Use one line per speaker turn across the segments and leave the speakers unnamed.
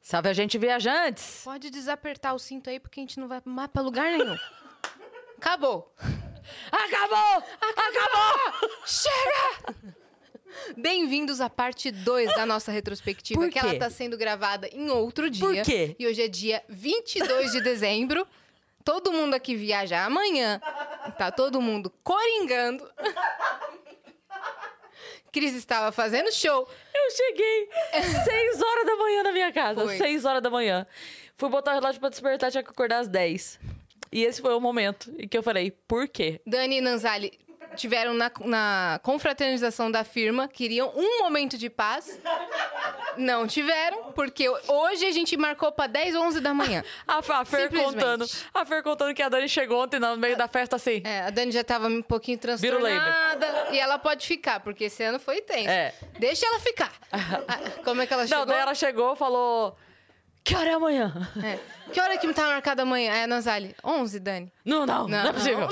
Salve a gente viajantes!
Pode desapertar o cinto aí, porque a gente não vai mais pra lugar nenhum. Acabou!
Acabou! Acabou!
Chega! Bem-vindos à parte 2 da nossa retrospectiva,
Por
que ela
quê?
tá sendo gravada em outro dia.
quê?
E hoje é dia 22 de dezembro. Todo mundo aqui viaja amanhã. Tá todo mundo coringando. Cris estava fazendo show.
Eu cheguei seis horas da manhã na minha casa.
Foi.
seis horas da manhã. Fui botar o relógio pra despertar, tinha que acordar às 10. E esse foi o momento em que eu falei, por quê?
Dani e Nanzali tiveram na, na confraternização da firma, queriam um momento de paz. Não tiveram, porque hoje a gente marcou pra 10, 11 da manhã.
A, a Fer
Simplesmente.
contando. A Fer contando que a Dani chegou ontem no meio da festa assim.
É, a Dani já tava um pouquinho
Vira o label.
transtornada. E ela pode ficar, porque esse ano foi tenso.
É.
Deixa ela ficar. Ah, Como é que ela chegou?
Não, daí ela chegou e falou. Que hora é amanhã?
É. Que hora que tá marcada amanhã? É, Nanzali. 11, Dani.
Não, não, não,
Não,
é possível.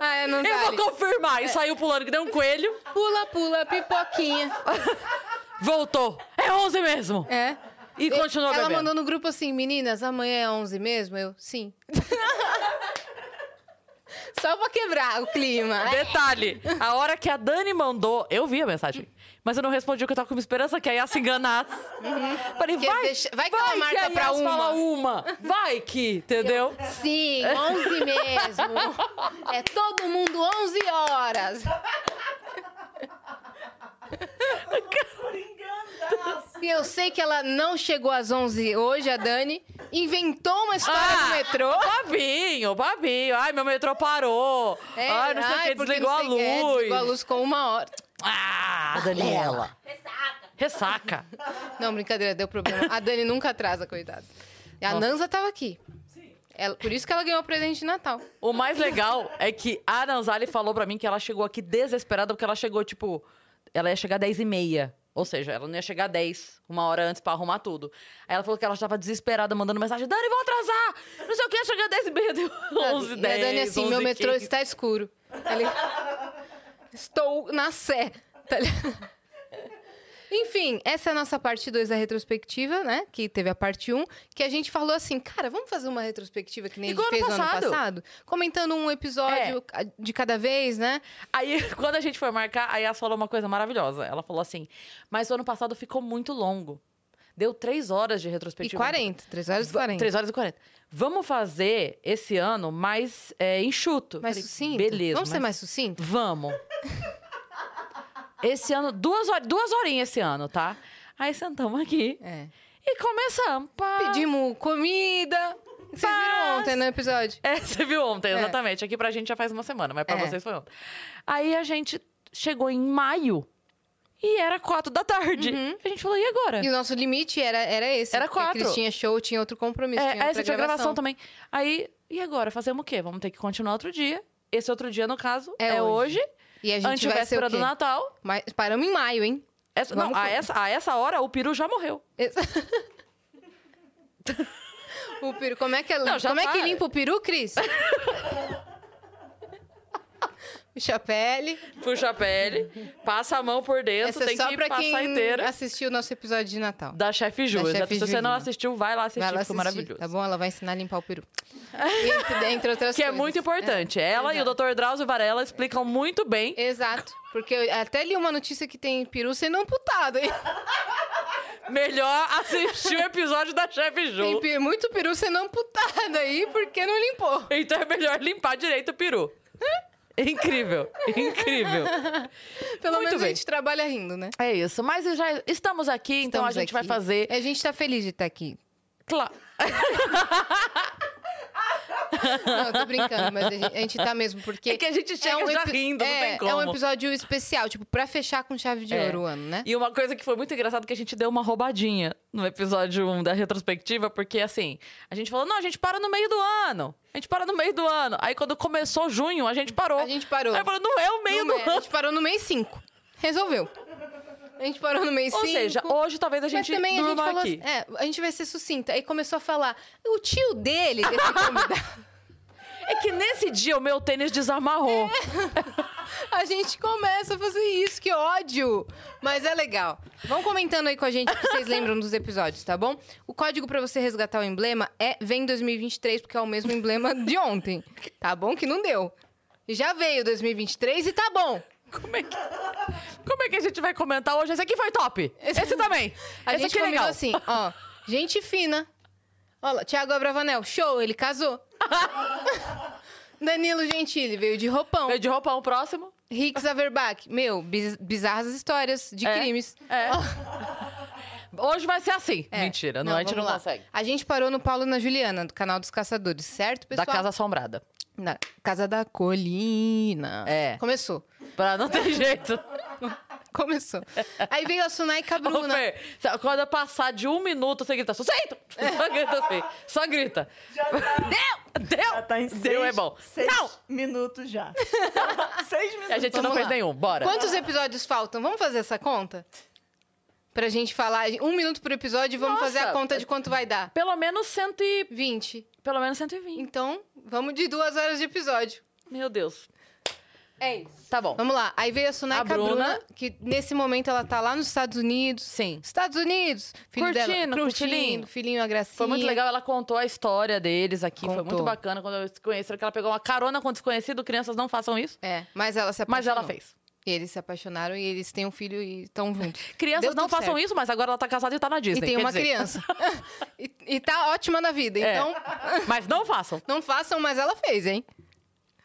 Ah, é,
Eu
Nanzali.
vou confirmar. E saiu pulando que deu um coelho,
Pula, pula, pipoquinha.
voltou. É 11 mesmo.
É.
E continuou
Ela
bebendo.
mandou no grupo assim, meninas, amanhã é 11 mesmo? Eu, sim. Só pra quebrar o clima.
Detalhe, a hora que a Dani mandou, eu vi a mensagem. Mas eu não respondi porque eu tava com uma esperança que a Yas se enganasse. Falei,
Porque
vai,
deixa- Uhum. vai que
vai
ela marca
a Yas
pra uma.
fala uma. Vai que, entendeu?
Sim, 11 mesmo. É todo mundo 11 horas. E eu sei que ela não chegou às 11 hoje, a Dani. Inventou uma história no metrô.
Ah, Babinho, babinho. Ai, meu metrô parou.
É,
ai, Ah, não sei o
ai,
que,
porque
desligou a
não sei o
luz.
quê, Desligou a luz com uma hora.
Ah,
É
Daniela. Ressaca. Ressaca.
Não, brincadeira, deu problema. A Dani nunca atrasa, coitada. E A Nanza tava aqui. Ela- por isso que ela ganhou o presente de Natal.
O mais legal é que a Nanzali falou pra mim que ela chegou aqui desesperada, porque ela chegou, tipo, ela ia chegar às 10 e meia. Ou seja, ela não ia chegar às 10, uma hora antes pra arrumar tudo. Aí ela falou que ela estava desesperada, mandando mensagem, Dani, vou atrasar! Não sei o que, chegar às 10 e meia, deu 11,
e
10,
a Dani assim, meu
11,
metrô
15.
está escuro. Ele- Estou na Sé. tá ligado? Enfim, essa é a nossa parte 2 da retrospectiva, né? Que teve a parte 1, um, que a gente falou assim, cara, vamos fazer uma retrospectiva que nem
Igual
a gente
ano
fez no ano
passado. É.
passado? Comentando um episódio de cada vez, né?
Aí, quando a gente foi marcar, a Yas falou uma coisa maravilhosa. Ela falou assim, mas o ano passado ficou muito longo. Deu 3 horas de
E
retrospectiva.
40, 3 horas e 40.
3 horas e 40. Vamos fazer esse ano mais é, enxuto.
Mais
Falei,
sucinto?
Beleza.
Vamos ser
mas-
mais sucinto?
Vamos. Esse ano, duas, hor- duas horinhas esse ano, tá? Aí sentamos aqui
É.
e começamos. Pá.
Pedimos comida. Vocês viram
Paz.
ontem no episódio?
É, você viu ontem,
É.
exatamente. Aqui pra gente já faz uma semana, mas pra
É.
vocês foi ontem. Aí a gente chegou em maio e era quatro da tarde. A gente falou, e agora?
Uhum. E o nosso limite era, era esse.
É. Era
porque
quatro.
A Cris tinha show, tinha outro compromisso,
É,
tinha
aí
outra
você tinha gravação
gravação.
também. Aí, e agora? Fazemos o quê? Vamos ter que continuar outro dia. Esse outro dia, no caso, é,
É
hoje.
hoje. E a gente vai ser
Antivéspera
o quê?
do Natal.
Mas paramos em maio, hein?
Essa-
Vamos
não, a
com-
essa, a essa hora, o peru já morreu.
Esse- o peru, como é que, é,
Não, já
como é que
tá.
limpa o peru, Cris? Puxa a pele.
Puxa a pele, passa a mão por dentro,
Essa é
tem
só
que
pra
passar
quem
inteira.
assistiu o nosso episódio de Natal.
Da Chefe Ju.
Da
exato.
Chefe
Se você não
Julina.
assistiu, vai lá assistir,
Vai
ficou
lá assistir,
maravilhoso.
tá bom? Ela vai ensinar a limpar o peru. Entre, dentre outras
Que é
coisas.
muito importante.
É,
Ela e o Dr. Drauzio Varela explicam muito bem.
Exato. Porque eu até li uma notícia que tem peru sendo amputado, hein?
Melhor assistir o episódio da Chefe
É. Tem
Ju.
pe- muito peru sendo amputado aí porque não limpou.
Então é melhor limpar direito o peru. É Incrível, incrível.
Pelo
Muito
menos
bem.
a gente trabalha rindo, né?
É isso, mas já estamos aqui, então
Estamos
a gente vai
aqui.
fazer.
A gente tá feliz de estar aqui.
Cla-
Não, eu tô brincando, mas a gente, a gente tá mesmo, porque.
É que a gente chega já
epi-
rindo, não
é,
tem como.
É um episódio especial, tipo, pra fechar com chave de
É.
ouro o ano, né?
E uma coisa que foi muito engraçada é que a gente deu uma roubadinha no episódio 1 da retrospectiva, porque assim, a gente falou, não, a gente para no meio do ano. A gente para no meio do ano. Aí quando começou junho, a gente parou.
A gente parou.
Aí falou, não é o meio
No
do
mês- A
ano.
gente parou no mês 5. Resolveu. A gente parou no mês 5.
Ou seja, hoje talvez a gente
tipo, Mas também a gente
durma
falou
aqui.
assim, é, a gente vai ser sucinta. Aí começou a falar, o tio dele, desse convidado.
É que nesse Nesse dia, o meu tênis desamarrou.
É. A gente começa a fazer isso, que ódio! Mas é legal. Vão comentando aí com a gente o que vocês lembram dos episódios, tá bom? O código pra você resgatar o emblema é vem 2023, porque é o mesmo emblema de ontem. Tá bom que não deu. E já veio 2023 e tá bom.
Como é que... Como é que a gente vai comentar hoje? Esse aqui foi top. Esse, também.
A
Esse
gente
aqui é
combinou
legal.
assim, ó. Gente fina. Olha lá, Thiago Abravanel, show, ele casou. Danilo Gentili veio de roupão.
Veio de roupão próximo.
Rix Averbach, meu, biz- bizarras histórias de
É,
crimes.
é. Hoje vai ser assim.
É.
Mentira, não, a gente
vamos
não
lá.
consegue.
A gente parou no Paulo e na Juliana, do canal dos Caçadores, certo, pessoal?
Da Casa Assombrada.
Na Casa da Colina.
É.
Começou.
Pra não ter jeito.
Começou. Aí veio a Sunai
Ô,
Cabruna.
Fê, sa- quando eu passar de um minuto, você grita, suspeito!
É.
Só grita assim, só grita.
Já tá,
Deu! Deu!
já tá em seis,
Deu é bom.
seis
Não!
minutos já. seis minutos.
E a gente
Então Vamos
não fez
lá.
nenhum, bora.
Quantos episódios faltam? Vamos fazer essa conta? Pra gente falar um minuto por episódio e vamos
Nossa!
fazer a conta de quanto vai dar.
Pelo menos cento e...
20.
Pelo menos 120.
Então, vamos de duas horas de episódio.
Meu Deus.
É isso.
Tá bom.
Vamos lá. Aí veio a Sunai
A Bruna.
Cabruna, que nesse momento ela tá lá nos Estados Unidos.
Sim.
Estados Unidos! Filho dela,
Curtindo,
curtindo,
curtilinho.
filhinho, a gracinha.
Foi muito legal, ela contou a história deles aqui, foi muito
Contou.
bacana quando eu conheci, que ela pegou uma carona com desconhecido, crianças não façam isso,
É, mas ela se apaixonou.
mas ela fez.
E eles se apaixonaram e eles têm um filho e estão juntos.
Crianças
Deu
não
tudo
façam
certo.
isso, mas agora ela tá casada e tá na
E
Disney.
tem
quer
uma
dizer.
criança. e, e tá ótima na vida.
É.
Então,
Mas não façam.
não façam, mas ela fez, hein?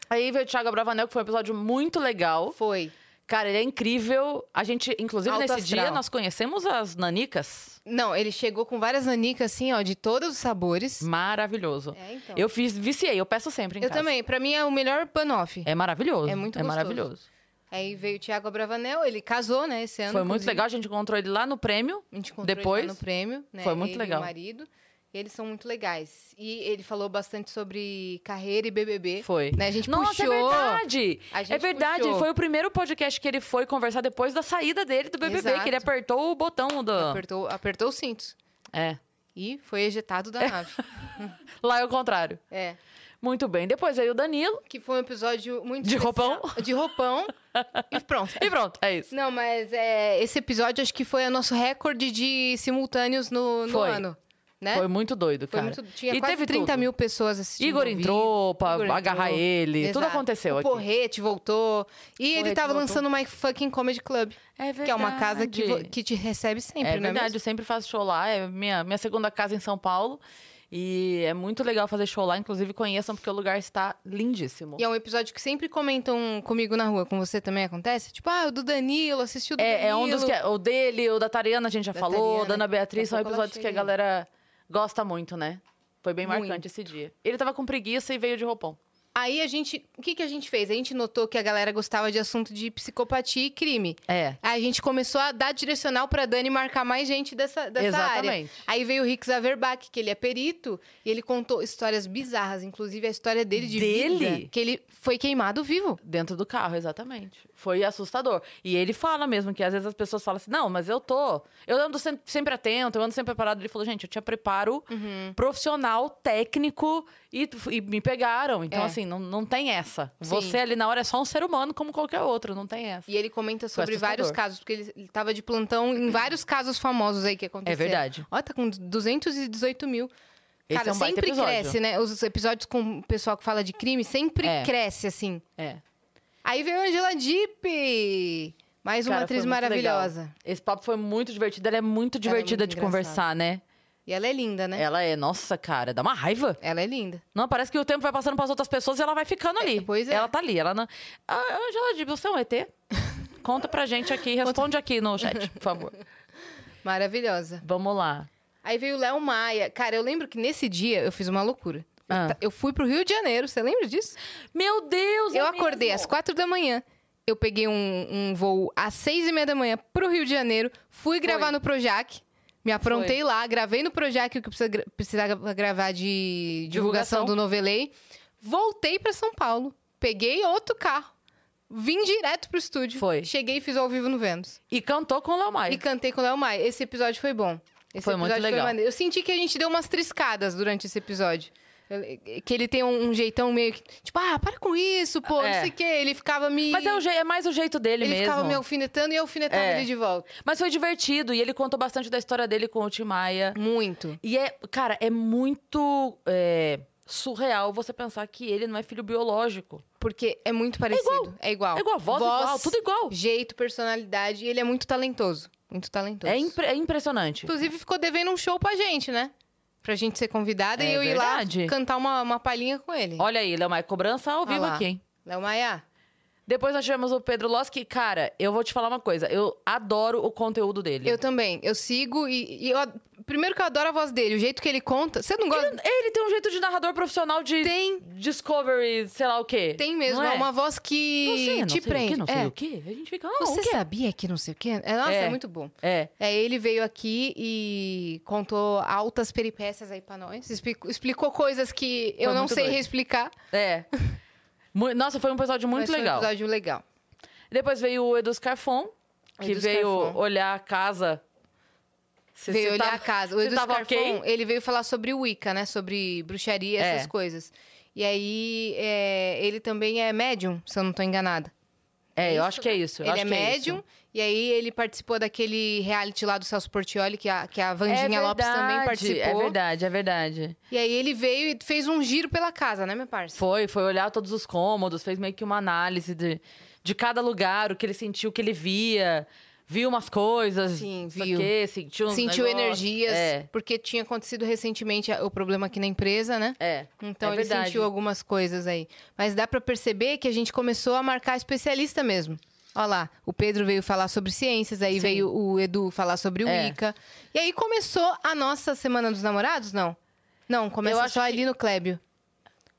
Aí veio o Thiago Bravanel, que foi um episódio muito legal.
Foi.
Cara, ele é incrível. A gente, inclusive,
Alto
nesse
astral.
dia, nós conhecemos as nanicas.
Não, ele chegou com várias nanicas, assim, ó, de todos os sabores.
Maravilhoso.
É, então.
Eu fiz, viciei, eu peço sempre em
Eu
casa.
também. Pra mim é o melhor panoff.
É maravilhoso.
É muito
É
gostoso.
maravilhoso.
Aí veio o Thiago Abravanel, ele casou, né, esse ano.
É. Foi muito
inclusive.
legal, a gente encontrou ele lá no prêmio.
A gente encontrou
Depois,
ele lá no prêmio, né?
foi muito
ele E
legal.
o marido. Eles são muito legais. E ele falou bastante sobre carreira e BBB.
Foi.
Né? A gente
Nossa,
puxou.
é verdade!
A gente
é verdade,
puxou.
foi o primeiro podcast que ele foi conversar depois da saída dele do BBB,
Exato.
que ele apertou o botão do...
Apertou, apertou os cintos.
É,
E foi ejetado da nave.
lá é o contrário.
É.
Muito bem, depois veio o Danilo
Que foi um episódio muito.
De
especial.
roupão?
De roupão. e pronto.
e pronto, é isso.
Não, mas é, esse episódio acho que foi o nosso recorde de simultâneos no, no
Foi.
ano. Né?
Foi muito doido,
Foi
cara.
muito. Tinha
e
quase
teve
30
tudo.
mil pessoas assistindo.
Igor
ao vivo.
entrou pra
Igor
agarrar
entrou.
ele. Tudo
Exato.
aconteceu
o
aqui.
Porrete voltou. E ele
Porrete
tava
voltou.
lançando o My Fucking Comedy Club.
É verdade.
Que é uma casa que, vo- que te recebe sempre,
É
né?
verdade, eu sempre faço show lá. É minha, minha segunda casa em São Paulo. E é muito legal fazer show lá. Inclusive, conheçam, porque o lugar está lindíssimo.
E é um episódio que sempre comentam comigo na rua. Com você também acontece? Tipo, ah, o do Danilo, assistiu o do
É,
Danilo.
é um dos que. O dele, o da Tariana, a gente já
Da
falou,
Tariana.
o da Ana Beatriz,
Daqui
são
a pouco ela
episódios que a
chega aí.
galera gosta muito, né? Foi bem
Muito.
marcante esse dia. Ele tava com preguiça e veio de roupão.
Aí a gente... O que, que a gente fez? A gente notou que a galera gostava de assunto de psicopatia e crime.
É.
Aí a gente começou a dar direcional pra Dani marcar mais gente dessa, dessa área.
Exatamente.
Aí veio o Rix Averbach, que ele é perito, e ele contou histórias bizarras, inclusive a história dele de
Dele?
vida, que ele foi queimado vivo.
Dentro do carro, exatamente. Foi assustador. E ele fala mesmo que às vezes as pessoas falam assim: não, mas eu tô. Eu ando sem- sempre atento, eu ando sempre preparado. Ele falou: gente, eu tinha preparo
Uhum.
profissional, técnico e, e me pegaram. Então,
É.
assim, não, não tem essa.
Sim.
Você ali na hora é só um ser humano como qualquer outro, não tem essa.
E ele comenta
Foi
sobre vários
assustador.
casos, porque ele, ele tava de plantão em vários casos famosos aí que aconteceram.
É verdade.
Ó, tá com 218 mil.
Esse
Cara,
é um baita
sempre
episódio.
cresce, né? Os episódios com o pessoal que fala de crime sempre
É.
cresce, assim.
É.
Aí veio a Angela Dipp, mais uma
Cara,
atriz
foi muito legal.
maravilhosa.
Esse papo foi muito divertido. Ela é muito
Ela é
divertida
muito
de
engraçada.
conversar, né?
E ela é linda, né?
Ela é, nossa, cara, dá uma raiva.
Ela é linda.
Não, parece que o tempo vai passando para as outras pessoas e ela vai ficando ali.
pois é.
Ela tá ali. Ela não... Ah, Angela Dibb, você é um ET? Conta pra gente aqui, responde aqui no chat, por favor.
Maravilhosa.
Vamos lá.
Aí veio o Léo Maia. Cara, eu lembro que nesse dia eu fiz uma loucura. Eu
Ah.
ta- Eu fui pro Rio de Janeiro, você lembra disso?
Meu Deus!
Eu
é
acordei
mesmo?
às quatro da manhã. Eu peguei um, um voo às seis e meia da manhã pro Rio de Janeiro. Fui gravar no Projac. Me aprontei lá, gravei no Projac o que precisa gra- precisava gravar de divulgação,
Divulgação.
do Novelei. Voltei pra São Paulo. Peguei outro carro. Vim direto pro estúdio.
Foi.
Cheguei e fiz ao vivo no Vênus.
E cantou com o Léo Maia.
E cantei com o Léo Maia. Esse episódio foi bom. Esse
Foi muito
episódio
legal.
maneiro. Eu senti que a gente deu umas triscadas durante esse episódio. Ele- Que ele tem um um jeitão meio que. Tipo, ah, para com isso, pô,
É.
não sei o quê. Ele ficava me.
Mas é, o je- é mais o jeito dele
Ele
mesmo.
ficava me alfinetando e eu alfinetava
É.
ele de volta.
Mas foi divertido e ele contou bastante da história dele com o Tim Maia.
Muito.
E é, cara, é muito é, surreal você pensar que ele não é filho biológico.
Porque é muito parecido. É igual. É igual.
É igual, voz, igual, tudo igual.
Jeito, personalidade. E ele é muito talentoso. Muito talentoso.
É, impre- é impressionante.
Inclusive, ficou devendo um show pra gente, né? Pra gente ser convidada
É
e eu
verdade.
ir lá cantar uma, uma palhinha com ele.
Olha aí, Léo Maia, cobrança ao
Ah
vivo
lá.
aqui, hein?
Léo Maia.
Depois nós tivemos o Pedro Loss, que, cara, eu vou te falar uma coisa. Eu adoro o conteúdo dele.
Eu também. Eu sigo e, e eu ad- primeiro que eu adoro a voz dele, o jeito que ele conta. Você não gosta?
Ele tem um jeito de narrador profissional de
Tem.
Discovery, sei lá o quê.
Tem mesmo,
Não
é? uma voz que
Não sei, não
te
sei o
prende.
quê, não sei
É.
o quê. A gente fica, ah,
Você
o quê?
sabia que não sei o quê? É, nossa, é.
É.
muito bom.
É.
É, ele veio aqui e contou altas peripécias aí pra nós. Explicou, explicou coisas que eu
Foi
não
muito
sei
doido.
reexplicar.
É. Mu- Nossa, foi um episódio muito
mas foi
legal.
um episódio legal.
Depois veio o Edu Scarfon, que
Edu
veio
Scarfon.
olhar a casa. Se-
veio
se
olhar
tava-
a casa. O
se
Edu
tava
Scarfon,
ok?
ele veio falar sobre Wicca, né? Sobre bruxaria, essas
É.
coisas. E aí, é, ele também é médium, se eu não tô enganada.
É, eu
isso,
acho que é isso. eu
Ele é
acho que
médium,
isso.
e aí ele participou daquele reality lá do Celso Portioli, que a, que a Vandinha
É
Lopes também
verdade,
participou.
É verdade, é verdade.
E aí ele veio e fez um giro pela casa, né, minha parça?
Foi, foi olhar todos os cômodos, fez meio que uma análise de, de cada lugar, o que ele sentiu, o que ele via. Viu umas coisas.
Sim,
não sei o
viu.
quê, sentiu um uns
Sentiu
negócios.
energias,
É,
porque tinha acontecido recentemente a- o problema aqui na empresa, né?
é.
Então
é
ele
verdade.
sentiu algumas coisas aí. Mas dá pra perceber que a gente começou a marcar especialista mesmo. Olha lá, o Pedro veio falar sobre ciências, aí
Sim.
veio o Edu falar sobre o
É.
Ica. E aí começou a nossa Semana dos Namorados, não? Não,
Eu
começa
acho
só ali no Clébio.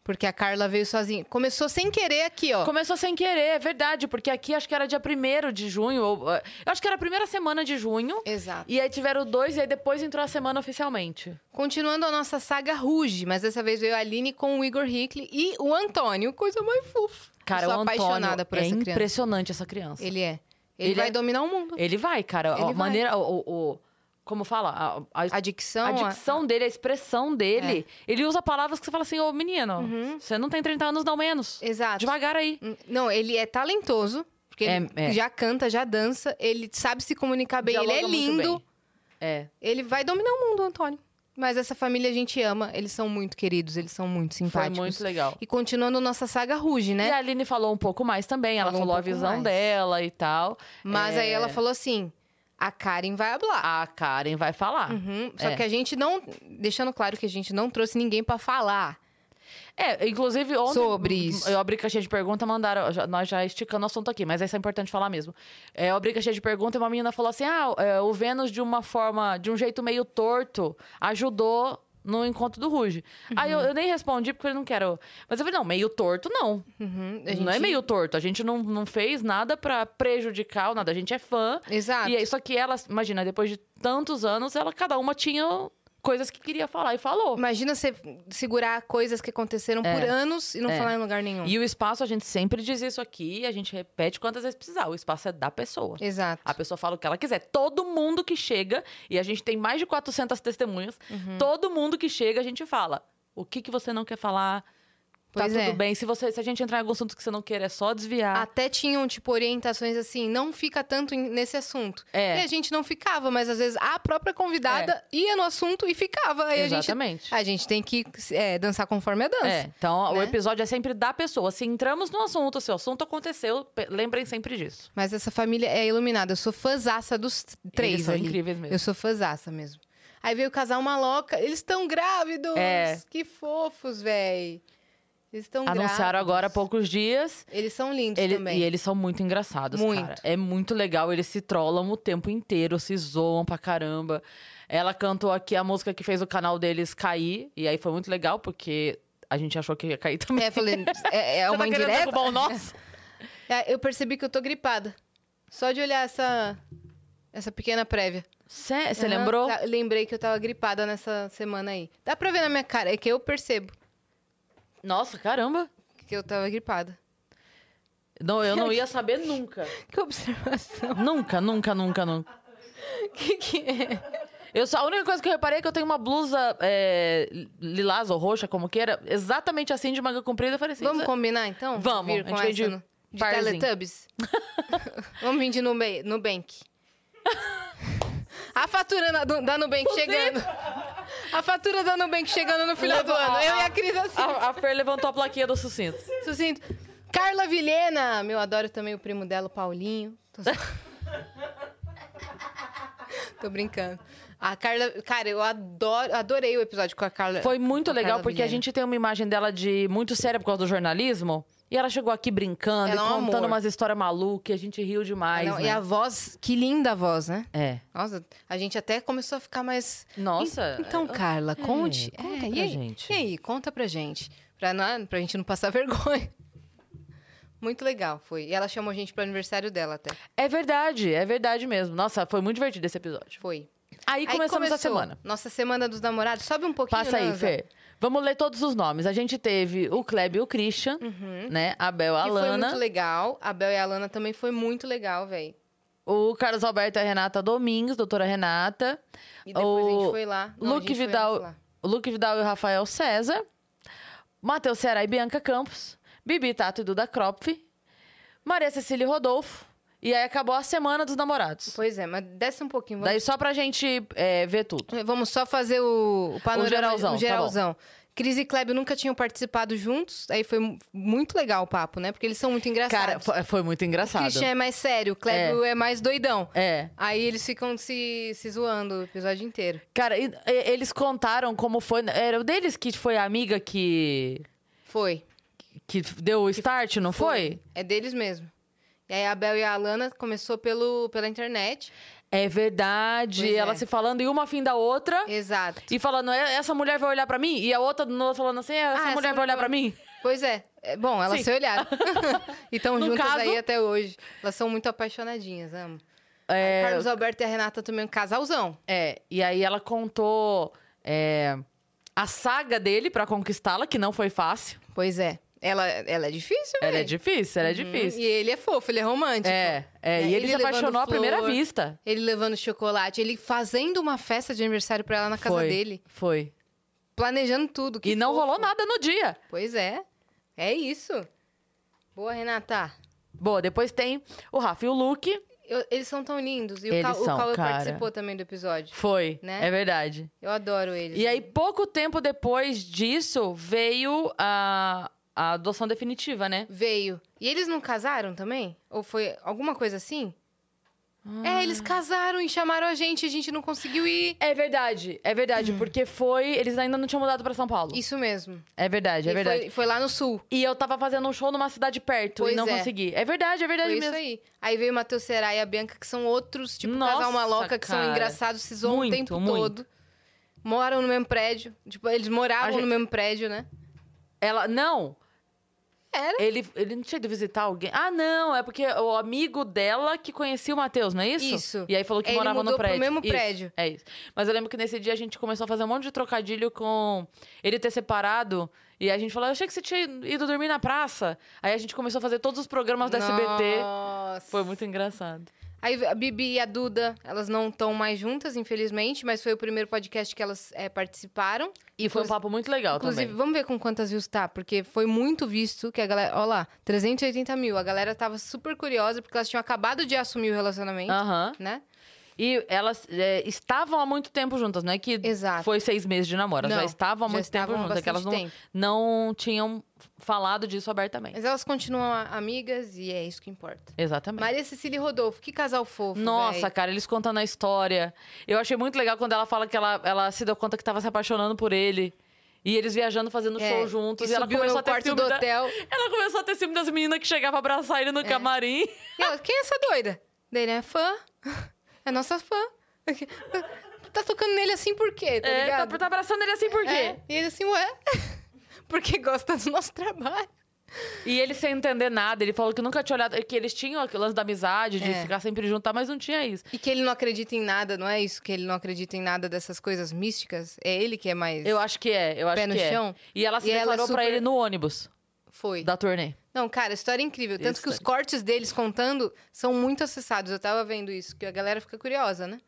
Porque a Carla veio sozinha. Começou sem querer aqui, ó.
Começou sem querer, é verdade, porque aqui acho que era dia 1 de junho, ou, eh, eu acho que era a primeira semana de junho.
Exato.
E aí tiveram dois, e aí depois entrou a semana oficialmente.
Continuando a nossa saga Ruge, mas dessa vez veio a Aline com o Igor Hickley e o Antônio, coisa mais fofa.
Cara,
Eu sou
o Antônio
apaixonada por
é
essa criança.
impressionante essa criança. Ele,
Ele é. Ele,
Ele
vai
é-
dominar o mundo.
vai, cara.
Ele
a
vai.
maneira, o, o- o- como fala, a, a-
A dicção,
a
a-
dicção dele, a expressão dele.
É.
Ele usa palavras que você fala assim, ô menino, você não tem 30 anos não menos.
Uhum. Exato.
Devagar aí.
Hum, Não, ele é talentoso, porque ele
É, é.
já canta, já dança, ele sabe se comunicar bem, ele é
Dialoga muito
lindo.
bem. É.
Ele vai dominar o mundo, Antônio. Mas essa família a gente ama, eles são muito queridos, eles são muito
Foi
simpáticos.
muito legal.
E continuando nossa saga Ruge,
E
né?
a Aline falou um pouco mais também, ela
Falou
falou,
um
a
pouco
visão
mais.
dela e tal.
Mas aí
É.
ela falou assim: a Karen vai hablar.
A Karen vai falar.
Uhum, Só
é.
que a gente não. Deixando claro que a gente não trouxe ninguém pra falar.
É, inclusive ontem.
Sobre isso.
Eu abri caixinha de pergunta, mandaram. já- nós já esticando o assunto aqui, mas isso é importante falar mesmo. É, eu abri caixinha de pergunta e uma menina falou assim: ah, é, o Vênus de uma forma, de um jeito meio torto, ajudou no encontro do Ruge.
Uhum.
Aí eu, eu nem respondi porque eu não quero. Mas eu falei: não, meio torto não.
Uhum, a
Não é
gente-
meio torto. A gente não, não fez nada pra prejudicar ou nada. A gente é fã.
Exato.
E aí, só que ela, imagina, depois de tantos anos, ela cada uma tinha coisas que queria falar e falou.
Imagina você segurar coisas que aconteceram
É.
por anos e não
É.
falar em lugar nenhum.
E o espaço, a gente sempre diz isso aqui, a gente repete quantas vezes precisar. O espaço é da pessoa.
Exato.
A tá pessoa fala o que ela quiser. Todo mundo que chega, e a gente tem mais de 400 testemunhas,
Uhum.
todo mundo que chega, a gente fala. O que, que você não quer falar?
Pois
tá
é.
tudo bem. Se, você, se a gente entrar em algum assunto que você não queira, é só desviar.
Até tinham, tipo, orientações assim, não fica tanto em- nesse assunto.
É.
E a gente não ficava, mas às vezes a própria convidada ia no assunto e ficava. Aí a gente,
Exatamente.
a gente tem que é, dançar conforme a dança.
É, então o
né?
episódio é sempre da pessoa. Se entramos no assunto, se o assunto aconteceu, pe- lembrem sempre disso.
Mas essa família é iluminada. Eu sou fãzaça dos três
Eles são
ali.
incríveis mesmo.
Eu sou fãzaça mesmo. Aí veio o casal maloca. Eles estão grávidos!
É.
Que fofos, véi! Eles estão grávidos.
Anunciaram agora há poucos dias.
Eles são lindos
Ele-
também.
e eles são muito engraçados,
Muito.
cara. É muito legal. Eles se trollam o tempo inteiro, se zoam pra caramba. Ela cantou aqui a música que fez o canal deles cair. E aí foi muito legal, porque a gente achou que ia cair também.
É, falei, é, é
Você
uma
tá querendo
indireta.
derrubar o nosso?
É, eu percebi que eu tô gripada. Só de olhar essa, essa pequena prévia.
Cê- Você
Aham,
lembrou?
tá- lembrei que eu tava gripada nessa semana aí. Dá pra ver na minha cara, é que eu percebo
Nossa, caramba.
que eu tava gripada.
Não, eu não ia saber nunca.
Que observação.
nunca, nunca, nunca, nunca.
O que, que é?
Eu só, a única coisa que eu reparei é que eu tenho uma blusa é, lilás ou roxa, como queira, exatamente assim, de manga comprida. Eu falei assim:
Vamos
"Isso é-
combinar, então?
Vamos,
Vir com
a gente vem de
essa no- de
barzinho.
Teletubbies? Vamos vir de Nube- Nubank. A fatura na- do- da Nubank chegando. A fatura da Nubank chegando no final do
Levou-
ano.
a-
Eu e a Cris assim.
A, a Fer levantou a plaquinha do sucinto.
Sucinto. Carla Vilhena. Meu, adoro também o primo dela, o Paulinho. Tô, só- Tô brincando. A Carla... Cara, eu adoro, adorei o episódio com a Carla.
Foi muito
com a
legal,
Carla
porque a
Vilhena.
gente tem uma imagem dela de muito séria por causa do jornalismo. E ela chegou aqui brincando
Ela é
e
um
contando
amor.
umas histórias malucas, e a gente riu demais.
Ah, Não,
né?
E a voz... Que linda a voz, né?
É.
Nossa, a gente até começou a ficar mais.
Nossa. é,
Então, Carla, conte. é,
conta pra
e aí,
gente.
E aí, conta pra gente. Pra, não, pra gente não passar vergonha. Muito legal, foi. E ela chamou a gente pro aniversário dela até.
É verdade, é verdade mesmo. Nossa, foi muito divertido esse episódio.
Foi.
Aí, começamos a semana.
Nossa semana dos namorados. Sobe um pouquinho.
Passa aí,
Nanza.
Fer. Vamos ler todos os nomes. A gente teve o Kleb e o Christian, né? A Bel, a
Uhum. Que foi muito
Lana,
legal. A Bel e a Lana também foi muito legal, velho.
o Carlos Alberto e a Renata Domingues, doutora Renata.
E depois a
o
gente foi lá. Não, a
Luke
gente foi
Vidal,
antes lá.
o Luke Vidal e o Rafael César. Matheus Ceará e Bianca Campos. Bibi Tato e Duda Kropf. Maria Cecília e Rodolfo. E aí acabou a semana dos namorados.
Pois é, mas desce um pouquinho. Vamos
Daí só pra gente é, ver tudo.
Vamos só fazer o, o panorama.
O geralzão,
o
tá
geralzão. Cris e Kleber nunca tinham participado juntos, aí foi mu- muito legal o papo, né? Porque eles são muito engraçados.
Cara, é, foi, foi muito
o
engraçado.
Christian é mais sério, o Kleber é. mais doidão.
É.
Aí eles ficam se, se zoando o episódio inteiro.
Cara, e- e- eles contaram como foi. Era o deles que foi a amiga que,
Foi.
que deu o start, não foi?
É deles mesmo. E aí a Bel e a Alana começou pelo, pela internet.
É verdade.
Pois
Ela
é.
se falando e uma afim da outra.
Exato.
E falando, "É, essa mulher vai olhar pra mim? E a outra do outro falando assim, "É, essa
essa
mulher vai olhar pra mim?
Pois é. É, bom, elas
Sim.
se olharam. e estão
No
juntas
caso-
aí até hoje. Elas são muito apaixonadinhas, amo.
É,
Carlos Alberto e a Renata também um casalzão.
É, e aí ela contou é, a saga dele pra conquistá-la, que não foi fácil.
Pois é. Ela, ela é difícil,
Ela é
velho.
difícil, ela é
E
difícil.
ele é fofo, ele é romântico.
É, é,
É,
e ele,
ele
se apaixonou
levando
à primeira
flor.
vista.
Ele levando chocolate, ele fazendo uma festa de aniversário pra ela na casa
foi,
dele.
Foi.
Planejando tudo. que
e não
fofo.
rolou nada no dia.
Pois é. É isso. Boa, Renata.
Boa, depois tem o Rafa e o Luke.
Eu- eles são tão lindos. E o
Eles
Cal- o
são,
Cauê
cara.
participou também do episódio.
Foi,
Né?
é verdade.
Eu adoro eles.
E aí, pouco tempo depois disso, veio a, a adoção definitiva, né?
Veio. E eles não casaram também? Ou foi alguma coisa assim?
Ah.
É, eles casaram e chamaram a gente, a gente não conseguiu ir.
É verdade, é verdade, porque foi. Eles ainda não tinham mudado pra São Paulo.
Isso mesmo.
É verdade, é
E
verdade.
Foi, foi lá no sul.
E eu tava fazendo um show numa cidade perto
Pois
e não
é.
consegui. É verdade, é verdade
Foi isso
mesmo.
aí. Aí veio o Matheus Será e a Bianca, que são outros, tipo,
Nossa,
casal maloca, que são
cara.
engraçados, se zoam
Muito,
o tempo
muito.
todo. Moram no mesmo prédio. Tipo, eles
A
moravam
gente-
no mesmo prédio, né?
Ela. Não,
Era.
ele, ele não tinha ido visitar alguém. Ah, não, é porque o amigo dela que conhecia o Matheus, não é isso?
Isso.
E aí falou que
Ele
morava
mudou
no
pro
prédio.
mesmo
Isso,
prédio.
É isso. Mas eu lembro que nesse dia a gente começou a fazer um monte de trocadilho com ele ter separado. E a gente falou, eu achei que você tinha ido dormir na praça. Aí a gente começou a fazer todos os programas da SBT.
Nossa.
Foi muito engraçado.
Aí a Bibi e a Duda, elas não estão mais juntas, infelizmente, mas foi o primeiro podcast que elas eh, participaram.
E foi um
Inclusi-
papo muito legal
Inclusive,
também.
vamos ver com quantas views tá, porque foi muito visto que a galera. Olha lá, 380 mil. A galera tava super curiosa, porque elas tinham acabado de assumir o relacionamento,
Aham.
né?
E elas é, estavam há muito tempo juntas, não é que
Exato.
foi seis meses de namoro. Elas
Não,
já estavam há
já
muito
estavam
tempo
há
juntas, é que elas não,
bastante tempo.
não tinham falado disso abertamente.
Mas elas continuam a- amigas e é isso que importa.
Exatamente.
Maria Cecília e Rodolfo, que casal fofo.
Nossa,
véi.
cara, eles contando a história. Eu achei muito legal quando ela fala que ela, ela se deu conta que tava se apaixonando por ele. E eles viajando, fazendo
É,
show juntos.
e
E, ela
subiu
começou
no
a ter
quarto
filme
do
da-
hotel. É.
Ela começou a ter filme das meninas que chegavam a abraçar ele no camarim.
E ela, quem é essa doida? Dele é fã. É nossa fã. Tá tocando nele assim por quê? Tá
É, tá,
ligado?
tá abraçando ele assim por quê?
É, E ele assim, ué. Porque gosta do nosso trabalho.
E ele sem entender nada, ele falou que nunca tinha olhado. Que eles tinham aquele lance da amizade, de
É.
ficar sempre junto, tá? mas não tinha isso.
E que ele não acredita em nada, não é isso? Que ele não acredita em nada dessas coisas místicas? É ele que é mais.
Eu acho que é, eu acho
Pé no
que é.
chão?
E ela se
E ela é
declarou pra
super-
ele no ônibus
Foi.
da turnê.
Não, cara, história incrível. Tanto que os cortes deles contando são muito acessados. Eu tava vendo isso, que a galera fica curiosa, né?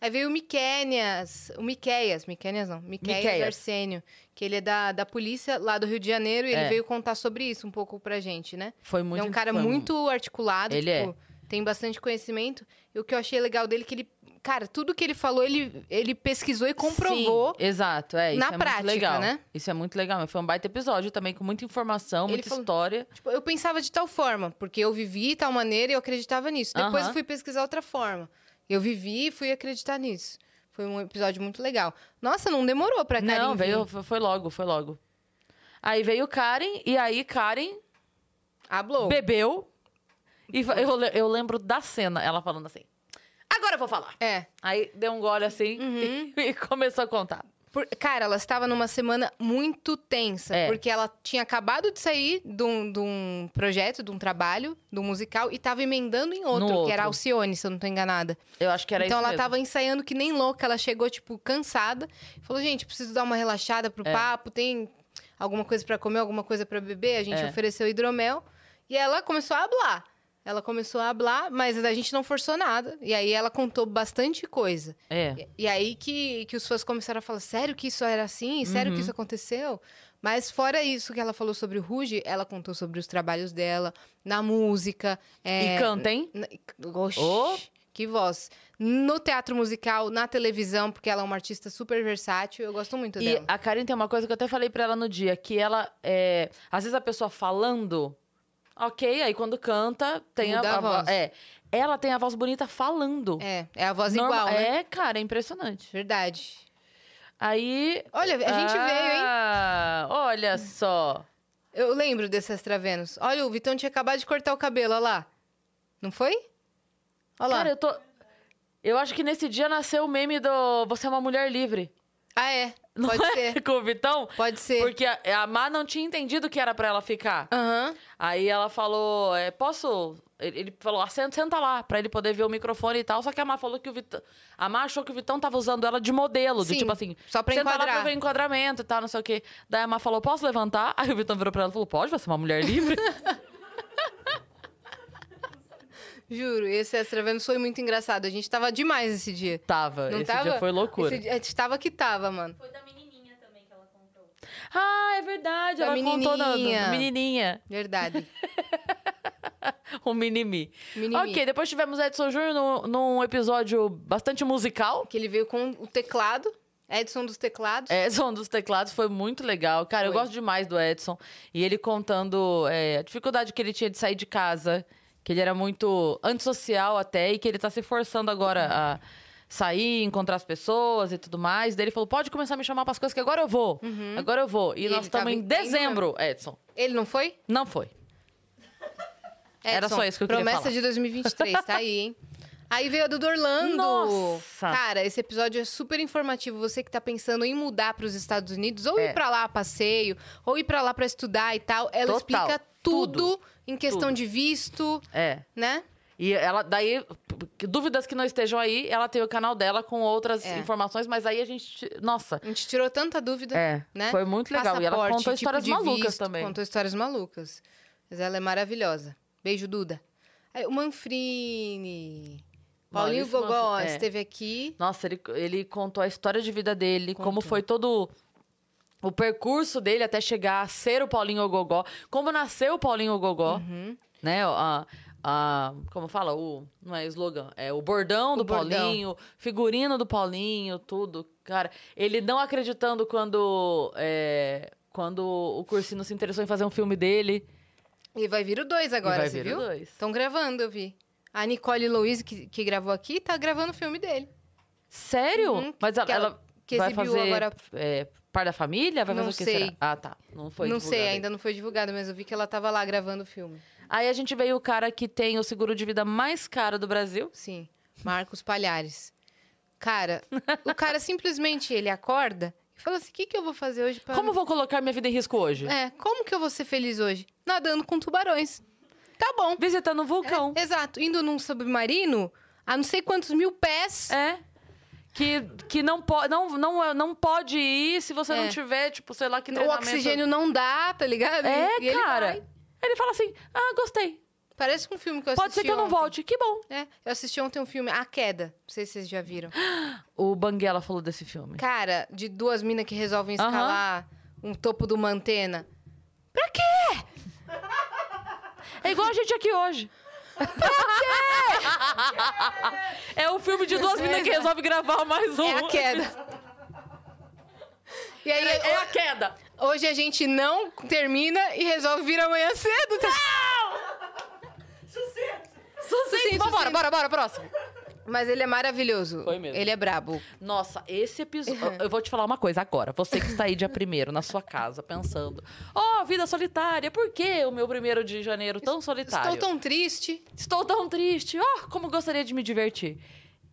Aí veio o Miquénias, o Miquéias, Miquénias não, Miquéias,
Miquéias.
Arsênio, que ele é da, da polícia lá do Rio de Janeiro e ele
É.
veio contar sobre isso um pouco pra gente, né?
Foi muito
é um cara
foi
muito articulado,
Ele é.
tipo, tem bastante conhecimento. E o que eu achei legal dele é que ele, cara, tudo que ele falou, ele, ele pesquisou e comprovou.
Sim, exato, é. Isso
na
é muito
prática,
legal.
né?
Isso é muito legal. Foi um baita episódio também, com muita informação,
Ele
muita
falou-
história.
Tipo, eu pensava de tal forma, porque eu vivi de tal maneira e eu acreditava nisso. Depois
Aham.
eu fui pesquisar outra forma. Eu vivi e fui acreditar nisso. Foi um episódio muito legal. Nossa, não demorou pra Karen
Não,
vir.
veio, foi foi logo, foi logo. Aí veio Karen, e aí Karen
Hablou.
bebeu. E fa- eu, le- eu lembro da cena, ela falando assim: Agora eu vou falar.
É.
Aí deu um gole assim
Uhum.
e começou a contar.
Por- Cara, ela estava numa semana muito tensa,
É.
porque ela tinha acabado de sair de um, de um projeto, de um trabalho, de um musical, e estava emendando em outro,
No
que era
outro.
Alcione, se eu não estou enganada.
Eu acho que era
então
isso.
ela
mesmo.
tava ensaiando que nem louca, ela chegou, tipo, cansada. Falou, gente, preciso dar uma relaxada
É.
pro papo, tem alguma coisa pra comer, alguma coisa pra beber? A gente
É.
ofereceu hidromel. E ela começou a hablar. Ela começou a hablar, mas a gente não forçou nada. E aí ela contou bastante coisa.
É.
E- E aí que, que os fãs começaram a falar: sério que isso era assim? Sério
Uhum.
que isso aconteceu? Mas fora isso que ela falou sobre o Ruge, ela contou sobre os trabalhos dela, na música. é,
E canta, hein?
na- Oxi,
Ô.
que voz. No teatro musical, na televisão, porque ela é uma artista super versátil. Eu gosto muito
E
dela.
a Karen tem uma coisa que eu até falei pra ela no dia, que ela é, às vezes a pessoa falando, ok, aí quando canta tem
Muda
a,
a
vo-
voz.
é, ela tem a voz bonita falando.
É, é a voz
Norma-
igual, né?
É, cara, é impressionante.
Verdade.
Aí
Olha, a gente
Ah.
veio, hein?
veio, hein? Olha só.
Eu lembro desse Extra Vênus. Olha, o Vitão tinha acabado de cortar o cabelo, olha lá. Não foi? Olha lá.
Cara, eu tô Eu acho que nesse dia nasceu o meme do você é uma mulher livre.
Ah, é.
Não
Pode
é?
ser.
Com o Vitão?
Pode ser.
Porque a, a Má não tinha entendido que era pra ela ficar.
Aham.
Aí ela falou, é, posso... Ele ele falou, "Ah, senta, senta lá, pra ele poder ver o microfone e tal. Só que a Má falou que o Vitão... A Má achou que o Vitão tava usando ela de modelo.
Sim,
de, tipo assim,
só pra
senta lá
enquadrar."
pra ver enquadramento e tal, não sei o quê. Daí a Má falou, posso levantar? Aí o Vitão virou pra ela e falou, pode, você é uma mulher livre?
Juro, esse Extra Vênus foi muito engraçado. A gente tava demais esse dia.
tava,
Não
esse
tava?
dia foi loucura.
Esse dia- a gente tava que tava, mano.
Foi da menininha também que ela contou.
Ah, é verdade,
Da
ela contou da, do-
menininha.
do menininha.
Verdade.
O Minimi.
Minimi.
Ok, depois tivemos Edson Júnior num- num episódio bastante musical.
Que ele veio com o teclado, Edson dos teclados.
Edson É, dos teclados foi muito legal. Cara, eu
Foi.
gosto demais do Edson. E ele contando é, a dificuldade que ele tinha de sair de casa, que ele era muito antissocial até, e que ele tá se forçando agora a sair, encontrar as pessoas e tudo mais. Daí ele falou: pode começar a me chamar pras coisas que agora eu vou. Agora eu vou. E,
Uhum. E
nós
ele tava
estamos
né?
em
em clima.
dezembro, Edson.
Ele não foi?
Não foi. Era
Edson,
só isso que eu queria
Promessa
falar.
de 2023, tá aí, hein? Aí veio a do Orlando.
Nossa!
Cara, esse episódio é super informativo. Você que tá pensando em mudar pros Estados Unidos, ou
É.
ir pra lá a passeio, ou ir pra lá pra estudar e tal, ela
Total.
explica tudo,
Tudo.
em questão
Tudo.
de visto,
É.
né?
E ela, daí, p- p- dúvidas que não estejam aí, ela tem o canal dela com outras
É.
informações, mas aí a gente. Nossa.
A gente tirou tanta dúvida.
É,
né?
foi muito legal. E ela
Passaporte,
contou histórias
tipo de
malucas
visto,
também.
Contou histórias malucas. Mas ela é maravilhosa. Beijo, Duda. Aí, o Manfrini. Paulinho
Maurício
Gogó
Manfrini, é.
esteve aqui.
Nossa, ele, ele contou a história de vida dele, como
Contou.
foi todo o percurso dele até chegar a ser o Paulinho Gogó, como nasceu o Paulinho Gogó,
Uhum.
né? A, a, como fala? O, não é slogan, é o bordão do
bordão.
Paulinho, figurino do Paulinho, tudo. Cara, ele não acreditando quando, é, quando o Cursino se interessou em fazer um filme dele.
E vai vir o dois agora,
vai
você
vir o
viu?
dois.
Estão gravando, eu vi. A Nicole Louise, que, que gravou aqui, tá gravando o filme dele.
Sério?
Uhum,
Mas ela,
que ela-
ela
que
vai
exibiu
fazer
agora-
é, par da família? Vai
Não
fazer o que
sei.
será? Ah, tá. Não foi
não sei,
divulgado
ainda não foi divulgado, mas eu vi que ela tava lá gravando o filme.
Aí a gente veio o cara que tem o seguro de vida mais caro do Brasil.
Sim, Marcos Palhares. Cara, o cara simplesmente, ele acorda e fala assim, o que, que eu vou fazer hoje pra...
Como vou colocar minha vida em risco hoje?
É, como que eu vou ser feliz hoje? Nadando com tubarões. Tá bom.
Visitando um vulcão.
Exato. Indo num submarino a não sei quantos mil pés.
É. Que, que não, po não, não, é- não pode ir se você
É.
não tiver, tipo, sei lá, que
o
treinamento.
oxigênio não dá, tá ligado?
É,
E ele
cara.
vai.
Ele, fala assim, ah, gostei.
Parece com um filme que eu
Pode ser
assisti
que eu não
ontem.
volte. Que bom.
É, eu assisti ontem um filme, A Queda. Não sei se vocês já viram.
O Banguela falou desse filme.
Cara, de duas minas que resolvem
Aham.
escalar um topo de uma antena.
É igual a gente aqui hoje. é um filme de duas meninas que resolve gravar mais um.
É a queda. E aí,
É a queda.
hoje a gente não termina e resolve vir amanhã cedo. tá?
Sucesso!
Sucesso.
Sucinto,
Vambora,
sucinto.
bora, bora, próximo.
assim, Mas ele é maravilhoso.
Foi mesmo.
Ele é brabo.
Nossa, esse episódio.
Uhum.
Eu vou te falar uma coisa agora. Você que está aí dia primeiro na sua casa, pensando: Ó, vida solitária, por que o meu primeiro de janeiro tão solitário?
Estou tão triste
Estou tão triste. Ó, como gostaria de me divertir.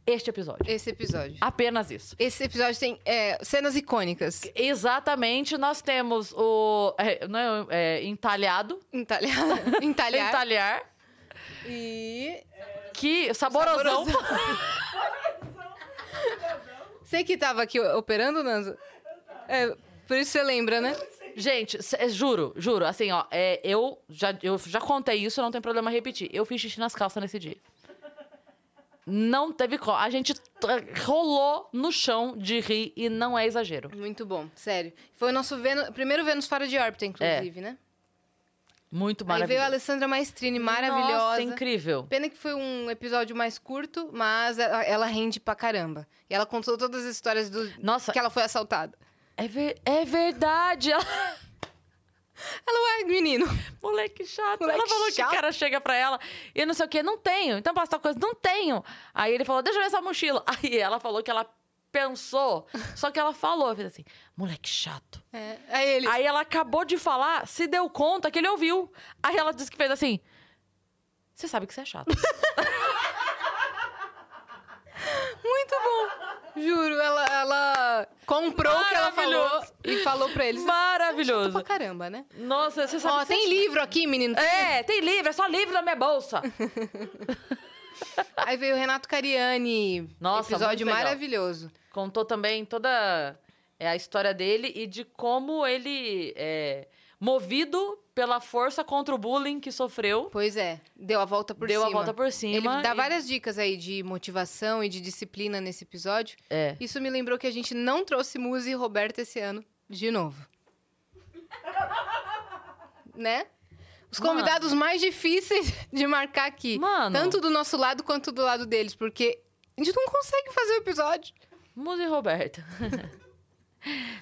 Este episódio.
esse episódio.
Apenas isso.
Esse episódio tem é, cenas icônicas.
Exatamente, nós temos o. É, não é, é, entalhado.
Entalhar. Entalhar.
Entalhar.
E.
Que saborosão.
Você que tava aqui operando, Nando? É, por isso você lembra, né?
Gente, cê- é, juro, juro, assim, ó, é, eu, já, eu já contei isso, não tem problema repetir. Eu fiz xixi nas calças nesse dia. Não teve como. A gente t- rolou no chão de rir e não é exagero.
Muito bom, sério. Foi o nosso Vênus- primeiro Vênus fora de órbita, inclusive, né?
Muito
Aí veio a
maravilhoso.
Alessandra Maestrini, maravilhosa.
Nossa, incrível.
Pena que foi um episódio mais curto, mas ela, ela rende pra caramba. E ela contou todas as histórias do
Nossa.
que ela foi assaltada.
É, ver- é verdade. Ela...
Ela, ué, menino.
Moleque chato.
Moleque
ela falou
chato.
que o cara chega pra ela e não sei o quê. Não tenho. Então passa tal coisa. Não tenho. Aí ele falou, deixa eu ver essa mochila. Aí ela falou que ela pensou. Só que ela falou, fez assim, moleque chato.
É, aí ele.
Aí ela acabou de falar, se deu conta que ele ouviu. Aí ela disse que fez assim. Você sabe que você é chato.
Muito bom. Juro, ela, ela comprou o que ela falou
Maravilhoso.
e falou pra eles. Pra
Maravilhoso.
caramba, né?
Nossa, você sabe
Ó,
que você
tem livro aqui, menino.
é, tem livro, é só livro na minha bolsa.
Aí veio o Renato Cariani.
Nossa,
episódio
muito legal.
maravilhoso.
Contou também toda é, a história dele e de como ele é movido pela força contra o bullying que sofreu.
Pois é, deu a volta por
Deu a
cima.
volta por cima
Ele dá
e-
várias dicas aí de motivação e de disciplina nesse episódio.
É.
Isso me lembrou que a gente não trouxe Muzi e Roberto esse ano de novo. né? Os
Mano.
convidados mais difíceis de marcar aqui.
Mano.
Tanto do nosso lado quanto do lado deles, porque a gente não consegue fazer o episódio.
Musa e Roberto.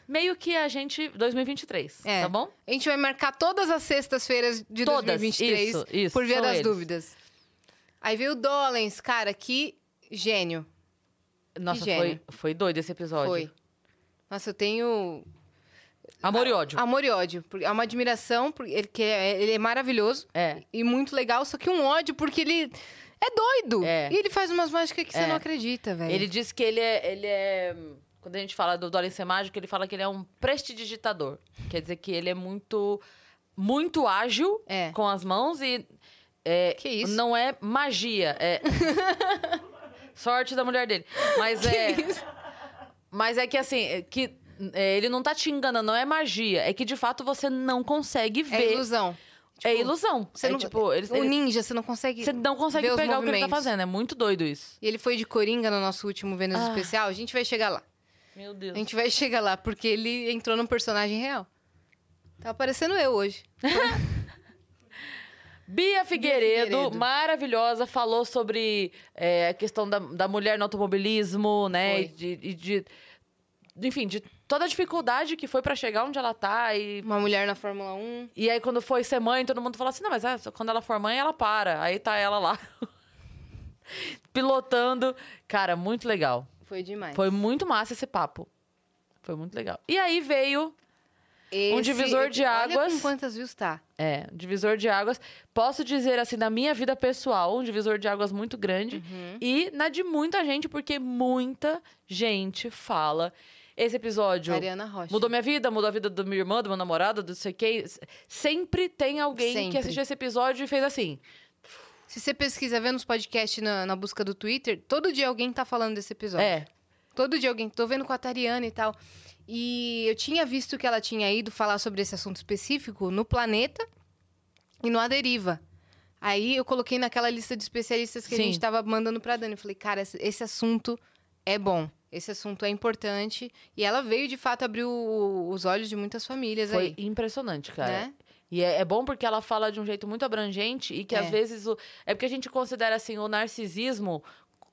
Meio que a gente 2023,
É.
tá bom?
A gente vai marcar todas as sextas-feiras de
Todas,
2023
isso, isso,
por via
são
das
eles.
dúvidas. Aí veio o Dolens, cara, que gênio
Nossa,
gênio.
foi, foi doido esse episódio.
foi. Nossa, eu tenho
Amor e ódio.
amor e ódio. porque É uma admiração, porque ele, que é, ele é maravilhoso
É.
e muito legal, só que um ódio porque ele é doido.
É.
E ele faz umas mágicas que você
É.
não acredita, velho.
Ele diz que ele é, ele é. Quando a gente fala do Dorian ser mágico, ele fala que ele é um prestidigitador. Quer dizer que ele é muito, muito ágil
É.
com as mãos e. é,
Que isso?
Não é magia, é. Sorte da mulher dele. Mas
Que
é.
isso?
Mas é que assim, é que é, ele não tá te enganando, não é magia. É que de fato você não consegue
É
ver.
ilusão.
É
Tipo,
ilusão.
Você
é
não,
tipo, ele-
o
ele-
ninja, você não consegue.
você não consegue
ver os
pegar o que ele tá
movimentos.
fazendo. É muito doido isso.
E ele foi de Coringa no nosso último Vênus
Ah.
especial. A gente vai chegar lá.
Meu Deus.
A gente vai chegar lá, porque ele entrou num personagem real. Tá aparecendo eu hoje.
Bia Figueiredo,
Figueiredo.
maravilhosa, falou sobre é, a questão da, da mulher no automobilismo, né?
Foi.
E de, e de- Enfim, de toda a dificuldade que foi pra chegar onde ela tá. E,
Uma mulher na Fórmula 1.
e aí, quando foi ser mãe, todo mundo falou assim: não, mas ah, quando ela for mãe, ela para. Aí tá ela lá. Pilotando. Cara, muito legal.
Foi demais.
Foi um muito massa esse papo. Foi muito legal. E aí veio
Esse-
um divisor de
Olha
águas.
com quantas views tá.
É, um divisor de águas. Posso dizer assim, na minha vida pessoal, um divisor de águas muito grande. Uhum. E na de muita gente, porque muita gente fala. Esse episódio
Ariana Rocha.
mudou minha vida, mudou a vida da minha irmã, do meu namorado, do não sei o quê. Sempre tem alguém que
Sempre.
assistiu esse episódio e fez assim.
Se você pesquisa vendo os podcasts na, na busca do Twitter, todo dia alguém tá falando desse episódio.
É,
Todo dia alguém. Tô vendo com a Tariana e tal. E eu tinha visto que ela tinha ido falar sobre esse assunto específico no Planeta e no A Deriva. Aí eu coloquei naquela lista de especialistas que
Sim.
a gente tava mandando pra Dani. Eu falei, cara, esse- esse assunto é bom. Esse assunto é importante. E ela veio, de fato, abrir o- os olhos de muitas famílias
Foi
aí.
impressionante, cara.
Né?
E é, é bom porque ela fala de um jeito muito abrangente e que às
É.
vezes. O, é porque a gente considera assim o narcisismo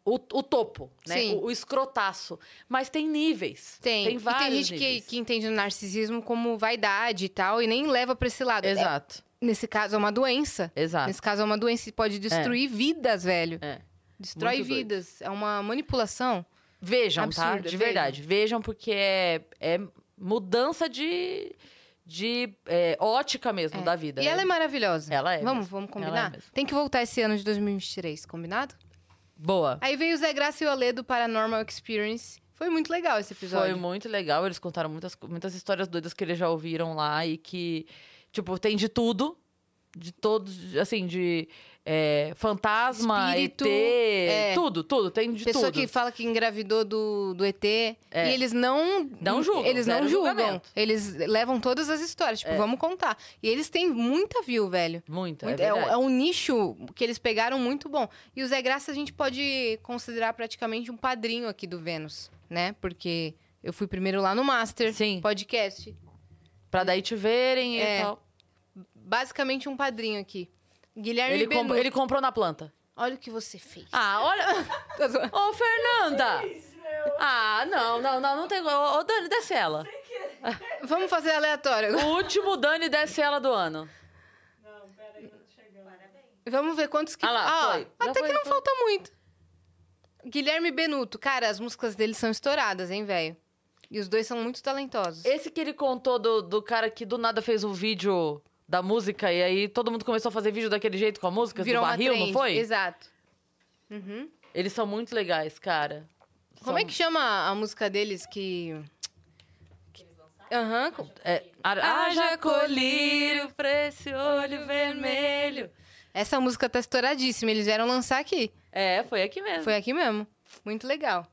o, o topo, né?
Sim.
O, o escrotaço. Mas tem níveis.
Tem.
Tem vários.
e tem gente que,
níveis.
que entende o narcisismo como vaidade e tal, e nem leva pra esse lado. É-
Exato,
nesse caso, é uma doença.
exato.
Nesse caso, é uma doença que pode destruir vidas, velho.
Ah. É.
Destrói
Muito doido.
vidas. É uma manipulação.
Vejam, tá?
Absurdo, é
De
vejam.
verdade. Vejam, porque é, é mudança de, de é, ótica mesmo
É.
da vida. né?
E ela é maravilhosa.
Ela é mesmo.
Vamos, vamos
Ela é
combinar?
mesmo.
Tem que voltar esse ano de 2023, combinado?
boa.
Aí veio o Zé Graça e o Alê do Paranormal Experience. Foi muito legal esse episódio.
Foi muito legal. Eles contaram muitas, co- muitas histórias doidas que eles já ouviram lá e que, tipo, tem de tudo. De todos, assim, de é, fantasma,
Espírito,
ET,
é.
tudo, tudo, tem de
Pessoa
tudo. É.
que fala que engravidou do, do ET. E eles não.
Não julgam,
Eles não
zero
julgam.
julgamento. É.
Eles levam todas as histórias. Tipo, vamos contar. E eles têm muita view, velho.
Muita,
Muito-
é,
é, um-
verdade.
é um nicho que eles pegaram muito bom. E o Zé Graça a gente pode considerar praticamente um padrinho aqui do Vênus, né? Porque eu fui primeiro lá no Master
Sim.
Podcast.
Pra daí te verem e
É.
tal.
Basicamente um padrinho aqui. Guilherme
Ele,
Benu.
comp- ele comprou na planta.
Olha o que você fez.
Ah, olha...
Tá zoando.
Ô, Fernanda! Ah, não, não, não, não tem... Ô, ô, Dani, desce ela.
Vamos fazer aleatório
O
agora.
último Dani desce ela do ano.
Não, pera aí, eu tô chegando. Parabéns.
Vamos ver quantos que...
Ah lá,
ó,
foi. Já
Até
foi,
que não
foi.
falta muito. Guilherme Benuto. Cara, as músicas dele são estouradas, hein, velho? E os dois são muito talentosos.
Esse que ele contou do, do cara que do nada fez um vídeo da música e aí todo mundo começou a fazer vídeo daquele jeito com a música, é do
uma
barril, não
trend.
foi?
Exato. Uhum.
Eles são muito legais, cara.
Como
São-
é que chama a música deles que.
Que eles lançaram?
Aham. co-
É,
Ah,
a- Haja colírio pra esse olho vermelho.
Essa música tá estouradíssima, eles vieram lançar aqui.
É, foi aqui mesmo.
Foi aqui mesmo. Muito legal.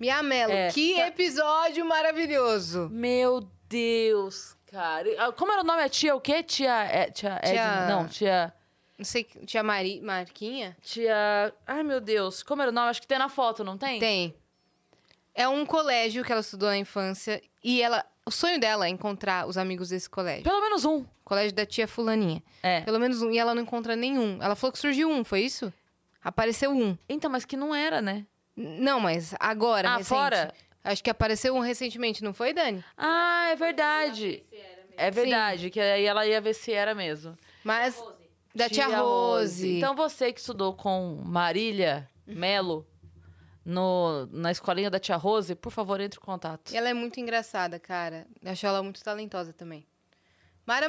Mia Mello,
É.
que episódio maravilhoso!
Meu Deus, cara. E, ah, Como era o nome? É tia o quê? Tia... É, tia, Edna?
Tia-
Não, tia...
Não sei, tinha Mari... Marquinha?
Tia... Ai, meu Deus. Como era o nome? Acho que tem na foto, não tem?
Tem. É um colégio que ela estudou na infância e ela. O sonho dela é encontrar os amigos desse colégio.
Pelo menos um.
Colégio da tia Fulaninha.
É.
Pelo menos um. E ela não encontra nenhum. Ela falou que surgiu um, foi isso? Apareceu um.
Então, mas que não era, né?
Não, mas agora.
Ah,
recente.
fora?
Acho que apareceu um recentemente, não foi, Dani?
Ah, é verdade.
Esse era mesmo.
É verdade, que aí ela ia ver se era mesmo.
Mas
Rose.
da tia, Rose.
Então você que estudou com Marília Melo no, na escolinha da tia Rose, por favor, entre em contato.
Ela é muito engraçada, cara. Eu acho ela muito talentosa também. Mara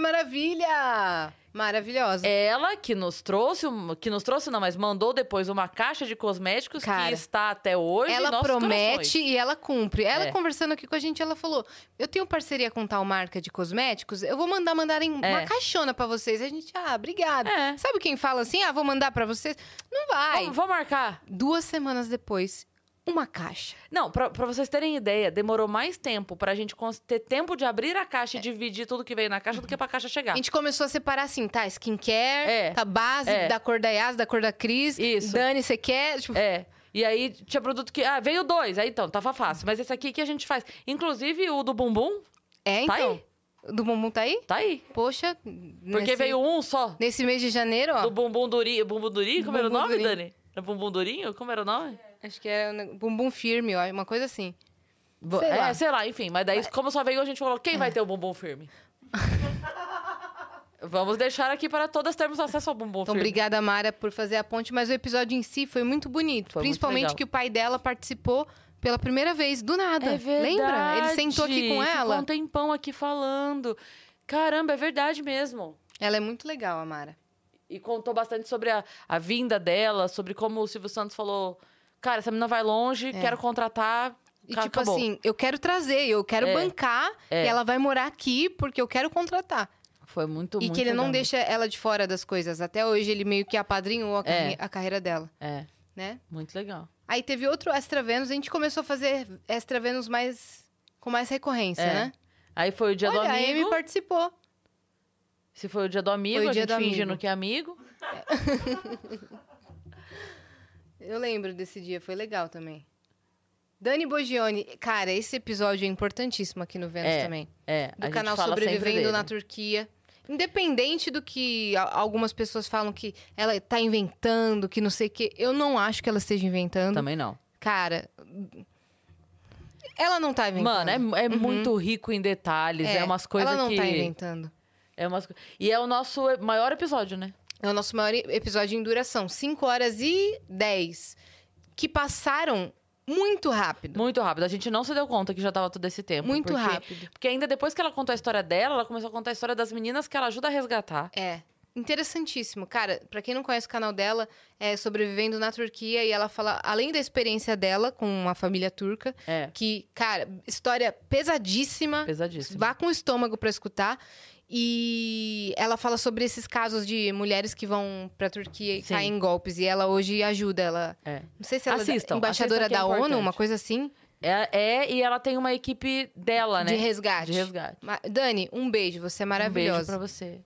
Maravilha!
É,
Maravilhosa.
Ela que nos trouxe, um- que nos trouxe não, mas mandou depois uma caixa de cosméticos
Cara,
que está até hoje em
ela
nossos
promete
corações.
e ela cumpre. Ela
É.
conversando aqui com a gente, ela falou: Eu tenho parceria com tal marca de cosméticos, eu vou mandar mandarem uma
É.
caixona pra vocês. A gente, ah, obrigada.
É.
Sabe quem fala assim? Ah, vou mandar pra vocês? Não vai.
Vamos, vamos marcar.
Duas semanas depois, uma caixa.
Não, pra, pra vocês terem ideia, demorou mais tempo pra gente cons- ter tempo de abrir a caixa e dividir tudo que veio na caixa do que pra caixa chegar.
A gente começou a separar assim, tá? Skincare,
Tá. É.
tá base
É.
da cor da Yas, da cor da Cris.
Isso.
Dani, você quer? Tipo,
É. E aí tinha produto que. Ah, veio dois. Aí então, tava fácil. Mas esse aqui que a gente faz. Inclusive o do bumbum,
é,
Tá
então. Do bumbum tá aí?
tá aí.
Poxa.
Porque veio um só.
Nesse mês de janeiro, ó.
Do bumbum durinho. Bumbum durinho? Como era o
Bumbum
nome,
durinho.
Dani? Era bumbum durinho? Como era o nome?
Acho que era um neg- bumbum firme, ó. Uma coisa assim.
Bo-
Sei
é,
lá.
sei lá, enfim. Mas daí, como só veio, a gente falou: quem vai ter o bumbum firme? Vamos deixar aqui para todas termos acesso ao bumbum
Então,
firme.
obrigada, Mara, por fazer a ponte. Mas o episódio em si foi muito bonito.
Foi muito
principalmente
legal.
que o pai dela participou pela primeira vez, do nada.
É verdade.
Lembra? Ele sentou aqui com
Ficou
ela.
um tempão aqui falando. Caramba, é verdade mesmo.
Ela é muito legal, a Mara.
E contou bastante sobre a, a vinda dela, sobre como o Silvio Santos falou: Cara, essa menina vai longe, quero contratar.
É. E
ca-
tipo
acabou."
assim, eu quero trazer, eu quero
É.
bancar,
É.
e ela vai morar aqui porque eu quero contratar.
Foi muito,
e
muito
que ele não
legal.
deixa ela de fora das coisas. Até hoje ele meio que apadrinhou a, carre- a carreira dela,
É,
né?
muito legal.
Aí teve outro Extra Vênus, a gente começou a fazer Extra Vênus mais com mais recorrência,
É.
né?
Aí foi o dia
Olha,
do
a
amigo.
Amy participou.
Se foi o dia do amigo,
Foi o
a
dia
gente
do
fingindo
amigo.
que é amigo.
Eu lembro desse dia, foi legal também. Dani Bogione, cara, esse episódio é importantíssimo aqui no Vênus
É,
também.
É, a
Do
gente
canal
fala sempre
Sobrevivendo
dele.
na Turquia. Independente do que a- algumas pessoas falam que ela tá inventando, que não sei o quê, eu não acho que ela esteja inventando.
Também não.
Cara, ela não tá inventando.
Mano, é, é muito rico em detalhes. É, umas coisas
Ela não
que.
tá inventando.
é umas... co- E é o nosso maior episódio, né?
É o nosso maior e- episódio em duração, 5 horas e 10, que passaram muito rápido.
Muito rápido. A gente não se deu conta que já tava todo esse tempo.
Muito
porque-
rápido.
Porque ainda depois que ela contou a história dela, ela começou a contar a história das meninas que ela ajuda a resgatar.
É. Interessantíssimo. Cara, pra quem não conhece o canal dela, é Sobrevivendo na Turquia e ela fala, além da experiência dela com uma família turca,
É.
que, cara, história pesadíssima.
Pesadíssimo.
Vá com o estômago pra escutar. E ela fala sobre esses casos de mulheres que vão pra Turquia e
Sim.
caem em golpes. E ela hoje ajuda. Ela.
É.
Não sei se ela
Assistam,
é embaixadora
assistam que é
da ONU, uma
importante.
coisa assim.
É, é, e ela tem uma equipe dela, né?
De
De
resgate.
resgate.
Ma- Dani, um beijo. Você é
Um beijo pra
maravilhosa.
você.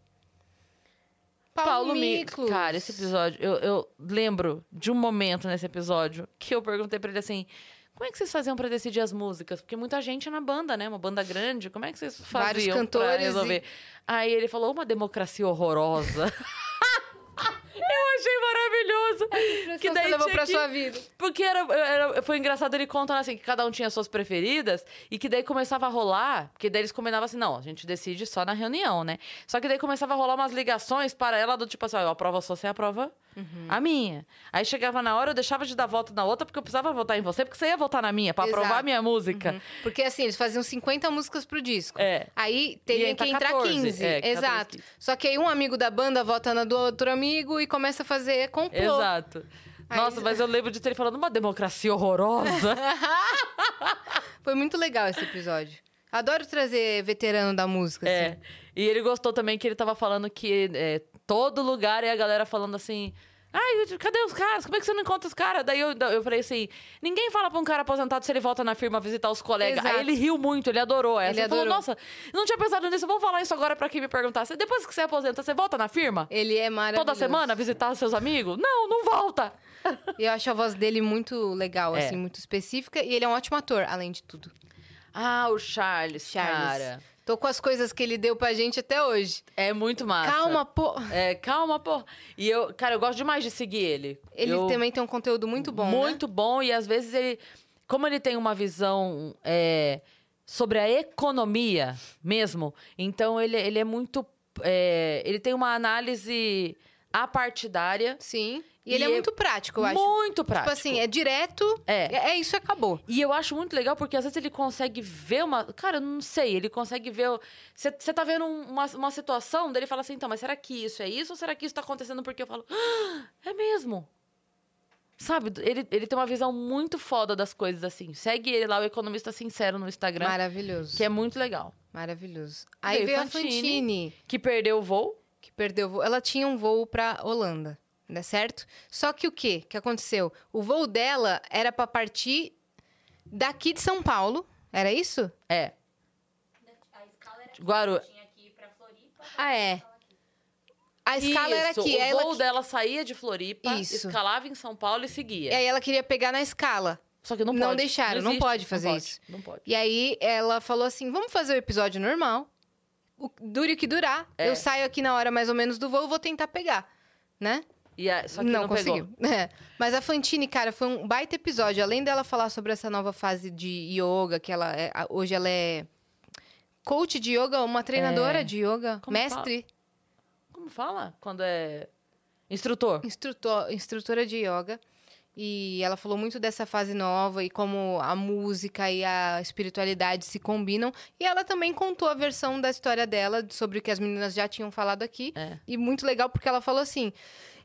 Paulo,
Mi-
Miklos.
Cara, esse episódio... Eu, eu lembro de um momento nesse episódio que eu perguntei pra ele assim... Como é que vocês faziam pra decidir as músicas? Porque muita gente é na banda, né? Uma banda grande. Como é que vocês faziam
Vários
pra
cantores e-
resolver? Aí ele falou, uma democracia horrorosa. eu achei maravilhoso.
que você levou
tinha
pra
que-
sua vida.
Porque era, era- foi engraçado ele contando assim, que cada um tinha suas preferidas, e que daí começava a rolar, porque daí eles combinavam assim, não, a gente decide só na reunião, né? Só que daí começava a rolar umas ligações para ela do tipo assim, ó, eu aprovo a sua, você aprova
Uhum.
a minha. Aí chegava na hora, eu deixava de dar voto na outra, porque eu precisava votar em você, porque você ia votar na minha, pra aprovar a
Exato.
minha música.
Porque assim, eles faziam 50 músicas pro disco.
É.
Aí teria
entra
que entrar
14,
15.
é, 14,
Exato.
15.
Só que aí um amigo da banda vota na do outro amigo e começa a fazer complô.
Exato.
Aí-
Nossa, mas eu lembro de ter ele falando uma democracia horrorosa.
Foi muito legal esse episódio. Adoro trazer veterano da música, assim.
É. E ele gostou também que ele tava falando que é, todo lugar é a galera falando assim. Ai, cadê os caras? Como é que você não encontra os caras? Daí eu, eu falei assim: ninguém fala pra um cara aposentado se ele volta na firma visitar os colegas.
Exato.
Aí ele riu muito, ele adorou essa.
Ele
Ele, falou:
adorou.
nossa, eu não tinha pensado nisso, eu vou falar isso agora pra quem me perguntar. Você- Depois que você aposenta, você volta na firma?
Ele é maravilhoso.
Toda semana visitar seus amigos? Não, não volta!
E eu acho a voz dele muito legal,
É.
assim, muito específica. E ele é um ótimo ator, além de tudo.
Ah, o Charles,
Charles.
cara.
Tô com as coisas que ele deu pra gente até hoje.
É muito massa.
Calma, pô.
É, calma, pô. E eu, cara, eu gosto demais de seguir ele.
Ele
eu...
também tem um conteúdo muito bom, né?
Muito bom. E às vezes ele. Como ele tem uma visão é, sobre a economia mesmo, então ele, ele é muito. é, ele tem uma análise apartidária.
Sim. E ele
E
é
é
muito prático, eu acho.
Muito
Tipo
prático.
assim, é direto.
É.
É, isso e acabou.
E eu acho muito legal porque às vezes ele consegue ver uma. Cara, eu não sei, ele consegue ver. Você tá vendo um- uma, uma situação, daí ele fala assim: então, mas será que isso é isso ou será que isso tá acontecendo porque eu falo, "Ah, é mesmo? Sabe, ele, ele tem uma visão muito foda das coisas assim. Segue ele lá, o Economista Sincero, no Instagram,
Maravilhoso.
que é muito legal.
Maravilhoso. Aí
Veio
veio a
Fantini.
Fantini,
Que perdeu o voo.
que perdeu o voo. Ela tinha um voo pra Holanda, né, certo? Só que o quê? que aconteceu? O voo dela era pra partir daqui de São Paulo. Era isso?
É.
A escala era aqui.
Guaru-
Tinha que ir pra Floripa.
Ah, é. A escala era
Isso,
aqui.
O
aí
voo
ela, que-
dela saía de Floripa,
Isso.
escalava em São Paulo e
e
seguia.
aí ela queria pegar na escala.
Só que não pode.
Não deixaram, não
existe,
pode fazer
pode,
isso.
Não pode.
E aí ela falou assim: vamos fazer o episódio normal. O- dure o que durar.
É.
Eu saio aqui na hora mais ou menos do voo, vou tentar pegar. Né?
E a- só que não, pegou.
conseguiu. É. Mas a Fantine, cara, foi um baita episódio. Além dela falar sobre essa nova fase de yoga, que ela é- a- hoje ela é coach de yoga, uma treinadora
É.
de yoga,
Como
mestre,
Como fala? Quando é. Instrutor.
instrutor, instrutora de yoga. E ela falou muito dessa fase nova e como a música e a espiritualidade se combinam. E ela também contou a versão da história dela sobre o que as meninas já tinham falado aqui.
É.
E muito legal porque ela falou assim: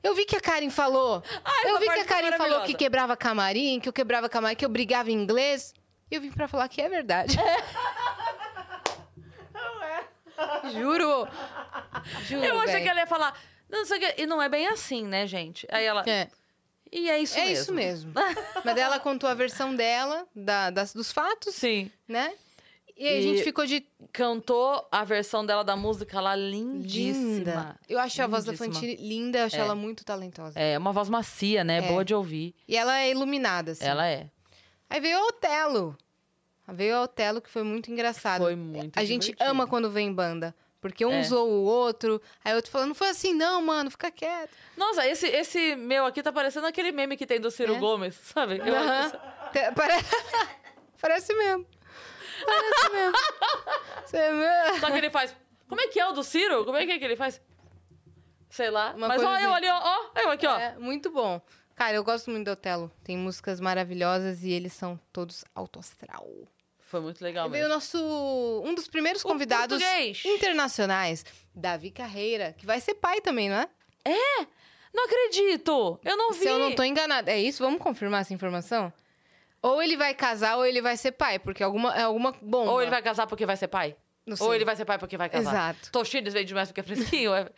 Eu vi que a Karen falou. eu
essa parte
vi que a
foi
Karen falou que
maravilhosa."
quebrava camarim, que eu quebrava camarim, que eu brigava em inglês. E eu vim pra falar que é verdade.
Não é.
Juro. Juro.
Eu achei
véi.
que ela ia falar. Não sei o que. E não é bem assim, né, gente? Aí ela.
É,
E é isso
é
mesmo.
isso mesmo. Mas daí ela contou a versão dela, da- das, dos fatos,
Sim.
né? E aí a gente
E-
ficou de
Cantou a versão dela da música lá lindíssima.
linda. Eu acho a voz da
Lindíssima.
Fantine linda, eu acho
É.
ela muito talentosa.
É uma voz macia, né?
É.
Boa de ouvir.
E ela é iluminada, assim.
Ela é.
Aí veio o Otelo. Veio o Otelo, que foi muito engraçado.
Foi muito
A gente
divertido.
ama quando vem banda. Porque um
É.
zoa o outro, aí o outro fala, não foi assim não, mano, fica quieto.
Nossa, esse, esse meu aqui tá parecendo aquele meme que tem do Ciro
É?
Gomes, sabe? Eu
Aham.
acho-
Te- pare- Parece mesmo. Parece mesmo. Você é mesmo.
Só que ele faz. Como é que é o do Ciro? Como é que é que ele faz? Sei lá.
Uma
Mas ó,
coisa
eu
assim.
ali, ó, ó, eu aqui, ó.
É, muito bom. Cara, eu gosto muito do Otelo. Tem músicas maravilhosas e eles são todos alto astral.
Foi muito legal
Veio o
mesmo.
nosso. Um dos primeiros
O
convidados
português.
internacionais, Davi Carreira, que vai ser pai também, não é?
Não acredito! Eu não vi.
Se eu não tô enganada. É isso? Vamos confirmar essa informação? Ou ele vai casar ou ele vai ser pai, porque alguma, é alguma bomba.
Ou ele vai casar porque vai ser pai.
Não sei.
Ou ele vai ser pai porque vai casar.
Exato.
Toshides veio demais porque é fresquinho. é.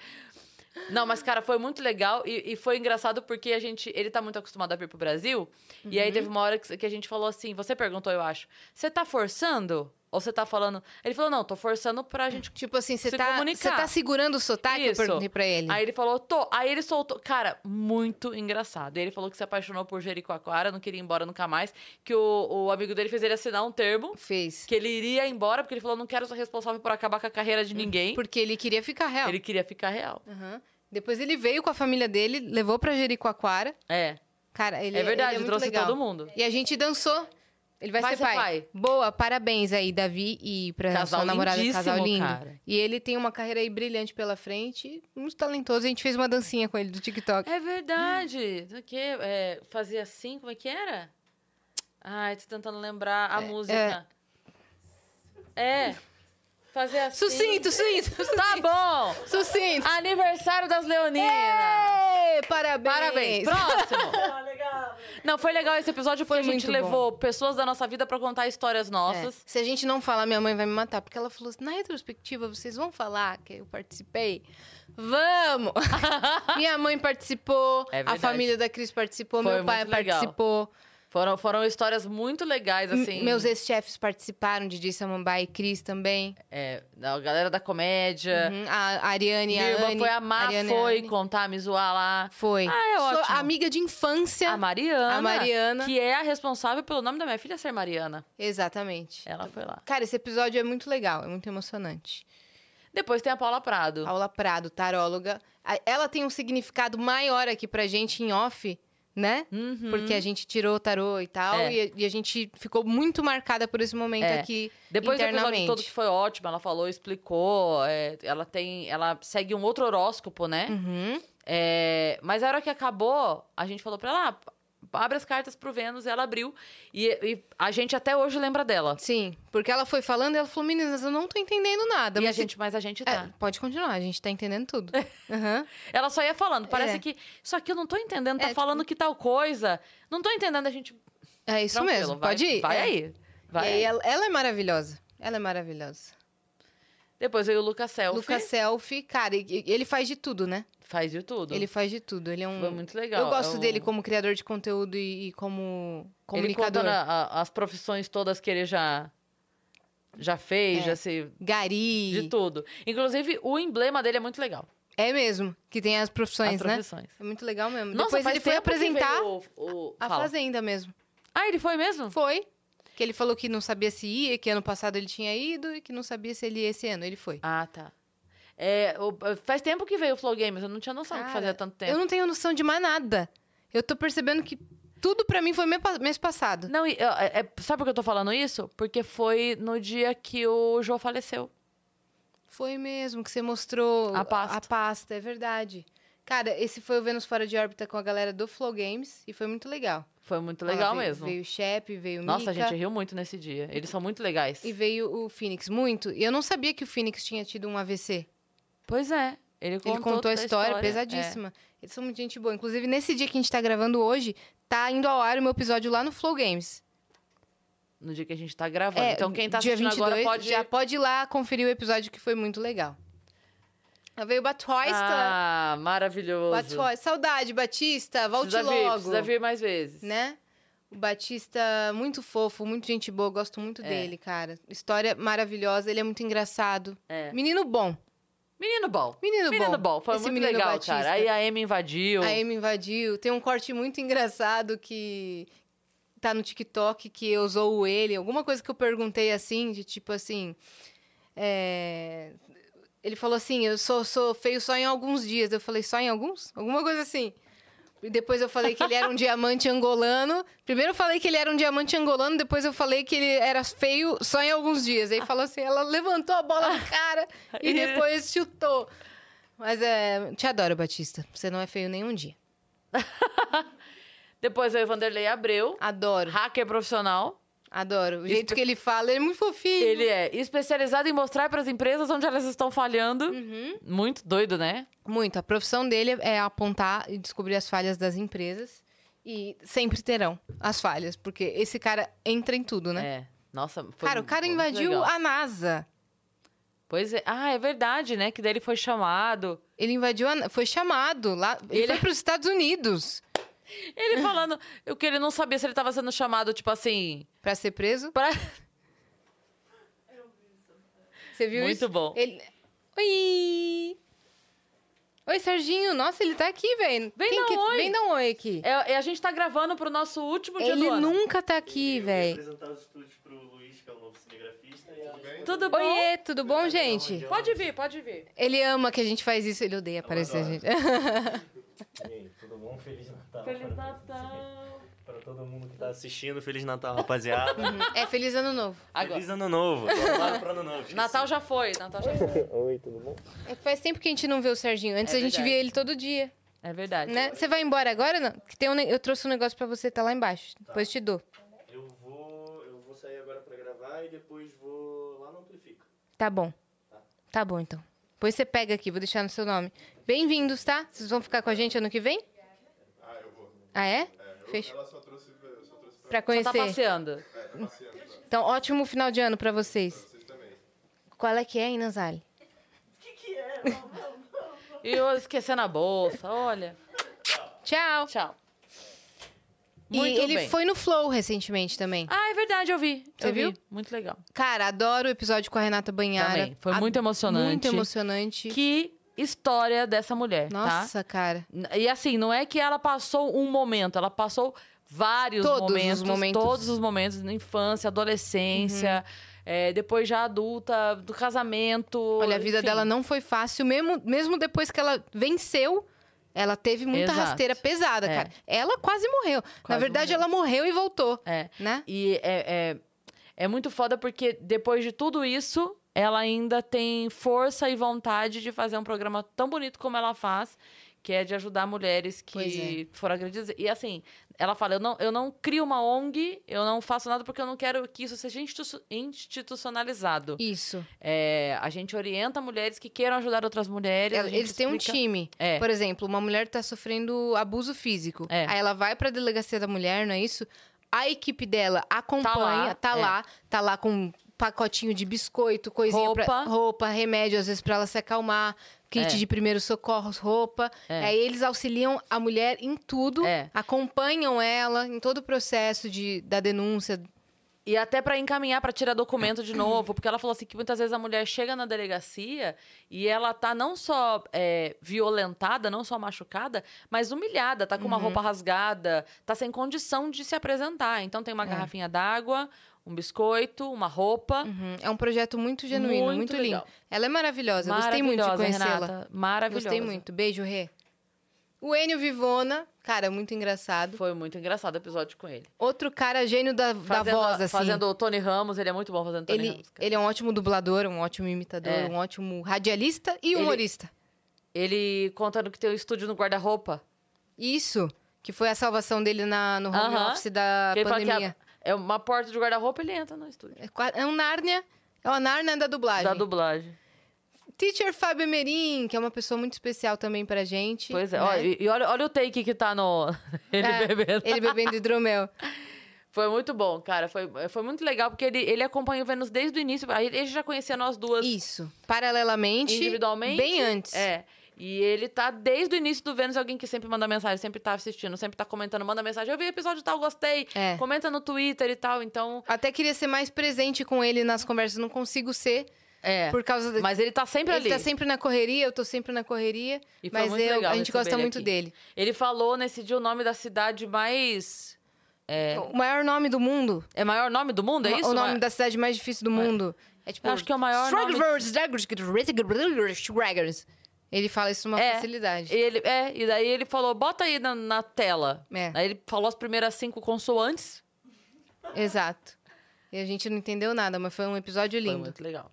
Não, mas, cara, foi muito legal e, e foi engraçado porque a gente. Ele tá muito acostumado a vir pro Brasil. E aí teve uma hora que, que a gente falou assim: você perguntou, eu acho, você tá forçando? Ou você tá falando. Ele falou, não, tô forçando pra gente.
Tipo assim, você
se
tá,
comunicar.
você tá segurando o sotaque?
Isso.
Eu perguntei pra ele.
Aí ele falou, tô. Aí ele soltou. Cara, muito engraçado. E ele falou que se apaixonou por Jericoacoara, não queria ir embora nunca mais. Que o, o amigo dele fez ele assinar um termo.
Fez.
Que ele iria embora, porque ele falou, não quero ser responsável por acabar com a carreira de ninguém.
Porque ele queria ficar real.
Ele queria ficar real.
Aham. Depois ele veio com a família dele, levou pra Jericoacoara.
É.
Cara, ele
é verdade,
ele muito
trouxe
legal.
todo mundo.
E a gente dançou. Ele vai,
Vai
ser,
ser
pai.
pai.
Boa, parabéns aí, Davi e pra
Casal
sua namorada,
lindíssimo,
casal lindo.
cara.
E ele tem uma carreira aí brilhante pela frente, muito talentoso. A gente fez uma dancinha com ele do TikTok.
É verdade. Do que? É, fazia assim, como é que era? Ai, tô tentando lembrar a música. É. Fazia assim.
Sucinto, sucinto, sucinto.
Tá bom!
Sucinto.
Aniversário das Leoninas! É.
Ê, parabéns.
Parabéns! Próximo!
Ah, legal.
Não, foi legal esse episódio
Foi
porque a gente
muito bom.
levou pessoas da nossa vida pra contar histórias
É,
nossas.
Se a gente não falar, minha mãe vai me matar. Porque ela falou assim, na retrospectiva, vocês vão falar que eu participei? Vamos! minha mãe participou,
É
a
verdade.
família da Cris participou,
Foi
meu pai
muito legal.
participou,
Foram, foram histórias muito legais, assim.
meus ex-chefes participaram, Didi Samambaia e Cris também.
É, a galera da comédia.
Uhum, A Ariane e
Minha
a
irmã
Anne.
É. foi amar,
Ariane e a
foi
Anne.
contar, me zoar lá.
Foi.
Ah, é
Sou
ótimo.
amiga de infância.
A Mariana.
A Mariana.
Que é a responsável pelo nome da minha filha ser Mariana.
Exatamente.
Ela foi lá.
Cara, esse episódio é muito legal, é muito emocionante.
Depois tem a Paula Prado.
Paula Prado, taróloga. A- Ela tem um significado maior aqui pra gente em off, né?
Uhum.
Porque a gente tirou o tarô e tal,
É.
e, a, e a gente ficou muito marcada por esse momento
É.
aqui
Depois do episódio
internamente.
todo que foi ótimo, ela falou, explicou. é, ela tem. Ela segue um outro horóscopo, né?
Uhum.
É, mas a hora que acabou, a gente falou pra ela. "Ah, Abre as cartas pro Vênus, e ela abriu. E, e a gente até hoje lembra dela.
Sim, porque ela foi falando e ela falou, meninas, eu não tô entendendo nada.
E a
mas se-
gente, mas a gente
É,
tá.
pode continuar, a gente tá entendendo tudo. Aham.
Ela só ia falando, parece
É.
que. Só que eu não tô entendendo,
É,
tá
tipo-
falando que tal coisa. Não tô entendendo, a gente.
É isso
Tranquilo,
mesmo,
vai-
pode ir.
Vai
É.
aí.
E
Vai.
aí
aí.
ela, ela é maravilhosa. Ela é maravilhosa.
Depois veio o Lucas Selfie.
Lucas Selfie, cara, e- e- ele faz de tudo, né?
Faz de tudo.
Ele faz de tudo. Ele é um.
Foi muito legal.
Eu gosto
É um-
dele como criador de conteúdo e, e como
Ele
comunicador.
contando a- a- as profissões todas que ele já, já fez,
É.
já se.
Gari.
De tudo. Inclusive, o emblema dele é muito legal.
É mesmo, que tem as profissões,
as
né?
profissões.
É muito legal mesmo.
Nossa,
Depois
faz
ele foi
tempo que
apresentar
veio o- o-
a
fala.
fazenda mesmo.
Ah, ele foi mesmo?
Foi. Que ele falou que não sabia se ia, que ano passado ele tinha ido e que não sabia se ele ia esse ano. Ele foi.
Ah, tá. É, o- faz tempo que veio o Flow Games, eu não tinha noção que
Cara,
fazia tanto tempo.
Eu não tenho noção de mais nada. Eu tô percebendo que tudo pra mim foi me- mês passado.
Não, e, ó, é- é- sabe por que eu tô falando isso? Porque foi no dia que o João faleceu.
Foi mesmo que você mostrou
A pasta.
a pasta, é verdade. Cara, esse foi o Vênus Fora de Órbita com a galera do Flow Games e foi muito legal.
Foi muito legal
Ó, veio-
mesmo.
Veio o Shep, veio o
Nossa, a
Mika.
gente riu muito nesse dia. Eles são muito legais.
E veio o Phoenix muito. E eu não sabia que o Phoenix tinha tido um AVC.
Pois é. Ele contou,
Ele contou
toda
a história,
é.
pesadíssima. Eles são muito gente boa. Inclusive, nesse dia que a gente tá gravando hoje, tá indo ao ar o meu episódio lá no Flow Games. É,
no dia que a gente tá gravando. então, quem tá
dia
assistindo agora pode.
Já pode ir lá conferir o episódio que foi muito legal. Aí veio o Batista.
Ah, maravilhoso.
Batista. Saudade, Batista. Volte
precisa
logo.
Vir, precisa vir mais vezes.
Né? O Batista, muito fofo, muito gente boa, eu gosto muito
É.
dele, cara. História maravilhosa, ele é muito engraçado.
É.
Menino bom.
Menino bom.
Menino,
Menino bom. Foi
Esse
muito
menino
legal,
Batista.
cara. Aí a Amy invadiu.
A Amy invadiu. Tem um corte muito engraçado que tá no TikTok que eu zoo ele. Alguma coisa que eu perguntei assim, de tipo assim. é, Ele falou assim: eu sou, sou feio só em alguns dias. Eu falei, só em alguns? Alguma coisa assim. E depois eu falei que ele era um diamante angolano. Primeiro eu falei que ele era um diamante angolano, depois eu falei que ele era feio só em alguns dias. Aí falou assim: ela levantou a bola no cara e depois chutou. Mas é. Te adoro, Batista. Você não é feio nenhum dia.
Depois o Vanderlei Abreu.
Adoro,
Hacker profissional.
adoro. O jeito
Espe-
que ele fala, ele é muito fofinho.
Ele é especializado em mostrar para as empresas onde elas estão falhando. Muito doido, né?
Uhum. Muito. A profissão dele é apontar e descobrir as falhas das empresas. E sempre terão as falhas, porque esse cara entra em tudo, né?
É. Nossa, foi
cara, o cara
muito
invadiu
legal.
a NASA.
Pois é. Ah, é verdade, né? Que daí ele foi chamado.
Ele invadiu a... Foi chamado lá... Ele,
Ele- é
foi para os Estados Unidos
Ele falando o que ele não sabia se ele estava sendo chamado, tipo assim.
para ser preso.
Pra...
Você viu
Muito
isso?
bom.
Ele... Oi! Oi, Serginho. Nossa, ele tá aqui, velho.
Vem
Quem
dar
que...
um oi.
Vem dar um oi aqui.
É, né? é, a gente tá gravando pro nosso último dia
Ele
do ano.
nunca tá aqui,
Eu
velho.
vou apresentar os estúdios pro Luiz, que é o novo cinegrafista. Tudo bem?
Tudo bom?
Oiê, tudo bom, gente?
Pode vir, pode vir.
Ele ama que a gente faz isso, ele odeia aparecer,
adoro.
gente.
E aí, tudo bom? Feliz Natal.
Feliz
pra-
Natal.
Pra todo mundo que tá assistindo, Feliz Natal, rapaziada.
é feliz ano novo.
Uhum. Agora.
Feliz Ano Novo. Vamos lá pro Ano Novo. esqueci.
Natal já foi, Natal já foi.
Oi, tudo bom?
É que faz tempo que a gente não vê o Serginho. Antes
É
a gente
verdade.
via ele todo dia,
É verdade.
né? Você vai embora agora não? Que tem um ne- eu trouxe um negócio pra você, tá lá embaixo. Depois te dou.
Eu vou, eu vou sair agora pra gravar e depois vou lá no Amplifica.
Tá bom. Tá bom então. Depois você pega aqui, vou deixar no seu nome. Bem-vindos, tá? Vocês vão ficar com a gente ano que vem?
Ah, eu vou.
Ah, é?
É, eu-
Fechou.
Ela só trouxe, eu só trouxe pra,
Pra
Só tá
conhecer.
passeando.
é, pra passeando, pra
Então, ótimo final de ano pra vocês.
vocês também.
Qual é que é, Inazali?
O que, que é? Não, não, não.
E eu esquecendo a bolsa, olha.
Tchau.
Tchau.
e
Muito
ele
bem.
foi no Flow recentemente também.
Ah, é verdade, eu vi.
Você
eu vi.
viu?
Muito legal.
Cara, adoro o episódio com a Renata Banhara.
Também. Foi muito emocionante.
Muito emocionante.
Que história dessa mulher, tá?
Nossa, cara.
E assim, não é que ela passou um momento, ela passou vários
Todos os
momentos,
momentos. Uhum.
Todos os momentos, na infância, adolescência, é, depois já adulta, do casamento.
Olha, a vida
enfim.
dela não foi fácil, mesmo, mesmo depois que ela venceu. Ela teve muita
Exato.
rasteira pesada,
É.
cara. Ela quase morreu. Na
Quase
verdade, ela morreu e voltou,
É.
né?
E é, é, é muito foda porque depois de tudo isso, ela ainda tem força e vontade de fazer um programa tão bonito como ela faz, que é de ajudar mulheres
Pois é.
que foram agredidas. E assim, ela fala: eu não, eu não crio uma ONG, eu não faço nada porque eu não quero que isso seja institu- institucionalizado.
Isso.
É, a gente orienta mulheres que queiram ajudar outras mulheres.
Ela-
a gente
eles têm um
explica-
time.
É.
Por exemplo, uma mulher tá sofrendo abuso físico.
É.
Aí ela vai pra delegacia da mulher, não é isso? A equipe dela acompanha,
Tá lá,
tá lá, tá
é.
lá, com um pacotinho de biscoito, coisinha pra
Roupa.
roupa, remédio às vezes pra ela se acalmar, kit
É.
de primeiros socorros, roupa.
É.
Aí eles auxiliam a mulher em tudo,
É.
acompanham ela em todo o processo de, da denúncia.
E até pra encaminhar, pra tirar documento de novo, porque ela falou assim que muitas vezes a mulher chega na delegacia e ela tá não só é, violentada, não só machucada, mas humilhada, tá com
Uhum.
uma roupa rasgada, tá sem condição de se apresentar. Então tem uma
É.
garrafinha d'água, um biscoito, uma roupa.
Uhum. É um projeto muito genuíno,
Muito
muito, lindo.
legal.
Ela é maravilhosa, eu gostei muito de
Maravilhosa,
conhecê-la.
Renata. Maravilhosa.
Gostei muito. Beijo, Rê. O Enio Vivona, cara, muito engraçado.
Foi muito engraçado o episódio com ele.
Outro cara gênio da, da
Fazendo-
voz, assim.
Fazendo o Tony Ramos, ele é muito bom fazendo Tony
ele,
Ramos. cara.
ele é um ótimo dublador, um ótimo imitador,
É.
um ótimo radialista e
Ele-
humorista.
Ele contando que tem o estúdio no guarda-roupa.
Isso, que foi a salvação dele na, no home
Aham.
office da
Que ele fala que a-
pandemia.
é uma porta de guarda-roupa, ele entra no estúdio.
É qua- É um Nárnia, é uma Nárnia da dublagem.
Da dublagem.
Teacher Fábio Merim, que é uma pessoa muito especial também pra gente.
Pois é.
né?
ó, e e olha, olha o take que tá no. Ele
É,
bebendo.
Ele bebendo hidromel.
Foi muito bom, cara. Foi, foi muito legal, porque ele, ele acompanha o Vênus desde o início. Aí Ele já conhecia nós duas
Isso, paralelamente.
individualmente.
Bem antes.
É. E ele tá desde o início do Vênus, alguém que sempre manda mensagem, sempre tá assistindo, sempre tá comentando, manda mensagem. Eu vi o episódio tal, gostei.
É.
Comenta no Twitter e tal. Então,
Até queria ser mais presente com ele nas conversas, não consigo ser
é.
por causa da...
Mas ele tá sempre
ele
ali.
tá sempre na correria, eu tô sempre na correria,
E foi
mas
muito
eu-
legal
a gente
receber
gosta
ele
muito
aqui.
dele.
Ele falou nesse dia o nome da cidade mais. É,
O maior nome do mundo,
é maior nome do mundo, é isso?
o nome
Ma-
da cidade mais difícil do mundo. É tipo.
Eu acho que é o maior nome-
Stragglers. Ele fala isso com uma
É.
facilidade.
Ele, é, e daí ele falou, bota aí na, na tela.
É.
Aí ele falou as primeiras cinco consoantes.
Exato. E a gente não entendeu nada, mas foi um episódio
Foi
lindo.
muito legal.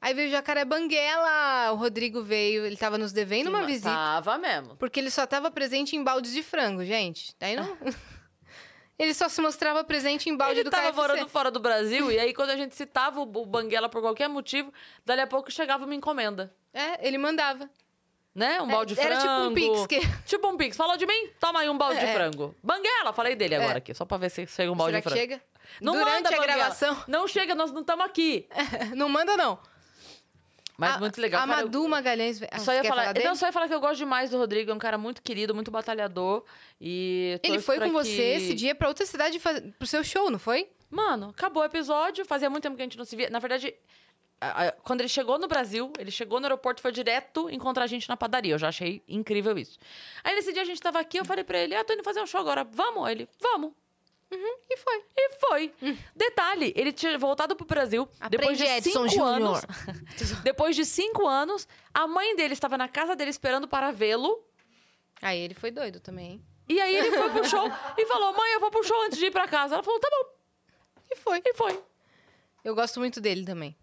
Aí veio o Jacaré Banguela, o Rodrigo veio, ele tava nos devendo uma
Sim,
visita.
Tava mesmo.
Porque ele só tava presente em baldes de frango, gente. Daí não. ele só se mostrava presente em balde
ele
do é
tava
KFC.
morando fora do Brasil, e aí quando a gente citava o o Banguela por qualquer motivo, dali a pouco chegava uma encomenda.
É, ele mandava.
Né? Um
É,
balde de frango.
era tipo um Pix que-
Tipo um Pix. Falou de mim? Toma aí um balde
É.
de frango. Banguela! Falei dele agora
É.
aqui, só pra ver se chega um balde
Será
de
que
frango.
chega?
Não
Durante
manda,
a
Banguela.
gravação.
Não chega, nós não estamos aqui.
não manda, não.
Mas
A-
muito legal.
A
cara, eu-
Madu Magalhães. Ah,
Só
você
ia
quer
falar,
dele?
não, só ia falar que eu gosto demais do Rodrigo, é um cara muito querido, muito batalhador. E
Ele
torço
foi
pra
com
que-
você esse dia pra outra cidade faz... pro seu show, não foi?
Mano, acabou o episódio, fazia muito tempo que a gente não se via. Na verdade, a- a- quando ele chegou no Brasil, ele chegou no aeroporto, foi direto encontrar a gente na padaria. Eu já achei incrível isso. Aí nesse dia a gente tava aqui, eu falei pra ele, ah, tô indo fazer um show agora, vamos? Aí Ele, vamos.
E foi.
E foi.
Hum.
Detalhe, ele tinha voltado pro Brasil depois de
Aprende,
cinco
Edson
anos. depois de cinco anos, a mãe dele estava na casa dele esperando para vê-lo.
Aí ele foi doido também. hein?
E aí ele foi pro show e falou: mãe, eu vou pro show antes de ir pra casa. Ela falou: tá bom.
E foi.
E foi.
Eu gosto muito dele também.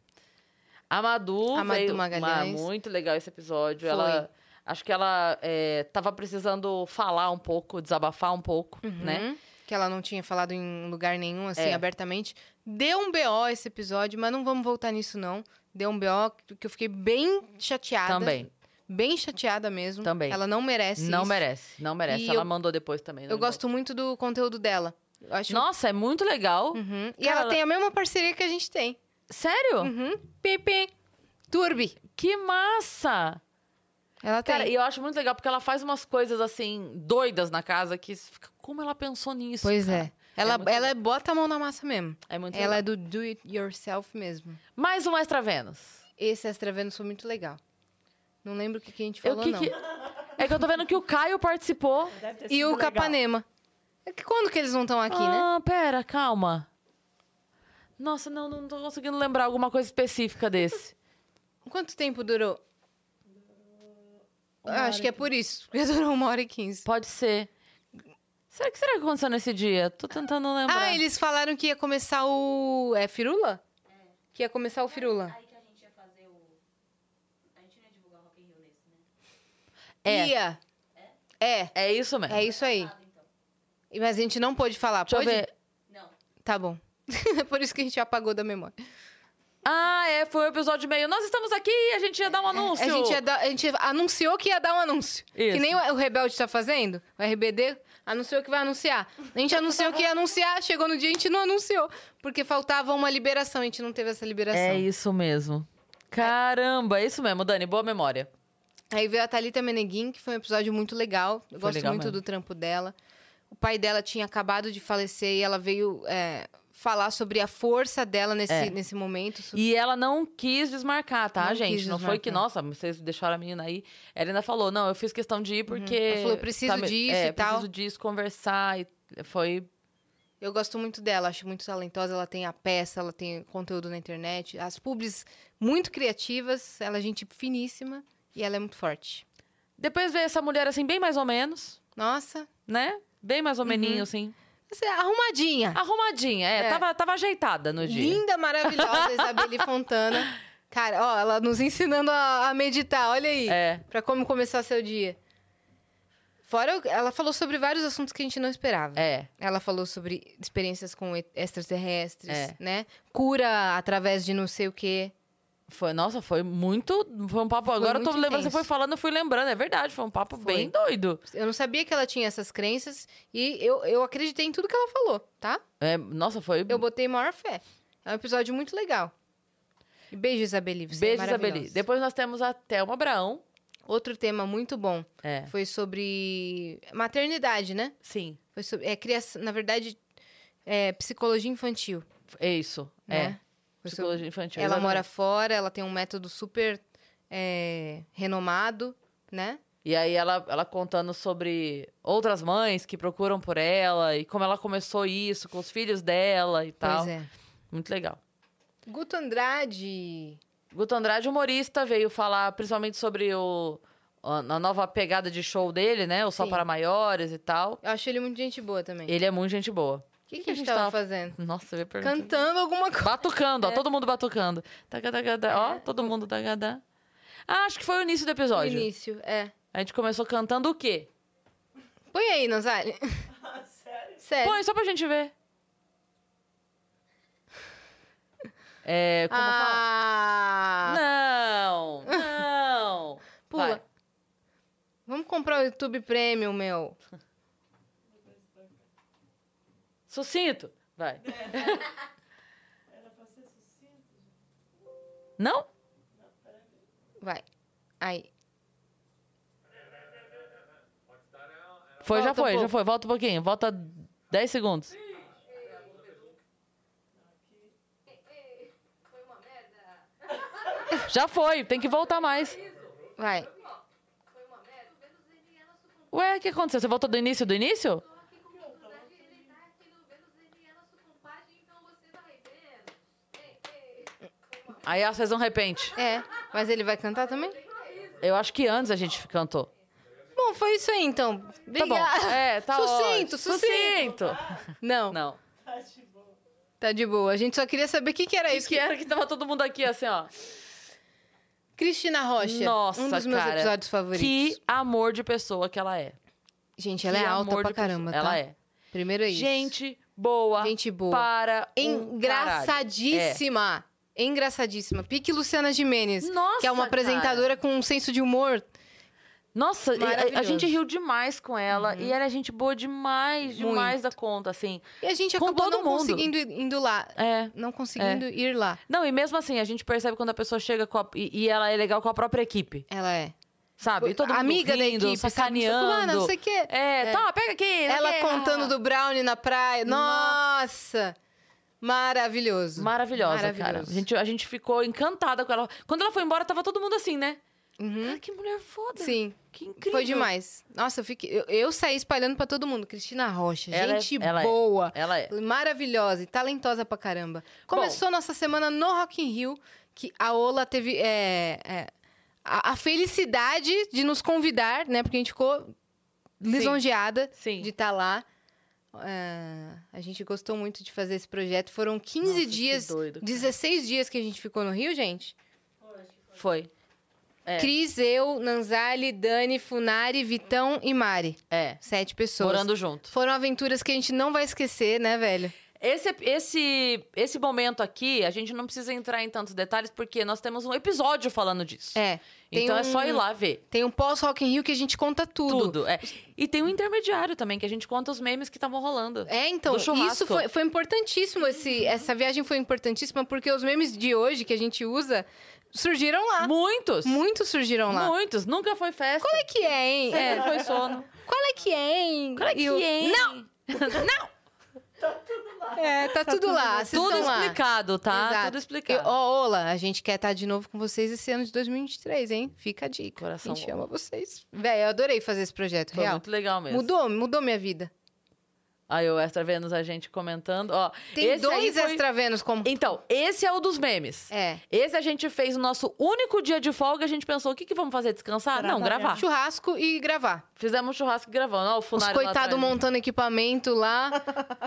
A Madu,
A Madu
veio-
Magalhães.
Ma- muito legal esse episódio.
Foi.
Ela, acho que ela é, tava precisando falar um pouco, desabafar um pouco, né?
Uhum. Que ela não tinha falado em lugar nenhum, assim,
É.
abertamente. Deu um BO esse episódio, mas não vamos voltar nisso, não. Deu um BO que eu fiquei bem chateada.
Também.
Bem chateada mesmo.
Também.
Ela não merece
não
É isso.
merece, não merece.
E
ela
eu-
mandou depois também. não
Eu
lembro.
gosto muito do conteúdo dela. Eu acho...
Nossa, é muito legal.
Uhum. E
Cara,
ela
ela-
tem a mesma parceria que a gente tem.
Sério?
Uhum. Pepe. Turbi.
Que massa!
Ela tem.
Cara, e eu acho muito legal porque ela faz umas coisas assim, doidas na casa que você fica, como ela pensou nisso?
Pois
cara?"
é. Ela,
muito
ela bota a mão na massa mesmo.
É muito
ela
legal.
é do do it yourself mesmo.
Mais um Extra Vênus.
Esse Extra Vênus foi muito legal. Não lembro o que, que a gente falou,
Eu que-
não.
que- É que eu tô vendo que o Caio participou.
Deve ter
E
sido
o
legal.
Capanema. É que quando que eles não estão aqui, né?
ah, pera, calma. Nossa, não, não tô conseguindo lembrar alguma coisa específica desse.
Quanto tempo durou? Ah, acho que é por isso. Porque durou uma hora e quinze.
Pode ser. Será que será que aconteceu nesse dia? Tô tentando lembrar.
Ah, eles falaram que ia começar o... É Firula? Que ia começar o Firula.
Aí que a gente ia fazer o. A gente não ia divulgar o Rock in Rio nesse, né?
É.
Ia. É.
É isso mesmo.
É isso aí.
Nada, então.
E- Mas a gente não pôde falar,
Deixa
pode?
eu ver.
Não.
Tá bom. por isso que a gente apagou da memória.
Ah, é, foi o episódio meio. Nós estamos aqui, a gente ia dar um anúncio.
É, A gente, ia dar- a gente anunciou que ia dar um anúncio.
Isso.
Que nem o o Rebelde tá fazendo, o RBD anunciou que vai anunciar. A gente anunciou que ia anunciar, chegou no dia a gente não anunciou. Porque faltava uma liberação, a gente não teve essa liberação.
É isso mesmo. Caramba, é isso mesmo, Dani, boa memória.
Aí veio a Thalita Meneguin, que foi um episódio muito legal. Eu
Foi
gosto
legal
muito
mesmo.
do trampo dela. O pai dela tinha acabado de falecer e ela veio é, falar sobre a força dela nesse,
É.
nesse momento. sobre-
E ela não quis desmarcar, tá,
Não
gente?
quis
Não foi que, nossa,
desmarcar.
vocês deixaram a menina aí. Ela ainda falou, não, eu fiz questão de ir porque.
Uhum. Ela falou, "Eu preciso
me-
disso
é,
e tal."
Preciso disso, conversar. E foi.
Eu gosto muito dela, acho muito talentosa. Ela tem a peça, ela tem conteúdo na internet, as pubs muito criativas, ela é gente finíssima e ela é muito forte.
Depois veio essa mulher, assim, bem mais ou menos,
Nossa,
né? Bem mais ou meninho, assim.
você é arrumadinha.
Arrumadinha, é.
Uhum. É.
Tava, tava ajeitada no dia.
Linda, maravilhosa, Isabelle Fontana. Cara, ó, ela nos ensinando a, a meditar, olha aí.
É.
Pra como começar seu dia. Fora, o- ela falou sobre vários assuntos que a gente não esperava.
É.
Ela falou sobre experiências com e- extraterrestres,
É.
né? Cura através de não sei o quê.
Foi, nossa, foi muito. Foi um papo. Agora eu tô
muito
lembrando, você
intenso.
foi falando, eu fui lembrando. É verdade, foi um papo
Foi.
bem doido.
Eu não sabia que ela tinha essas crenças e eu, eu acreditei em tudo que ela falou, tá?
É, nossa, foi.
Eu botei maior fé. É um episódio muito legal. E Beijo, Isabeli. Você é
Beijo,
maravilhosa.
Isabeli. Depois nós temos a Thelma Abraão.
Outro tema muito bom
É,
foi sobre maternidade, né?
sim.
Foi sobre, é, criação, na verdade, é, psicologia infantil,
É isso. É.
né? Foi sobre-
Psicologia infantil.
ela
exatamente.
mora fora, ela tem um método super é, renomado, né?
E aí ela, ela contando sobre outras mães que procuram por ela e como ela começou isso com os filhos dela e tal.
Pois é.
Muito legal.
Guto Andrade.
Guto Andrade, humorista, veio falar principalmente sobre o, a, a nova pegada de show dele, né? O Só
Sim.
para Maiores e tal.
Eu acho ele muito gente boa também.
Ele é muito gente boa.
O que, que a gente tava fazendo?
Nossa, eu ia perguntar.
Cantando alguma coisa.
Batucando, ó, todo mundo batucando. Tagadagada, ó, todo mundo tagadá. Ah, acho que foi o início do
No
episódio.
início, é.
A gente começou cantando o quê?
Põe aí, Nanzali.
Ah, sério?
Sério.
Põe só pra gente ver. É, como fala?
ah,
Não, não.
Pula.
Vai.
Vamos comprar o YouTube Premium, meu.
Sucinto. Vai.
Era pra ser sucinto?
Não?
Vai. Aí.
Foi, já
Volta um
foi, já
pouco.
foi. Volta um pouquinho. Volta 10 segundos. Já foi, tem que voltar mais.
Vai.
Ué, o que aconteceu? Você voltou do início do início? Aí ó, vocês não repente.
É. Mas ele vai cantar também?
Eu acho que antes a gente cantou.
Bom, foi isso aí, então.
Tá bom.
Obrigada.
É, tá
Sucinto,
ótimo.
sucinto. Não,
Não.
Tá de boa.
tá de boa. A gente só queria saber o que, que era isso.
Que era que tava todo mundo aqui assim, ó.
Cristina Rocha.
Nossa,
Um dos meus
cara.
episódios favoritos.
Que amor de pessoa que ela é.
Gente, ela é
Que
alta
amor
pra
de pessoa.
caramba, tá?
Ela é.
Primeiro é isso.
Gente boa.
Gente boa.
Para um caralho.
Engraçadíssima. Engraçadíssima. Pique Luciana Jimenez.
Nossa,
que é uma
cara.
apresentadora com um senso de humor.
Nossa, e a- a,
Maravilhoso. Uhum.
gente riu demais com ela. E ela é gente boa demais, demais da conta, assim.
E a gente
Com
acabou
todo
não
mundo.
conseguindo ir- indo lá.
É.
Não conseguindo ir lá.
Não, e mesmo assim, a gente percebe quando a pessoa chega com a, e, e ela é legal com a própria equipe,
Ela é.
sabe? E todo mundo
Amiga da
rindo,
equipe, sabe?
sacaneando.
Fulana, não sei o quê.
É,
É.
tá, pega aqui. não
Ela
quer.
contando do brownie na praia. Nossa! Maravilhoso.
Maravilhosa, cara. A
Maravilhoso.
gente, a gente ficou encantada com ela. Quando ela foi embora, tava todo mundo assim, né?
Uhum.
Cara, que mulher foda.
Sim,
Que incrível.
foi demais. Nossa, eu, fiquei, eu, eu saí espalhando pra todo mundo. Cristina Rocha,
Ela é-
gente
ela é.
boa.
Ela é.
Maravilhosa e talentosa pra caramba. Começou nossa semana no Rock in Rio, que a Ola teve é, é, a, a felicidade de nos convidar, né? Porque a gente ficou lisonjeada
Sim.
de estar lá. É, a gente gostou muito de fazer esse projeto. Foram 15
Nossa, que
dias,
doido, cara.
16 dias que a gente ficou no Rio, gente.
Foi. É.
Cris, eu, Nanzali, Dani, Funari, Vitão e Mari.
É.
Sete pessoas.
Morando junto.
Foram aventuras que a gente não vai esquecer, né, velho?
Esse, esse, esse momento aqui, a gente não precisa entrar em tantos detalhes, porque nós temos um episódio falando disso.
É. tem
então é só
um-
ir lá ver.
Tem um pós-Rock in Rio que a gente conta tudo.
Tudo. é. E tem um intermediário também, que a gente conta os memes que estavam rolando.
É, então,
Do churrasco.
isso foi, foi importantíssimo. Esse, Essa viagem foi importantíssima porque os memes de hoje que a gente usa surgiram lá.
Muitos.
Muitos surgiram lá.
Muitos. Nunca foi festa.
Qual é que é, hein?
Sempre
É.
foi sono.
Qual é que é, hein?
Qual é
E
que
o-
é? Não!
É, tá, tudo, lá. assistam
Tudo
lá.
explicado, tá?
Exato.
Tudo explicado.
E, Ó, Ola, a gente quer estar de novo com vocês esse ano de 2023, hein? Fica a dica.
Coração
a gente
bom.
ama vocês. Véi, eu adorei fazer esse projeto,
Foi
real.
muito legal mesmo.
Mudou, mudou minha vida.
Aí o Extra Vênus, a gente comentando. Ó,
Tem
esse aí
dois
foi-
Extra Vênus como...
Então, esse é o dos memes.
É.
Esse a gente fez o nosso único dia de folga. A gente pensou, o que, que vamos fazer? Descansar? Não, gravar.
Churrasco e gravar.
Fizemos um churrasco e gravando. Ó, o
Os
funário lá
coitados
atrás.
montando equipamento lá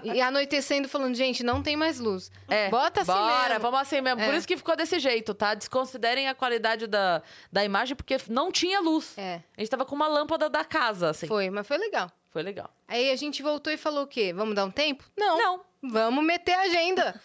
e anoitecendo falando, gente, não tem mais luz.
É,
Bota assim
bora,
mesmo.
vamos assim mesmo. Por
É.
isso que ficou desse jeito, tá? Desconsiderem a qualidade da, da imagem, porque não tinha luz.
É,
A gente tava com uma lâmpada da casa, assim. Foi,
foi, mas foi legal.
legal.
Aí a gente voltou e falou o quê? Vamos dar um tempo? Não.
Não.
Vamos meter a agenda.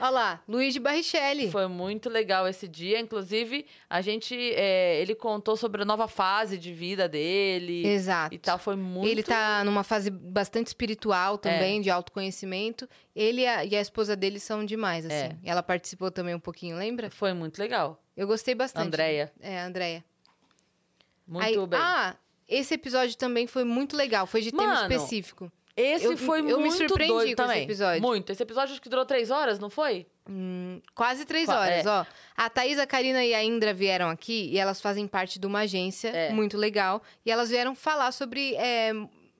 Olha lá, Luiz de Barrichelli.
Foi muito legal esse dia. Inclusive, a gente... é, ele contou sobre a nova fase de vida dele.
Exato.
E tal, foi muito... É.
Ele tá numa fase bastante espiritual também, de autoconhecimento. Ele e a, e a esposa dele são demais, assim.
É.
Ela participou também um pouquinho, lembra?
Foi muito legal.
Eu gostei bastante.
Andréia.
É, Andréia.
Muito
Aí,
bem.
Ah, esse episódio também foi muito legal. Foi de tema
Mano,
específico.
esse
eu-
foi
eu me
muito
surpreendi
doido
com esse
também.
episódio.
Muito. Esse episódio acho que durou três horas, não foi?
Hum, quase três
Qua-
horas,
é.
ó. A Thaís, a Karina e a Indra vieram aqui e elas fazem parte de uma agência
É.
muito legal. E elas vieram falar sobre é,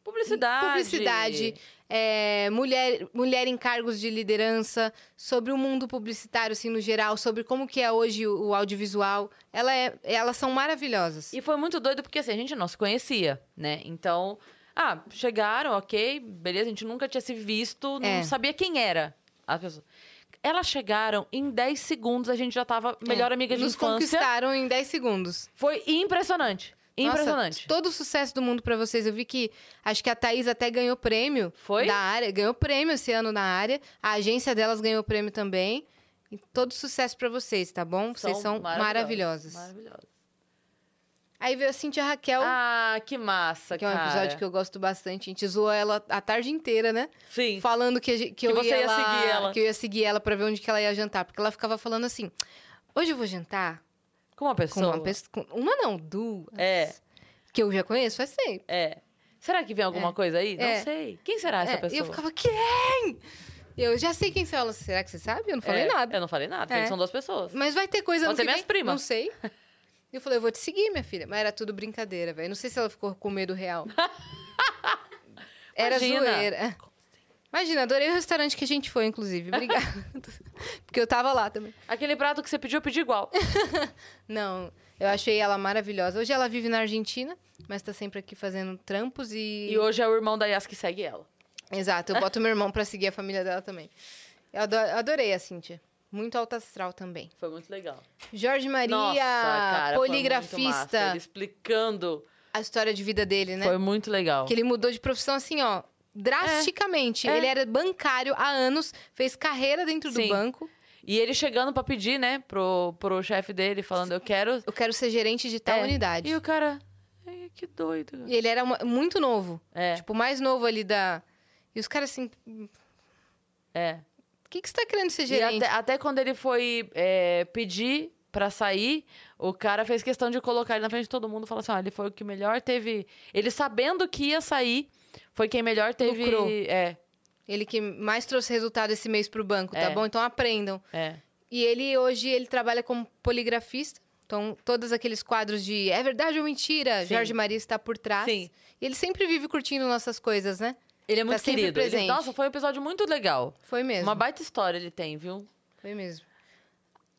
Publicidade.
publicidade, é, mulher, mulher em cargos de liderança, sobre o mundo publicitário, assim, no geral, sobre como que é hoje o, o audiovisual. Ela é- elas são maravilhosas.
E foi muito doido porque assim, a gente não se conhecia, né? Então, ah, chegaram, ok, beleza, a gente nunca tinha se visto, não
É.
sabia quem era as pessoas. Elas chegaram, em 10 segundos a gente já tava melhor amiga de
É. Nos
infância.
conquistaram em 10 segundos.
Foi impressionante.
Nossa,
Impressionante.
todo o sucesso do mundo pra vocês. Eu vi que acho que a Thaís até ganhou prêmio
Foi?
da área, ganhou prêmio esse ano na área. A agência delas ganhou prêmio também. E todo sucesso pra vocês, tá bom? Vocês são maravilhosas.
Maravilhosas.
Aí veio a Cintia Raquel,
Ah, que massa,
que é um
cara.
episódio que eu gosto bastante. A gente zoou ela a tarde inteira, né?
Sim.
Falando que, a gen- que, eu
você
ia,
ia
lá-
seguir ela.
que eu ia seguir ela pra ver onde que ela ia jantar, porque ela ficava falando assim: "Hoje eu vou jantar
Com uma
com
pessoa.
uma pessoa, com uma não, duas,
É,
que eu já conheço faz tempo.
é. Será que vem alguma
É.
coisa aí? Não
É.
sei. Quem será essa
É,
pessoa?
E eu ficava, quem? Eu já sei quem são elas. Será que você sabe? Eu não falei
É,
nada.
Eu não falei nada, porque
É.
são duas pessoas.
Mas vai ter coisa
Pode
no
ser
que vem.
minhas primas.
Não sei. Eu falei, eu vou te seguir, minha filha. Mas era tudo brincadeira, velho. Não sei se ela ficou com medo real. era
Imagina.
zoeira. Imagina, adorei o restaurante que a gente foi, inclusive. Obrigada. Porque eu tava lá também.
Aquele prato que você pediu, eu pedi igual.
Não, eu achei ela maravilhosa. Hoje ela vive na Argentina, mas tá sempre aqui fazendo trampos e...
E hoje é o irmão da Yas que segue ela.
Exato, eu boto meu irmão pra seguir a família dela também. Eu ado- adorei a Cíntia. Muito alta astral também.
Foi muito legal.
Jorge Maria,
Nossa, cara, foi muito massa.
poligrafista.
Ele explicando.
A história de vida dele, né?
Foi muito legal.
Que ele mudou de profissão assim, ó, drasticamente.
É, é.
Ele era bancário há anos, fez carreira dentro
Sim.
do banco.
E ele chegando pra pedir, né, pro, pro chefe dele, falando, eu quero...
Eu quero ser gerente de tal
É.
unidade.
E o cara... "Ai, Que doido.
E ele era uma- muito novo.
É,
Tipo, o mais novo ali da. E os caras assim, o
é.
que, que você tá querendo ser
E
gerente?
até, até quando ele foi é, pedir pra sair, o cara fez questão de colocar ele na frente de todo mundo e falar assim: ó, ele foi o que melhor teve. Ele sabendo que ia sair, foi quem melhor teve.
Lucrou.
É,
Ele que mais trouxe resultado esse mês pro banco, tá
É.
bom? Então aprendam.
é.
E ele hoje ele trabalha como poligrafista. Então, todos aqueles quadros de é verdade ou mentira,
Sim.
Jorge Maria está por trás.
Sim.
E ele sempre vive curtindo nossas coisas, né?
Ele é muito
sempre
querido. Ele-
presente.
nossa, foi um episódio muito legal.
Foi mesmo.
Uma baita história ele tem, viu?
Foi mesmo.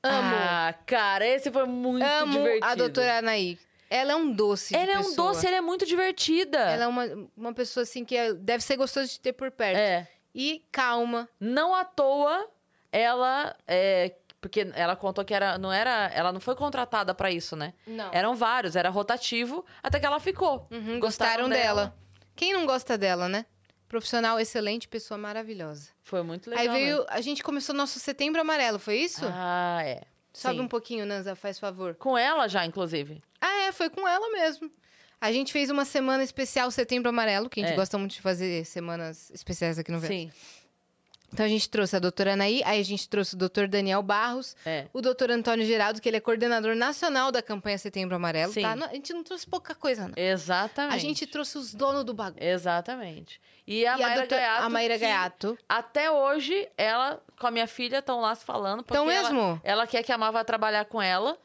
Amo.
Ah, cara, esse foi muito
amo
divertido.
a doutora Anaí. Ela é um doce. de
Ela é um
pessoa.
doce, ela é muito divertida.
Ela é uma, uma pessoa assim que é- deve ser gostoso de ter por perto.
É.
E calma.
Não à toa, ela. é, porque ela contou que era, não era. Ela não foi contratada pra isso, né?
Não.
Eram vários, era rotativo, até que ela ficou.
Uhum, gostaram dela. Quem não gosta dela, né? Profissional excelente, pessoa maravilhosa.
Foi muito legal.
Aí veio.
né?
A gente começou nosso setembro amarelo, foi isso?
Ah, é.
Sobe
Sim.
um pouquinho, Nanza, faz favor.
Com ela já, inclusive.
Ah, é, foi com ela mesmo. A gente fez uma semana especial Setembro Amarelo, que a gente
É.
gosta muito de fazer semanas especiais aqui no verão.
Sim.
Então a gente trouxe a doutora Anaí, aí a gente trouxe o doutor Daniel Barros,
É.
o doutor Antônio Geraldo, que ele é coordenador nacional da campanha Setembro Amarelo,
Sim.
tá? Não- a gente não trouxe pouca coisa, não.
Exatamente.
A gente trouxe os donos do bagulho.
Exatamente. E a
E
Mayra
doutora-
Gaiato.
a Mayra
que
Gaiato.
Até hoje, ela com a minha filha estão lá se falando. porque
Tão
ela-
Então mesmo?
Ela quer que a Má vá trabalhar com ela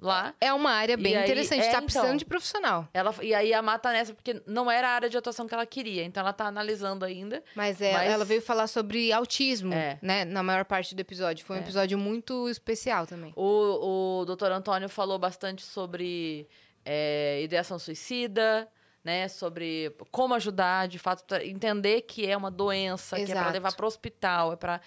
lá.
É uma área bem
E aí-
interessante,
é,
tá
então.
precisando de profissional.
Ela, e aí a Má tá nessa, porque não era a área de atuação que ela queria. Então ela tá analisando ainda.
Mas, é,
Mas-
ela veio falar sobre autismo,
É.
né? Na maior parte do episódio. Foi um episódio muito especial também.
O, o doutor Antônio falou bastante sobre é, ideação suicida, né? Sobre como ajudar, de fato, pra entender que é uma doença, que é pra
Exato.
levar pro hospital, é pra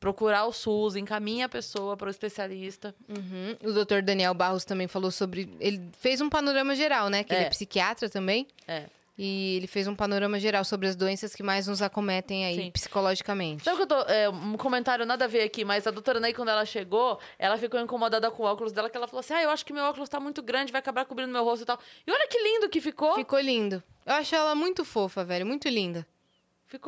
procurar o SUS, encaminha a pessoa para o especialista.
Uhum. O doutor Daniel Barros também falou sobre. Ele fez um panorama geral, né? Que ele
É.
é psiquiatra também.
É.
E ele fez um panorama geral sobre as doenças que mais nos acometem aí
Sim.
psicologicamente.
Sabe o que eu tô. é, um comentário nada a ver aqui, mas a doutora Ney, quando ela chegou, ela ficou incomodada com o óculos dela, que ela falou assim: Ah, eu acho que meu óculos tá muito grande, vai acabar cobrindo meu rosto e tal. E olha que lindo que ficou! Ficou,
Ficou lindo. Eu acho ela muito fofa, velho. Muito linda.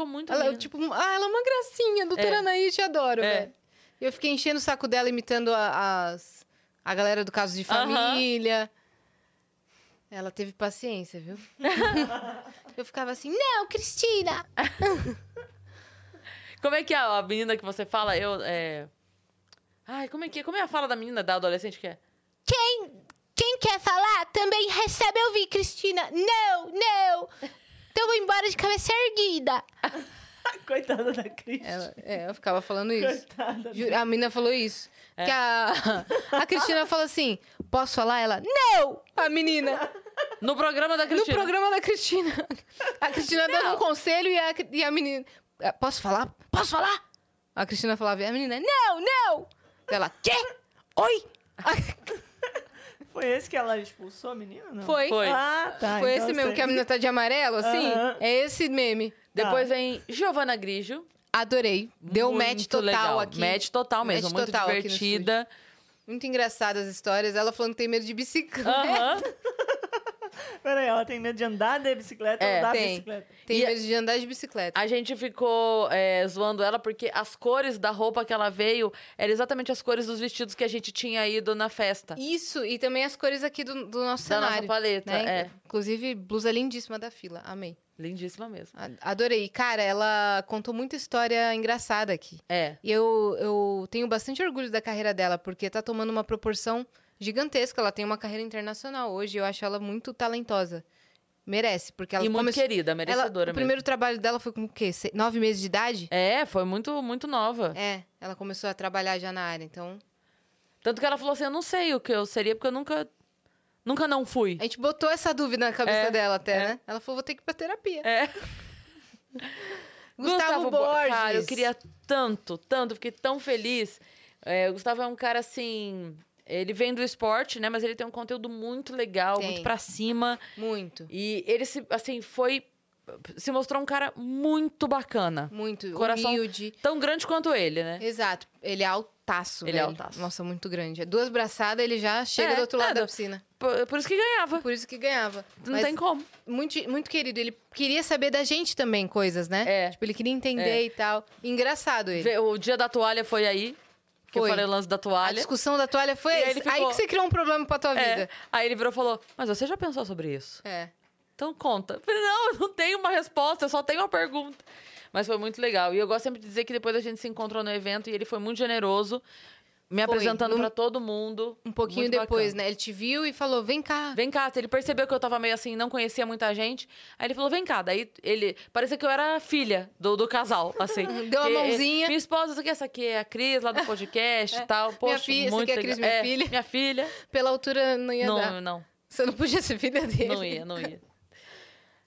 muito
Ela, é
lindo.
tipo, ah, ela é uma gracinha. Doutora
É.
Anaí, te adoro,
É.
velho. E Eu fiquei enchendo o saco dela, imitando a, as- a galera do caso de
Aham.
família. Ela teve paciência, viu? eu ficava assim, não, Cristina!
Como é que é a menina que você fala? Eu. É... Ai, como é que é? Como é a fala da menina, da adolescente que é?
Quem, quem quer falar também recebe ouvir, Cristina! Não, não! Então eu vou embora de cabeça erguida!
Coitada da Cris.
Ela, é, eu ficava falando isso.
Coitada.
Ju- A mina falou isso. Que a, a Cristina falou assim: posso falar? Ela, não! A menina.
No programa da
No
Cristina.
programa da Cristina. A Cristina dando um conselho e a, e a menina. "Ah, Posso falar? Posso falar? A Cristina falava, e a menina, não, não! Ela, quê? Oi!
Foi esse que ela expulsou a menina? Não?
Foi.
Foi.
Ah, tá.
Foi
então
esse
eu
mesmo
sei.
que a menina tá de amarelo, assim?
Aham.
É esse meme.
Depois vem Giovana Grigio.
Adorei. Deu
Muito
match total
legal.
aqui.
Match total mesmo.
Match
muito
total aqui no
divertida.
Muito engraçadas as histórias. Ela falando que tem medo de bicicleta.
Aham.
Peraí, ela tem medo de andar de bicicleta
É,
ou da
tem.
bicicleta?
Tem
E-
medo de andar de bicicleta.
A gente ficou é, zoando ela porque as cores da roupa que ela veio eram exatamente as cores dos vestidos que a gente tinha ido na festa.
Isso, e também as cores aqui do, do nosso
Da nossa
cenário.
paleta,
né?
é.
Inclusive, blusa lindíssima da fila. Amei.
Lindíssima mesmo.
A- Adorei. Cara, ela contou muita história engraçada aqui.
É.
E eu, eu tenho bastante orgulho da carreira dela, porque tá tomando uma proporção gigantesca. Ela tem uma carreira internacional hoje. Eu acho ela muito talentosa. Merece, porque ela
e muito
começou...
querida,
ela,
merecedora
o
mesmo.
primeiro trabalho dela foi com o quê? Se- Nove meses de idade?
É, foi muito, muito nova.
É, ela começou a trabalhar já na área, então...
Tanto que ela falou assim: eu não sei o que eu seria, porque eu nunca. Nunca não fui.
A gente botou essa dúvida na cabeça
É,
dela até,
é.
né? Ela falou, vou ter que ir pra terapia.
É.
Gustavo,
Bo-
Borges.
Cara, eu queria tanto, tanto, fiquei tão feliz. É, o Gustavo é um cara assim. Ele vem do esporte, né? Mas ele tem um conteúdo muito legal,
Tem.
muito pra cima.
Muito,
E ele se, assim, foi. Se mostrou um cara muito bacana.
muito.
Coração-
Humilde.
Tão grande quanto ele, né?
Exato. Ele é altaço,
Ele é
velho.
altaço.
Nossa, muito grande. É Duas braçadas, ele já chega
É,
do outro lado
é,
da
do-
piscina.
Por, por isso que ganhava.
Por isso que ganhava.
Não
Mas
tem como.
muito, muito querido. Ele queria saber da gente também coisas, né?
É.
Tipo, ele queria entender e tal. Engraçado ele.
Vê, O dia da toalha foi aí. Que
Foi. Ah,
eu falei o lance da
A
toalha.
discussão da toalha foi
E aí
esse.
ele ficou-
aí que você criou um problema pra tua
É.
vida.
Aí ele virou e falou: Mas você já pensou sobre isso?
É.
Então conta. Eu falei, não, eu não tenho uma resposta, eu só tenho uma pergunta. Mas foi muito legal. E eu gosto sempre de dizer que depois a gente se encontrou no evento e ele foi muito generoso, me
Foi,
apresentando
num-
pra todo mundo.
Um pouquinho
Muito
depois,
bacana.
né? Ele te viu e falou: vem cá.
Vem cá, ele percebeu que eu tava meio assim, não conhecia muita gente. Aí ele falou, vem cá. Daí ele. Parecia que eu era a filha do, do casal, assim.
Deu a
E- e-
mãozinha. É.
minha esposa, isso aqui, essa aqui é a Cris, lá do podcast e tal. Poxa,
filha, essa
muito
aqui é a Cris,
legal.
minha
É,
filha.
Minha filha.
Pela altura não ia
Não,
dar.
não,
Você não podia ser filha dele.
não ia, não ia.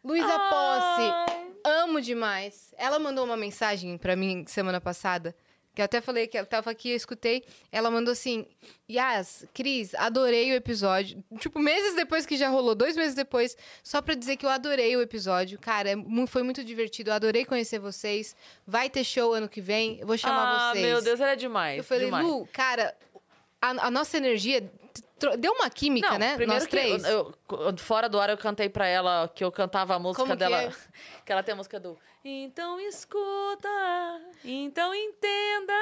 Luísa Posse.
Ai.
Amo demais. Ela mandou uma mensagem pra mim semana passada, que eu até falei que ela tava aqui, eu escutei. Ela mandou assim: Yas, Cris, adorei o episódio. Tipo, meses depois que já rolou, dois meses depois, só pra dizer que eu adorei o episódio. Cara, é mu- foi muito divertido, eu adorei conhecer vocês. Vai ter show ano que vem, eu vou chamar
ah,
vocês.
meu Deus, ela é demais.
Eu falei,
demais.
Lu, cara, a, a nossa energia t- tro- deu uma química,
Não,
né?
primeiro
Nós
que
três.
eu- eu- fora do ar eu cantei pra ela que eu cantava a música
Como que
dela.
é?
que ela tem a música do Então escuta, então entenda.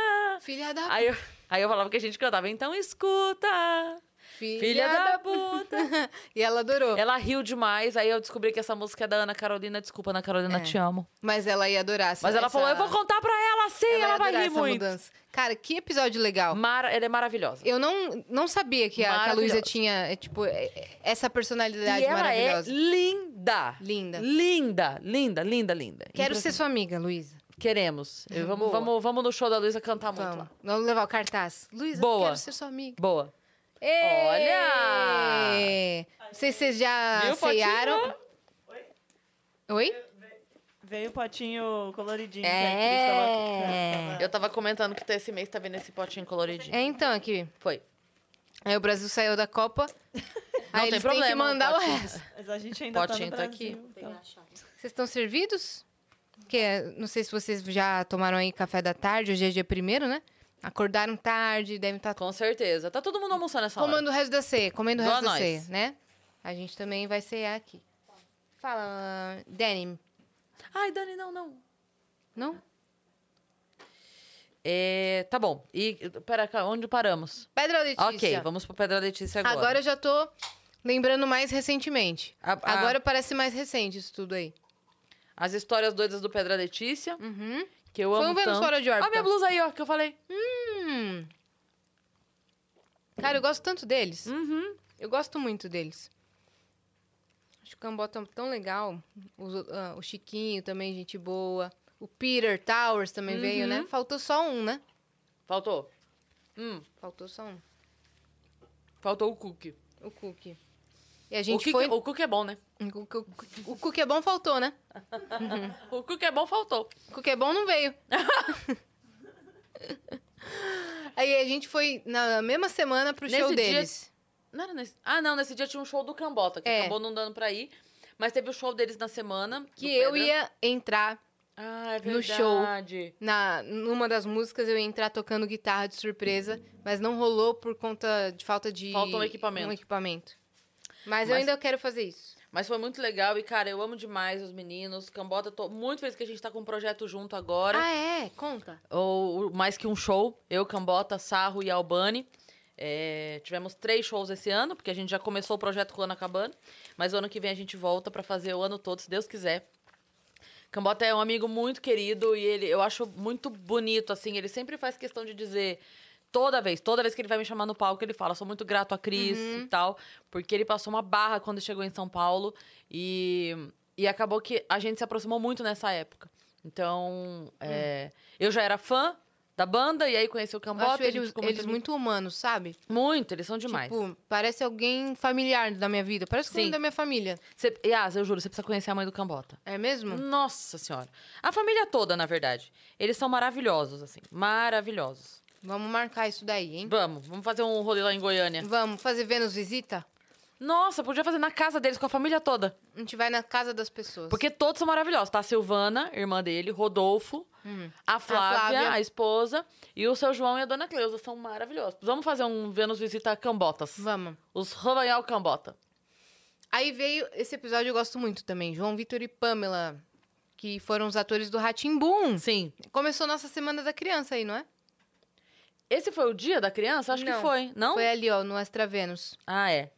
Filha da
Aí eu, aí eu falava que a gente cantava Então escuta,
filha,
filha da puta.
E ela adorou.
Ela riu demais, aí eu descobri que essa música é da Ana Carolina. Desculpa, Ana Carolina,
É.
te amo.
Mas ela ia adorar. essa-
Mas ela falou, eu
essa-
vou contar pra ela sim,
ia
ela, vai
adorar
rir
essa
muito.
mudança. Cara, que episódio legal.
Mara, ela é maravilhosa.
Eu não, não sabia que a, que a Luísa
Maravilhosa.
tinha, é, tipo, é, é, essa personalidade
e ela é
maravilhosa.
linda.
Linda.
Linda, linda, linda, linda.
Quero
Impressionante.
ser sua amiga, Luísa.
Queremos. E Vamos,
Boa.
vamos, vamos no show da Luísa cantar muito
Vamos.
lá.
Vamos levar o cartaz. Luísa,
Boa.
quero ser sua amiga.
Boa.
Ê! Não sei se vocês já
Viu, Potinho?
Ah, ceiaram. Oi?
Veio o potinho coloridinho. que a Cris
É.
tava- tava-
Eu tava comentando que esse mês tá vendo esse potinho coloridinho.
É, então, aqui.
Foi.
Aí o Brasil saiu da Copa.
Não
aí
tem
eles
problema.
têm que mandar o
potinho.
resto.
Mas a gente ainda
Potinho
tá
tá
no Brasil,
aqui.
Pegar
então.
a chave.
Vocês estão servidos? Porque eh, não sei se vocês já tomaram aí café da tarde, hoje é dia primeiro, né? Acordaram tarde, devem estar
Com certeza. Tá todo mundo almoçando essa hora.
comendo o resto da ceia, comendo o
Igual
resto da
nós.
ceia, né? A gente também vai cear aqui. Fala, Danny.
Ai, Dani, não, não.
Não?
É, tá bom. E, pera, cá, onde paramos?
Pedra Letícia.
Ok, vamos pro Pedra Letícia agora.
Agora eu já tô Lembrando mais recentemente.
A- a-
Agora parece mais recente isso tudo aí.
As histórias doidas do Pedra Letícia,
Uhum.
que eu
Foi
amo
um Vênus
tanto.
fora de
Ó,
órbita.
minha blusa aí, ó, que eu falei.
Hum. Cara, eu gosto tanto deles.
Uhum.
Eu gosto muito deles. Acho que o Cambó tão, tão legal. Os o- ah, o Chiquinho também, gente boa. O Peter Towers também veio,
Uhum.
né? Faltou só um, né?
Faltou. Hum,
Faltou só um.
faltou o cookie.
O Cook. E a
o, cookie
gente foi...
o cookie é bom, né?
O, Cook- o Cook é bom, faltou, né?
O cookie é bom, faltou.
O Cook é bom, não veio. Aí a gente foi na mesma semana pro
Nesse
show
dia-
deles.
Não era nesse... Ah, não, nesse dia tinha um show do Cambota, que
É.
acabou não dando pra ir. Mas teve o show deles na semana. do
Que eu
Pedra.
ia entrar
Ah, é
no show.
verdade.
na, numa das músicas eu ia entrar tocando guitarra de surpresa, mas não rolou por conta de falta de
Falta um equipamento.
um equipamento. Mas, eu
Mas-
ainda quero fazer isso.
Mas foi muito legal e, cara, eu amo demais os meninos. Cambota, tô muito feliz que a gente tá com um projeto junto agora.
Ah, é? Conta.
Ou ou mais que um show. Eu, Cambota, Sarro e Albani. É, tivemos três shows esse ano, porque a gente já começou o projeto com o ano acabando. Mas o ano que vem a gente volta pra fazer o ano todo, se Deus quiser. Cambota é um amigo muito querido e ele, eu acho muito bonito, assim. Ele sempre faz questão de dizer, toda vez, toda vez que ele vai me chamar no palco, ele fala: sou muito grato a Cris
Uhum.
e tal, porque ele passou uma barra quando chegou em São Paulo e, e acabou que a gente se aproximou muito nessa época. Então, é, eu já era fã da banda e aí conheci o
Eu
Cambota.
Uhum. acho
a gente
eles,
ficou
eles
ami-
muito humanos, sabe?
Muito, eles são demais.
Tipo, parece alguém familiar da minha vida. Parece alguém
Sim.
da minha família.
Cê, Yas, eu juro, você precisa conhecer a mãe do Cambota.
É mesmo?
Hum. Nossa senhora. A família toda, na verdade. Eles são maravilhosos, assim. Maravilhosos.
Vamos marcar isso daí, hein?
Vamos, vamos fazer um rolê lá em Goiânia.
Vamos fazer Vênus visita?
Nossa, podia fazer na casa deles com a família toda.
A gente vai na casa das pessoas.
Porque todos são maravilhosos, tá? A Silvana, irmã dele, Rodolfo, a, Flávia, a
Hum. Flávia.
esposa, e o seu João e a dona Cleusa. São maravilhosos. Vamos fazer um Vênus Visita Cambotas.
Vamos.
Os Rovanhal Cambota.
Aí veio esse episódio eu gosto muito também, João Vitor e Pamela, que foram os atores do Ratimbum.
Sim.
Começou nossa semana da criança aí, não é?
Esse foi o dia da criança? Acho
Não.
que foi, não?
Foi ali, ó, no Extra Vênus.
Ah, é.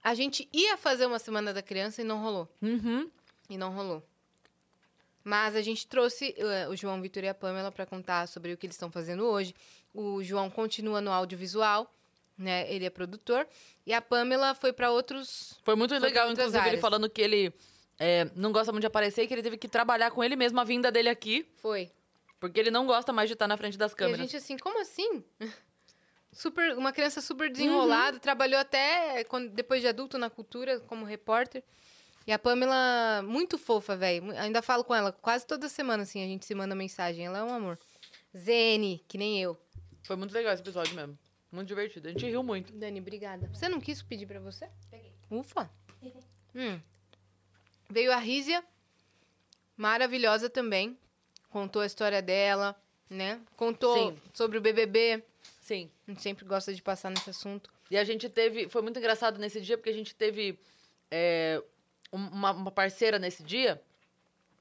A gente ia fazer uma semana da criança e não rolou.
Uhum.
E não rolou. Mas a gente trouxe eh, o João Vitor e a Pamela para contar sobre o que eles estão fazendo hoje. O João continua no audiovisual, né? Ele é produtor. E a Pamela foi para outros
Foi muito
Foi pra
legal,
outras
inclusive, ele
áreas.
falando que ele é, não gosta muito de aparecer e que ele teve que trabalhar com ele mesmo a vinda dele aqui,
foi
porque ele não gosta mais de estar na frente das
E a
câmeras.
gente assim, como assim? Super, uma criança super desenrolada, trabalhou até quando- depois de adulto na cultura como repórter. E a Pamela, muito fofa, velho. Mu- Ainda falo com ela quase toda semana, assim, a gente se manda mensagem. Ela é um amor. Zene, que nem eu.
Foi muito legal esse episódio mesmo. Muito divertido. A gente riu muito.
Dani, obrigada. Você não quis pedir pra você? Peguei. Ufa. Hum. Veio a Rízia, maravilhosa também. Contou a história dela, né? Contou
Sim.
sobre o BBB.
Sim.
A gente sempre gosta de passar nesse assunto.
E a gente teve. Foi muito engraçado nesse dia, porque a gente teve é, um- uma, uma parceira nesse dia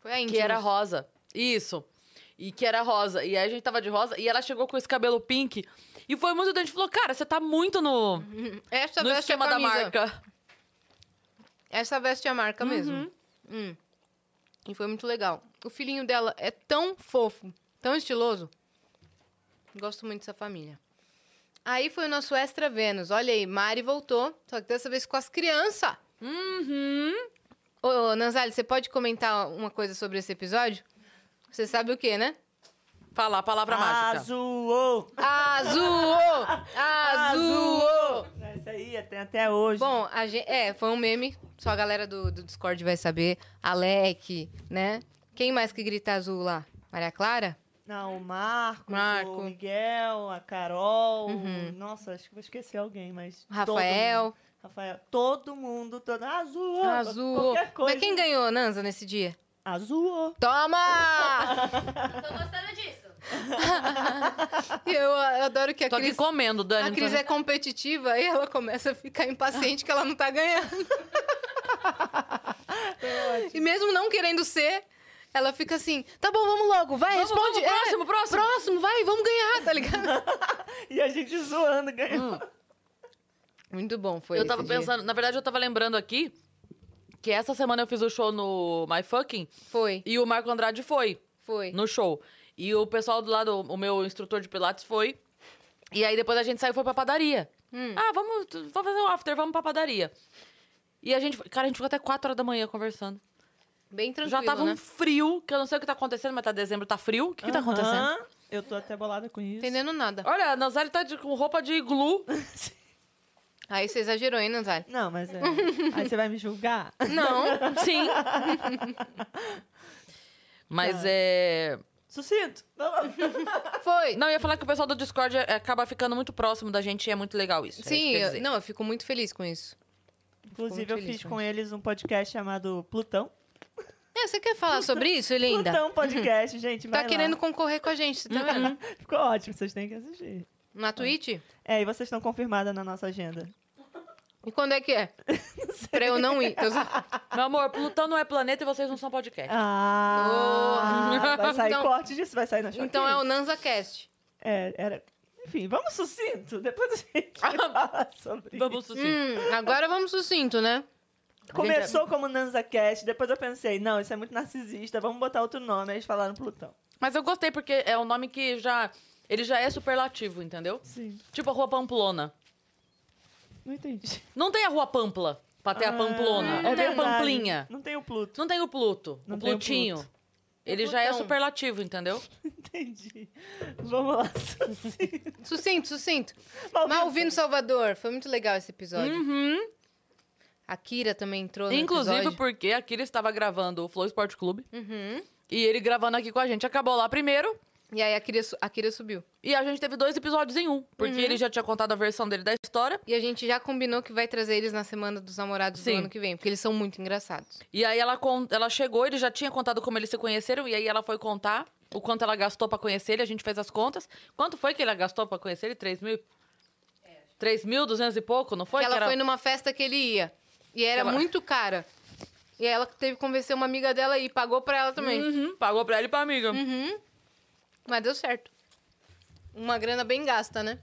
Foi a
que
Íntimos.
era rosa. Isso. E que era rosa. E aí a gente tava de rosa e ela chegou com esse cabelo pink. E foi muito doente. Falou, cara, você tá muito no,
Essa
no
Uhum. veste é a
esquema da
camisa.
marca. Uhum.
Essa veste é a marca mesmo. Hum. E foi muito legal. O filhinho dela é tão fofo, tão estiloso. Gosto muito dessa família. Aí foi o nosso Extra Vênus. Olha aí, Mari voltou, só que dessa vez com as crianças.
Uhum.
Ô, ô Nanzali, você pode comentar uma coisa sobre esse episódio? Você sabe o quê, né?
Fala a palavra
Ah,
mágica.
Azul!
Azul! Azul!
Essa aí tem até hoje.
Bom, a gen- é, foi um meme. Só a galera do, do Discord vai saber. Alec, né? Quem mais que grita azul lá? Maria Clara?
Não, o Marcos,
Marco.
o Miguel, a Carol.
Uhum.
Nossa, acho que vou esquecer alguém, mas.
O
todo mundo.
Rafael?
Rafael. Todo mundo, todo. Azul!
Azul.
Qualquer coisa.
Mas quem ganhou, Nanza, nesse dia?
Azul!
Toma!
Tô gostando disso.
eu, eu adoro que a
Tô aqui
Cris,
comendo, Dani.
a
não tô
Cris
nem-
é competitiva e ela começa a ficar impaciente que ela não tá ganhando. e mesmo não querendo ser, ela fica assim: tá bom, vamos logo, vai,
Vamos,
responde.
vamos,
é,
próximo, próximo.
Próximo, vai, vamos ganhar, tá ligado?
E a gente zoando ganhou.
Muito bom, foi
eu
esse
tava
dia.
pensando, na verdade, eu tava lembrando aqui que essa semana eu fiz o show no My Fucking
Foi,
e o Marco Andrade foi
foi.
no show. E o pessoal do lado, o meu instrutor de Pilates foi. E aí depois a gente saiu e foi pra padaria.
Hum.
Ah, vamos, vamos fazer um after, vamos pra padaria. E a gente, cara, a gente ficou até 4 horas da manhã conversando.
Bem tranquilo,
Já tava
né?
um frio, que eu não sei o que tá acontecendo, mas tá dezembro, tá frio. O que, que tá acontecendo?
Aham, Eu tô até bolada com isso.
Entendendo nada.
Olha, a Nazari tá de- com roupa de iglu.
Aí você exagerou, hein, Nanzari?
Não, mas é. Aí você vai me julgar?
Não.
Sim. Mas é.
Sucinto. Vamos.
Foi.
Não, eu ia falar que o pessoal do Discord é- acaba ficando muito próximo da gente e é muito legal isso. é isso que
Sim,
eu ia
eu-
dizer.
não, eu fico muito feliz com isso.
Inclusive,
muito
eu
feliz
fiz
com
com eles um podcast chamado Plutão.
É, você quer falar sobre isso, linda?
Então,
Plutão Podcast, gente.
tá
vai lá.
querendo concorrer com a gente,
Uhum.
você tá vendo?
Ficou ótimo, vocês têm que assistir.
Na Twitch?
É, e vocês estão confirmadas na nossa agenda.
E quando é que é? pra eu não ir. Eu só-
Meu amor, Plutão não é planeta e vocês não são podcast.
Ah!
Oh.
Vai sair
Então-
corte disso, vai sair na Shopee.
Então é o NanzaCast.
É, era... Enfim, vamos sucinto. Depois a gente fala sobre isso.
Vamos assim. sim.
Hum, agora vamos sucinto, né?
Começou
é-
como NanzaCast, depois eu pensei, não, isso é muito narcisista, vamos botar outro nome. Aí eles falaram Plutão.
Mas eu gostei porque é um nome que já. Ele já é superlativo, entendeu?
Sim,
Tipo a Rua Pamplona.
não entendi.
Não tem a Rua Pampla pra ter a Pamplona. Não
é
tem a
verdade.
Pamplinha.
Não tem o Pluto,
Não tem o Pluto.
Não
o
tem o
Plutinho.
Pluto.
Ele já é
Plutão.
superlativo, entendeu?
entendi. Vamos lá, sucinto.
Sucinto, sucinto.
Malvino.
Malvino Salvador. Foi muito legal esse episódio. A Kira também entrou no
Hum. Inclusive
episódio.
porque aqui ele estava gravando o Flow Sport Clube.
Uhum.
E ele gravando aqui com a gente. Acabou lá primeiro.
E aí a Kira, su- a Kira subiu.
E a gente teve dois episódios em um. Porque
Uhum.
ele já tinha contado a versão dele da história.
E a gente já combinou que vai trazer eles na Semana dos Namorados
Sim.
do ano que vem, porque eles são muito engraçados.
E aí ela, con- ela chegou, ele já tinha contado como eles se conheceram. E aí ela foi contar o quanto ela gastou pra conhecer ele. A gente fez as contas. Quanto foi que ela gastou pra conhecer ele? 3 mil? 3.200 e pouco, não foi?
ela
Que era-
foi numa festa que ele ia. E era
Ela-
muito cara. E aí ela teve que convencer uma amiga dela e pagou pra ela também.
Uhum, pagou pra ele e pra amiga.
Uhum. Mas deu certo. Uma grana bem gasta, né?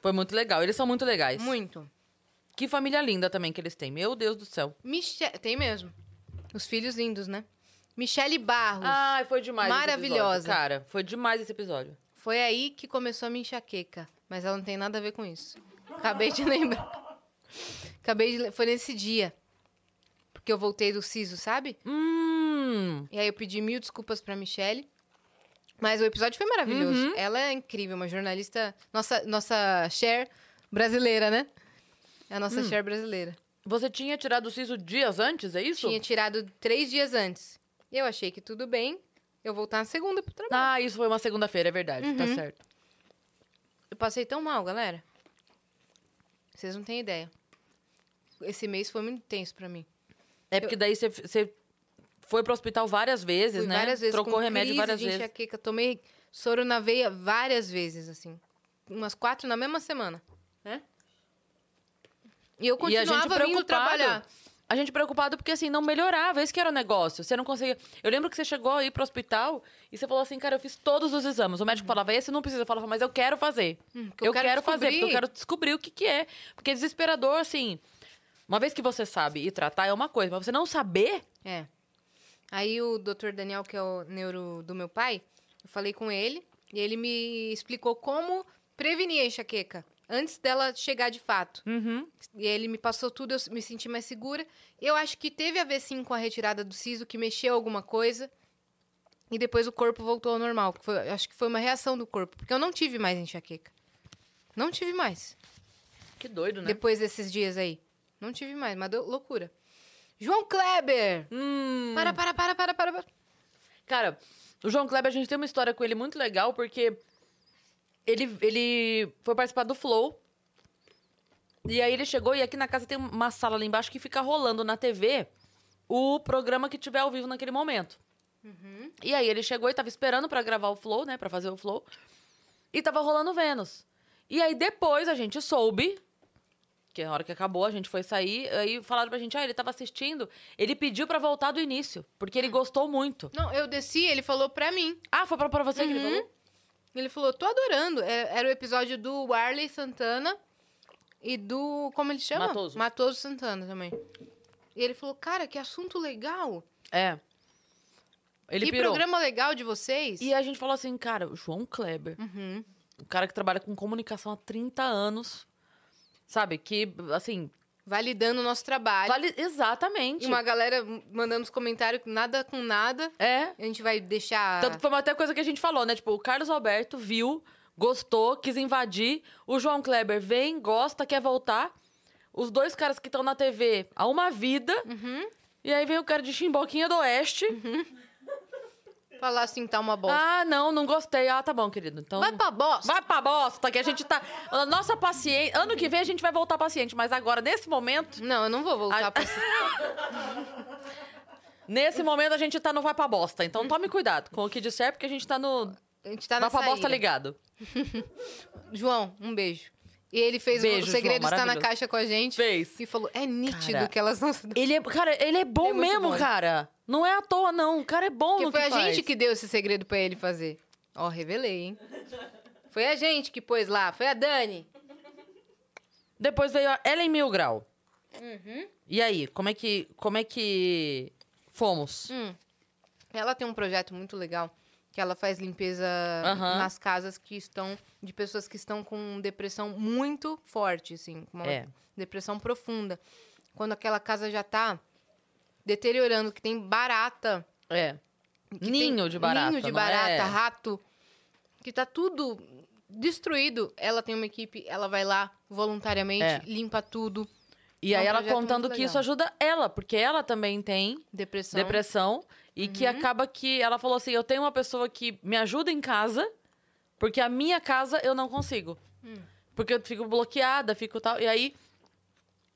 Foi muito legal. Eles são muito legais.
Muito.
Que família linda também que eles têm. Meu Deus do céu.
Michelle. Tem mesmo. Os filhos lindos, né? Michele Barros.
Ai, foi demais. esse
Maravilhosa.
episódio, cara, foi demais esse episódio.
Foi aí que começou a minha enxaqueca. Mas ela não tem nada a ver com isso. Acabei de lembrar. Acabei de. le- Foi nesse dia. Porque eu voltei do siso, sabe?
Hum.
E aí eu pedi mil desculpas pra Michelle. Mas o episódio foi maravilhoso. Ela é incrível, uma jornalista. Nossa, nossa Cher brasileira, né? É a nossa Cher brasileira.
Você tinha tirado o siso dias antes, é isso?
Tinha tirado três dias antes. Eu achei que tudo bem. Eu voltar na segunda pro trabalho.
Ah, isso foi uma segunda-feira, é verdade. Tá certo.
Eu passei tão mal, galera. Vocês não têm ideia. Esse mês foi muito tenso pra mim.
É porque daí você- você foi pro hospital várias vezes,
Fui
né?
várias vezes
Trocou
com
remédio
crise é
várias
de
vezes.
enxaqueca. Tomei soro na veia várias vezes, assim. Umas quatro na mesma semana, né? E eu
E a gente
continuava vindo
preocupado.
trabalhar.
A gente preocupado porque, assim, não melhorava. Esse que era o negócio. Você não conseguia... Eu lembro que você chegou aí pro hospital e você falou assim, cara, eu fiz todos os exames. O médico falava, esse não precisa. Eu falava, mas eu quero fazer.
porque
eu,
Hum, eu
quero,
quero
fazer, porque eu
descobrir.
quero descobrir o que que é. Porque é desesperador, assim... Uma vez que você sabe e tratar é uma coisa, mas você não saber...
É. Aí o Dr. Daniel, que é o neuro do meu pai, eu falei com ele e ele me explicou como prevenir a enxaqueca antes dela chegar de fato. E ele me passou tudo, eu s- me senti mais segura. Eu acho que teve a ver sim com a retirada do siso, que mexeu alguma coisa. E depois o corpo voltou ao normal. que foi- eu acho que foi uma reação do corpo, porque eu não tive mais enxaqueca. Não tive mais.
Que doido, né?
Depois desses dias aí. Não tive mais, mas deu loucura. João Kleber!
Hum.
Para, para, para, para, para, para.
Cara, o João Kleber, a gente tem uma história com ele muito legal, porque ele, ele foi participar do Flow. E aí ele chegou, e aqui na casa tem uma sala ali embaixo que fica rolando na TV o programa que tiver ao vivo naquele momento. E aí ele chegou e tava esperando pra gravar o Flow, né? Pra fazer o Flow. E tava rolando o Vênus. E aí depois a gente soube que na hora que acabou, a gente foi sair, aí falaram pra gente, ah, ele tava assistindo, ele pediu pra voltar do início, porque ele gostou muito.
Não, eu desci, ele falou pra mim.
Ah, foi pra, pra você que ele
Uhum.
falou?
Ele falou, tô adorando. É- Era o episódio do Warley Santana e do. Como ele chama?
Matoso.
Matoso Santana também. E ele falou, cara, que assunto legal.
É. Ele
que
pirou.
programa legal de vocês.
E a gente falou assim, cara, o João Kleber,
Uhum.
um cara que trabalha com comunicação há 30 anos, sabe? Que, assim,
Validando o nosso trabalho.
vale exatamente.
E uma galera mandando os comentários nada com nada.
É.
A gente vai deixar.
Tanto que foi até coisa que a gente falou, né? Tipo, o Carlos Alberto viu, gostou, quis invadir. O João Kleber vem, gosta, quer voltar. Os dois caras que estão na TV há uma vida.
Uhum.
E aí vem o cara de Chimboquinha do Oeste.
Falar assim, tá uma bosta.
Ah, não, não gostei. Ah, tá bom, querido. Então.
vai pra bosta.
Vai pra bosta, que a gente tá. A nossa paciência. Ano que vem a gente vai voltar paciente, mas agora, nesse momento.
Não, eu não vou voltar
Ah.
pra esse...
Nesse momento a gente tá no vai pra bosta. Então tome cuidado com o que disser, porque a gente tá no.
A gente tá
vai
nessa
pra bosta
ira.
ligado.
João, um beijo. E ele fez
Beijo,
o segredo
João,
está na
maravilhoso.
caixa com a gente.
Fez.
E falou, é nítido
Cara,
que elas não se dão.
Ele é, cara, ele é bom
Ele é muito
mesmo,
bom.
cara. Não é à toa, não. O cara é bom
Porque
no
foi
que
a
faz.
gente que deu esse segredo pra ele fazer. Ó, revelei, hein? Foi a gente que pôs lá, foi a Dani.
Depois veio a Ellen Mil Grau.
Uhum.
E aí, como é que. Como é que. Fomos?
Hum. Ela tem um projeto muito legal que ela faz limpeza
Aham.
nas casas que estão de pessoas que estão com depressão muito forte, assim, com uma
É.
depressão profunda. Quando aquela casa já tá deteriorando, que tem barata,
É.
que
Ninho
tem
de barata.
Ninho de
não é?
barata, rato. Que tá tudo destruído. Ela tem uma equipe, ela vai lá voluntariamente,
É.
limpa tudo.
E
É um
aí ela
projeto
contando
muito
que isso
legal.
ajuda ela, porque ela também tem
Depressão. Uhum.
depressão e que acaba que ela falou assim: "Eu tenho uma pessoa que me ajuda em casa, porque a minha casa eu não consigo.
Hum.
Porque eu fico bloqueada, fico tal". E aí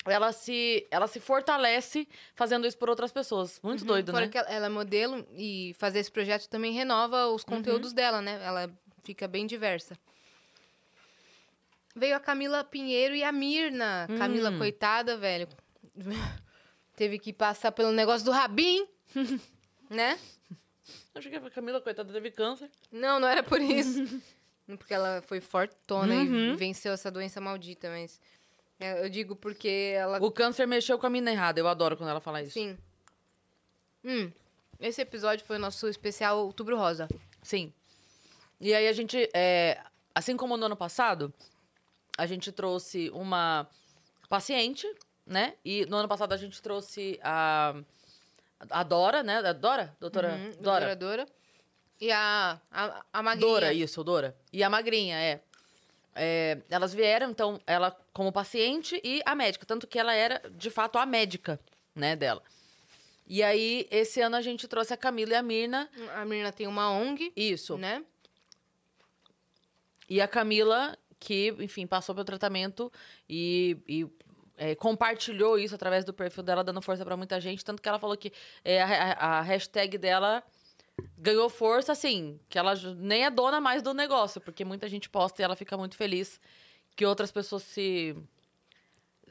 ela se ela se fortalece fazendo isso por outras pessoas. Muito
Uhum,
doido,
fora
né?
que ela, ela é modelo e fazer esse projeto também renova os
Uhum.
conteúdos dela, né? Ela fica bem diversa. Veio a Camila Pinheiro e a Mirna. Camila,
Hum.
coitada, velho. Teve que passar pelo negócio do Rabin, né?
Eu Achei que a Camila coitada teve câncer.
Não, não era por isso. porque ela foi fortona
Uhum.
e venceu essa doença maldita, mas... é, Eu digo porque ela...
O câncer mexeu com a mina errada. Eu adoro quando ela fala isso.
Sim. Hum, esse episódio foi o nosso especial Outubro Rosa.
Sim. E aí a gente, é, assim como no ano passado, a gente trouxe uma paciente, né? E no ano passado a gente trouxe a, a Dora, né? A Dora? Doutora?
Uhum,
Dora.
Dora. E a, a, a magrinha.
Dora, isso, Dora. E a Magrinha, é. É, Elas vieram, então, ela como paciente e a médica. Tanto que ela era, de fato, a médica, né, dela. E aí, esse ano a gente trouxe a Camila e a Mirna.
A menina tem uma ONG,
Isso.
né?
E a Camila, que, enfim, passou pelo tratamento e, e, é, compartilhou isso através do perfil dela, dando força pra muita gente. Tanto que ela falou que é, a, a- a hashtag dela ganhou força, assim, que ela j- nem é dona mais do negócio, porque muita gente posta e ela fica muito feliz que outras pessoas se.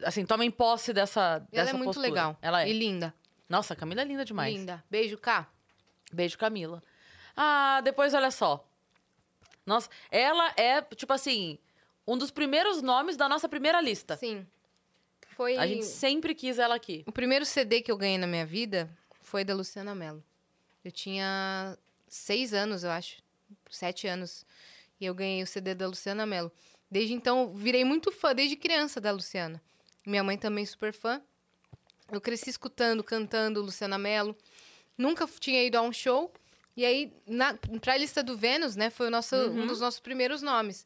Assim, tomem posse dessa.
E ela é
dessa
muito
postura.
legal.
Ela é.
E linda.
Nossa, a Camila é linda demais.
Linda. Beijo, Ká.
Beijo, Camila. Ah, depois olha só. Nossa, ela é, tipo assim, um dos primeiros nomes da nossa primeira lista.
Sim. Foi.
Tá. A gente sempre quis ela aqui.
O primeiro CD que eu ganhei na minha vida foi da Luciana Mello. Eu tinha seis anos, eu acho. Sete anos. E eu ganhei o CD da Luciana Mello. Desde então, eu virei muito fã, desde criança, da Luciana. Minha mãe também super fã. Eu cresci escutando, cantando Luciana Mello. Nunca f- tinha ido a um show. E aí, na, pra lista do Vênus, né, foi o nosso, um dos nossos primeiros nomes.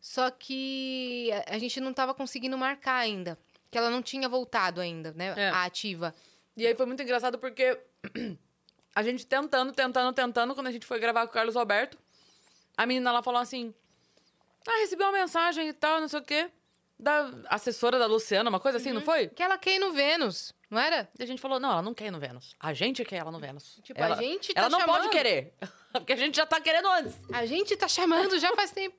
Só que a- a gente não tava conseguindo marcar ainda. Que ela não tinha voltado ainda, né?
É.
A ativa.
E aí foi muito engraçado porque a gente tentando, tentando, tentando, quando a gente foi gravar com o Carlos Alberto, a menina lá falou assim: Ah, recebi uma mensagem e tal, não sei o quê. Da assessora da Luciana, uma coisa assim, não foi?
Que ela caiu no Vênus, não era?
E a gente falou: não, ela não quer ir no Vênus. A gente quer ela no Vênus.
Tipo,
ela,
a gente tá
Ela não
chamando.
pode querer. Porque a gente já tá querendo antes.
A gente tá chamando já faz tempo.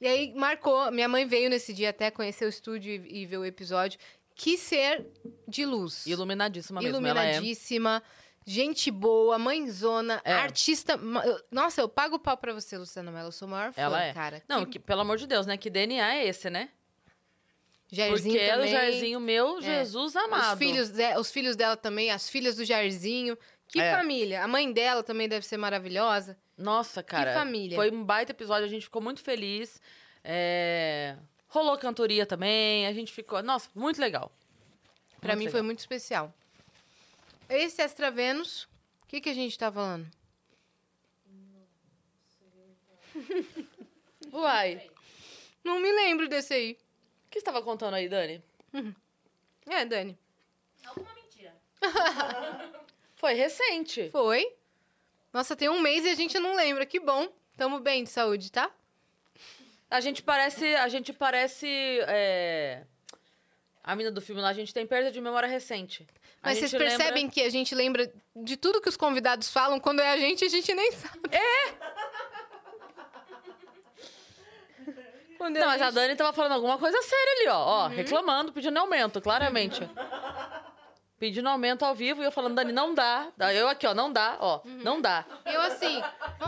E aí marcou. Minha mãe veio nesse dia até conhecer o estúdio e, e ver o episódio. Que ser de luz.
Iluminadíssima mesmo. Ela é.
Iluminadíssima. Gente boa, mãezona,
É.
artista. ma- eu- Nossa, eu pago o pau pra você, Luciana Mello. Eu sou o maior fã,
Ela é.
cara.
Não, que, pelo amor de Deus, né? Que DNA é esse, né?
Jairzinho
Porque era o
também.
Jairzinho, meu Jesus amado.
Os filhos, de- os filhos dela também, as filhas do Jairzinho. Que
É.
família. A mãe dela também deve ser maravilhosa.
Nossa, cara.
família.
Foi um baita episódio, a gente ficou muito feliz. É, Rolou cantoria também, a gente ficou. Nossa, muito legal.
Pra
Muito
mim
legal.
foi muito especial. Esse Extra Vênus, o que, que a gente tá falando?
Uai,
Não me lembro desse aí.
o que você tava contando aí, Dani?
É, Dani.
Alguma mentira.
Foi recente.
Foi. Nossa, tem um mês e a gente não lembra. Que bom. Tamo bem de saúde, tá?
A gente parece. A gente parece. é, A mina do filme lá, a gente tem perda de memória recente. A
Mas vocês
gente lembra-
percebem que a gente lembra de tudo que os convidados falam, quando é a gente, a gente nem sabe. É! Quando é
Não, mas a Dani tava falando alguma coisa séria ali, ó. ó Reclamando, pedindo aumento, claramente. Pedindo aumento ao vivo e eu falando, Dani, não dá. Eu aqui, ó, não dá, ó.
Uhum.
Não dá.
Eu assim.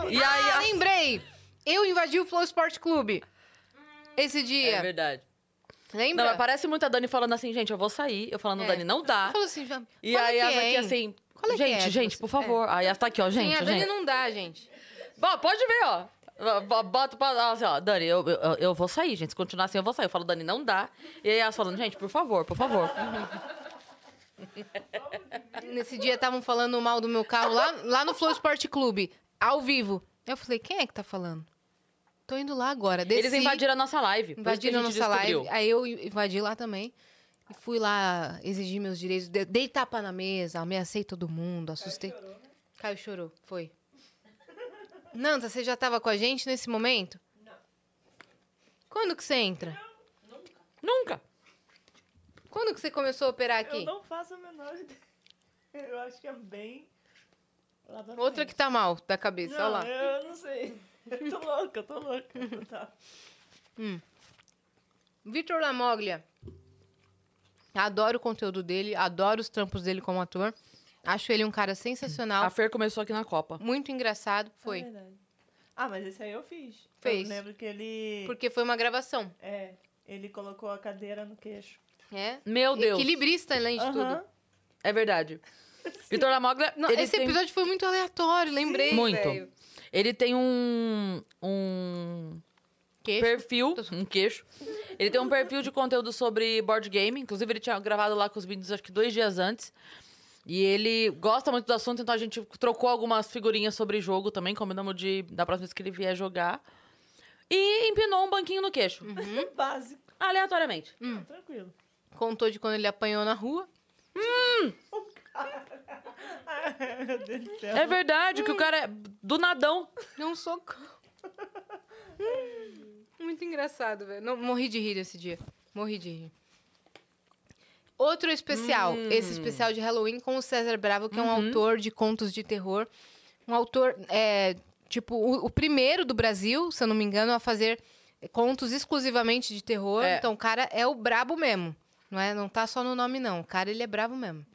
E
ah,
aí, a-
lembrei! Eu invadi o Flow Sport Clube. Esse
É
dia.
verdade. Não, é
Lembra?
mas parece muito a Dani falando assim, gente, eu vou sair. Eu falando,
É.
Dani, não dá.
Falou assim, já-
E
qual é
aí
que
ela
é,
aqui
hein?
assim,
Qual é que é
gente,
que
gente,
você-
por favor. Aí ela tá aqui, ó,
Sim,
gente,
a Dani
gente.
não dá, gente.
Bom, pode ver, ó. Bo- Bota pra. Assim, ó, Dani, eu, eu, eu vou sair, gente. Se continuar assim, eu vou sair. Eu falo, Dani, não dá. E aí ela falando, gente, por favor, por favor.
Nesse dia estavam falando mal do meu carro lá, lá no Flow Sport Clube, ao vivo. Eu falei, quem é que tá falando? Tô indo lá agora. Desci,
Eles invadiram a nossa live. por isso que
invadiram a
gente
nossa
descobriu.
live. Aí eu invadi lá também. E fui lá exigir meus direitos. de- Dei tapa na mesa, ameacei todo mundo, assustei. Caio chorou, foi. Nanta, você já tava com a gente nesse momento? Não. Quando que você entra?
Nunca.
Quando que você começou a operar
Eu
aqui?
não faço a menor ideia. Eu acho que é bem. Lá pra
Outra
frente.
que tá mal da cabeça,
não,
olha lá.
Eu não sei. Eu tô louca, eu tô louca. Tá.
Vitor Lamoglia. Adoro o conteúdo dele, adoro os trampos dele como ator. Acho ele um cara sensacional,
A Fer começou aqui na Copa.
muito engraçado.
É
Foi.
verdade. ah, mas esse aí eu fiz.
Fez.
Eu lembro que ele.
Porque foi uma gravação.
É, ele colocou a cadeira no queixo.
É.
Meu Deus.
Equilibrista, além de
Aham.
tudo.
É verdade. Vitor Lamoglia,
Não,
ele,
esse
tem,
episódio foi muito aleatório, lembrei.
Muito.
velho.
ele tem um, um
Queixo.
perfil, um queixo. Ele tem um perfil de conteúdo sobre board game. Inclusive, ele tinha gravado lá com os meninos, acho que dois dias antes. E ele gosta muito do assunto, então a gente trocou algumas figurinhas sobre jogo também. Combinamos de, da próxima vez que ele vier jogar. E empinou um banquinho no queixo.
Uhum.
Uhum.
Básico,
Aleatoriamente.
tranquilo.
Contou de quando ele apanhou na rua.
Ai, meu Deus do céu.
É verdade que o cara é do nadão.
Deu um socão. Hum, muito engraçado, velho. Não, Morri de rir esse dia. Morri de rir. Outro especial. Esse especial de Halloween com o César Bravo, que é um autor de contos de terror. Um autor, é, tipo, o, o primeiro do Brasil, se eu não me engano, a fazer contos exclusivamente de terror.
É.
Então, o cara é o brabo mesmo. Não, é, não tá só no nome, não. O cara, ele é bravo mesmo.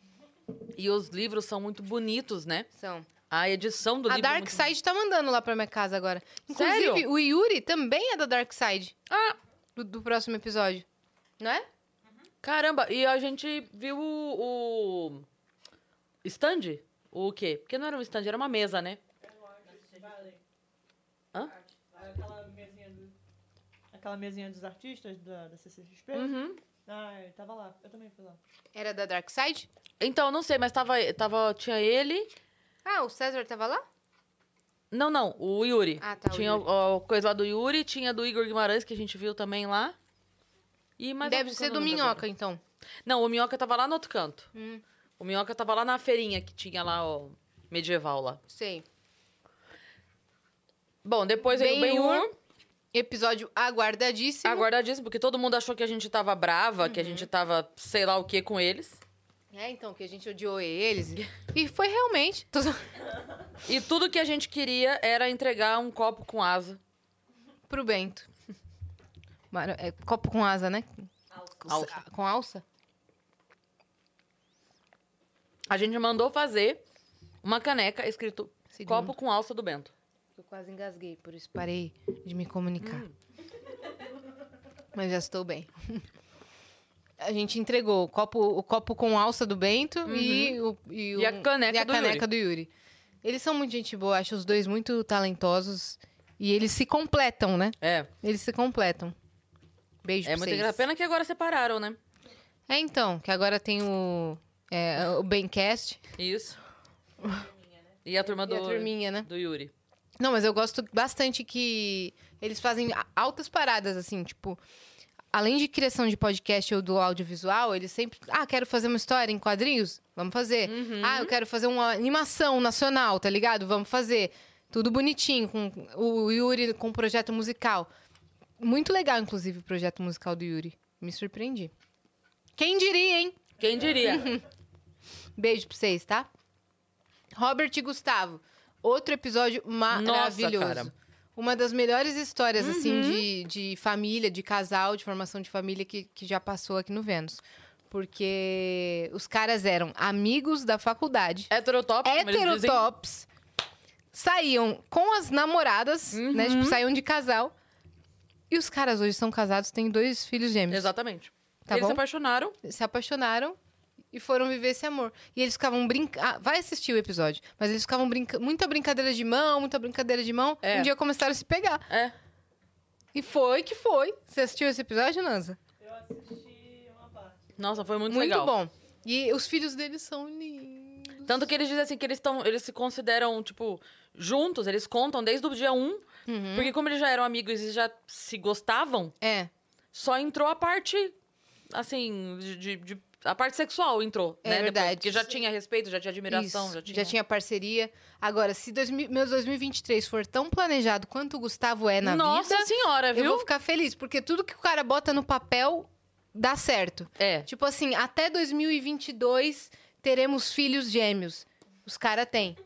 E os livros são muito bonitos, né?
São.
A edição do
A
livro. é
Dark
muito
Side tá mandando lá pra minha casa agora. Inclusive,
Sério?
o Yuri também é da Dark Side.
Ah!
Do, do próximo episódio. Não é?
Caramba, e a gente viu o. o stand? O quê? Porque não era um stand, era uma mesa, né?
Aquela mesinha, do... Aquela mesinha dos artistas da, da CCXP.
Uhum.
Ai, tava lá. Ah, Eu também fui lá.
Era da Dark Side?
Então, não sei, mas tava, tava. Tinha ele.
Ah, o César tava lá?
Não, não, o Yuri.
Ah, tá, o
Tinha
Yuri.
o- a coisa lá do Yuri, tinha do Igor Guimarães, que a gente viu também lá. E mais
Deve
algum que eu
ser
não
do
lembro
Minhoca,
agora.
então.
Não, o Minhoca tava lá no outro canto.
Hum.
O Minhoca tava lá na feirinha que tinha lá, o medieval lá.
Sei.
Bom, depois veio o
Ben-Hur.
Ben-Hur.
Episódio aguardadíssimo.
Aguardadíssimo, porque todo mundo achou que a gente tava brava, que a gente
Uhum.
tava sei lá o que com eles.
É, então, que a gente odiou eles. E foi realmente. Tô só-
E tudo que a gente queria era entregar um copo com asa.
Pro Bento. Mara- é, copo com asa, né?
Alça.
Com alça?
A gente mandou fazer uma caneca escrito
Segundo.
copo com alça do Bento.
Eu quase engasguei, por isso
Hum.
parei de me comunicar. Mas já estou bem. A gente entregou o copo, o copo com alça do Bento e, o,
Uhum. E a
um-
caneca
e a
do
caneca do Yuri. Eles são muito gente boa, acho os dois muito talentosos. E eles se completam, né?
É,
Eles se completam. Beijo
é muito
pra Tipo vocês.
engraçado. Pena que agora separaram, né?
É então, que agora tem o, é, o Bencast
Isso. E a turma do,
e a turminha, né?
do Yuri.
Não, mas eu gosto bastante que eles fazem a- altas paradas, assim, tipo. Além de criação de podcast ou do audiovisual, eles sempre. Ah, quero fazer uma história em quadrinhos? Vamos fazer. Ah, eu quero fazer uma animação nacional, tá ligado? Vamos fazer. Tudo bonitinho, com o Yuri com um projeto musical. Muito legal, inclusive, o projeto musical do Yuri. Me surpreendi. Quem diria, hein?
Quem diria?
Beijo pra vocês, tá? Robert e Gustavo. Outro episódio maravilhoso.
cara. Uhum.
Uma das melhores histórias, assim, de, de família, de casal, de formação de família que, que já passou aqui no Vênus. Porque os caras eram amigos da faculdade,
Heterotop, como eles dizem.
heterotops, saíam com as namoradas, né?
Uhum.
Tipo, saíam de casal. E os caras hoje são casados, têm dois filhos gêmeos.
Exatamente.
Tá
eles
bom?
se apaixonaram.
se apaixonaram e foram viver esse amor. E eles ficavam brincando. vai assistir o episódio. Mas eles ficavam brincando. Muita brincadeira de mão, muita brincadeira de mão.
É.
Um dia começaram a se pegar.
É.
E foi que foi. Você assistiu esse episódio, Nanza?
Eu assisti uma parte.
Nossa, foi muito,
Muito
legal.
bom. E os filhos deles são lindos.
Tanto que eles dizem assim que eles estão. Eles se consideram, tipo, juntos, eles contam desde o dia um.
Uhum.
Porque como eles já eram amigos e já se gostavam,
É.
só entrou a parte, assim, de. de- de- a parte sexual entrou,
É
né? depois,
verdade.
porque já tinha respeito, já tinha admiração,
Isso,
já tinha.
parceria. Agora, se 2000 meu 2023 for tão planejado quanto o Gustavo é na
Nossa
vida,
senhora,
eu
viu?
vou ficar feliz. Porque tudo que o cara bota no papel dá certo.
É.
Tipo assim, até 2022 teremos filhos gêmeos. Os caras têm.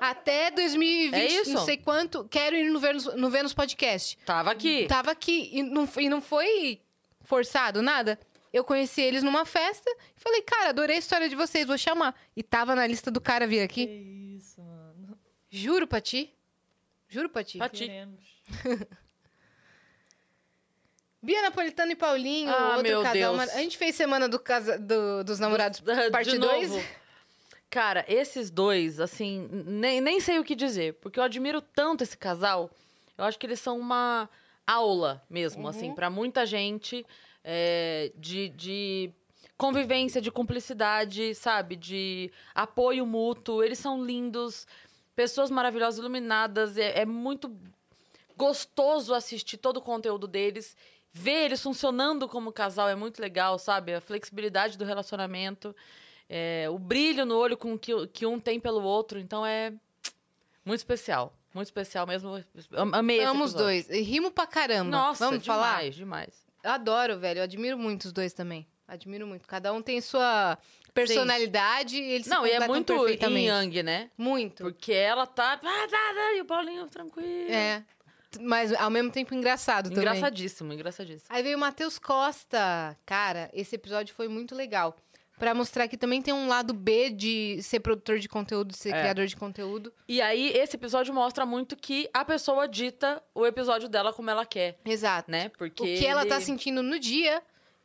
Até 2020,
É isso?
não sei quanto, quero ir no Vênus, no Vênus Podcast.
Tava aqui.
Tava aqui e não, e não foi forçado, nada. Eu conheci eles numa festa e falei, cara, adorei a história de vocês, vou chamar. E tava na lista do cara vir
Que
aqui.
isso, mano.
Juro pra ti. Juro pra ti.
Pra ti.
Queremos.
Bia Napolitano e Paulinho,
Ah,
outro
meu
casal.
Deus.
mar- A gente fez semana do casa, do- dos namorados parte
de
2.
novo. Cara, esses dois, assim, nem, nem sei o que dizer, porque eu admiro tanto esse casal. Eu acho que eles são uma aula mesmo, assim, para muita gente é, de, de convivência, de cumplicidade, sabe? De apoio mútuo. Eles são lindos, pessoas maravilhosas, iluminadas. É, é muito gostoso assistir todo o conteúdo deles. Ver eles funcionando como casal é muito legal, sabe? A flexibilidade do relacionamento, é, o brilho no olho com que, que um tem pelo outro. Então é muito especial. Muito especial mesmo. Am- Amei esse
Amo os
episódio.
dois. E rimo pra caramba.
Nossa,
Vamos
demais,
falar?
demais.
Eu adoro, velho. Eu admiro muito os dois também. Admiro muito. Cada um tem sua personalidade e eles
Não,
se
e é
completam
muito yin
perfeitamente.
yang, né?
Muito.
Porque ela tá... ah, tá, tá, E o Paulinho tranquilo.
É. T- Mas ao mesmo tempo engraçado também.
Engraçadíssimo, engraçadíssimo.
Aí veio o Matheus Costa. Cara, esse episódio foi muito legal. Pra mostrar que também tem um lado B de ser produtor de conteúdo, de ser
É.
criador de conteúdo.
E aí, esse episódio mostra muito que a pessoa dita o episódio dela como ela quer,
Exato.
né? Porque
o que ela
ele-
tá sentindo no dia,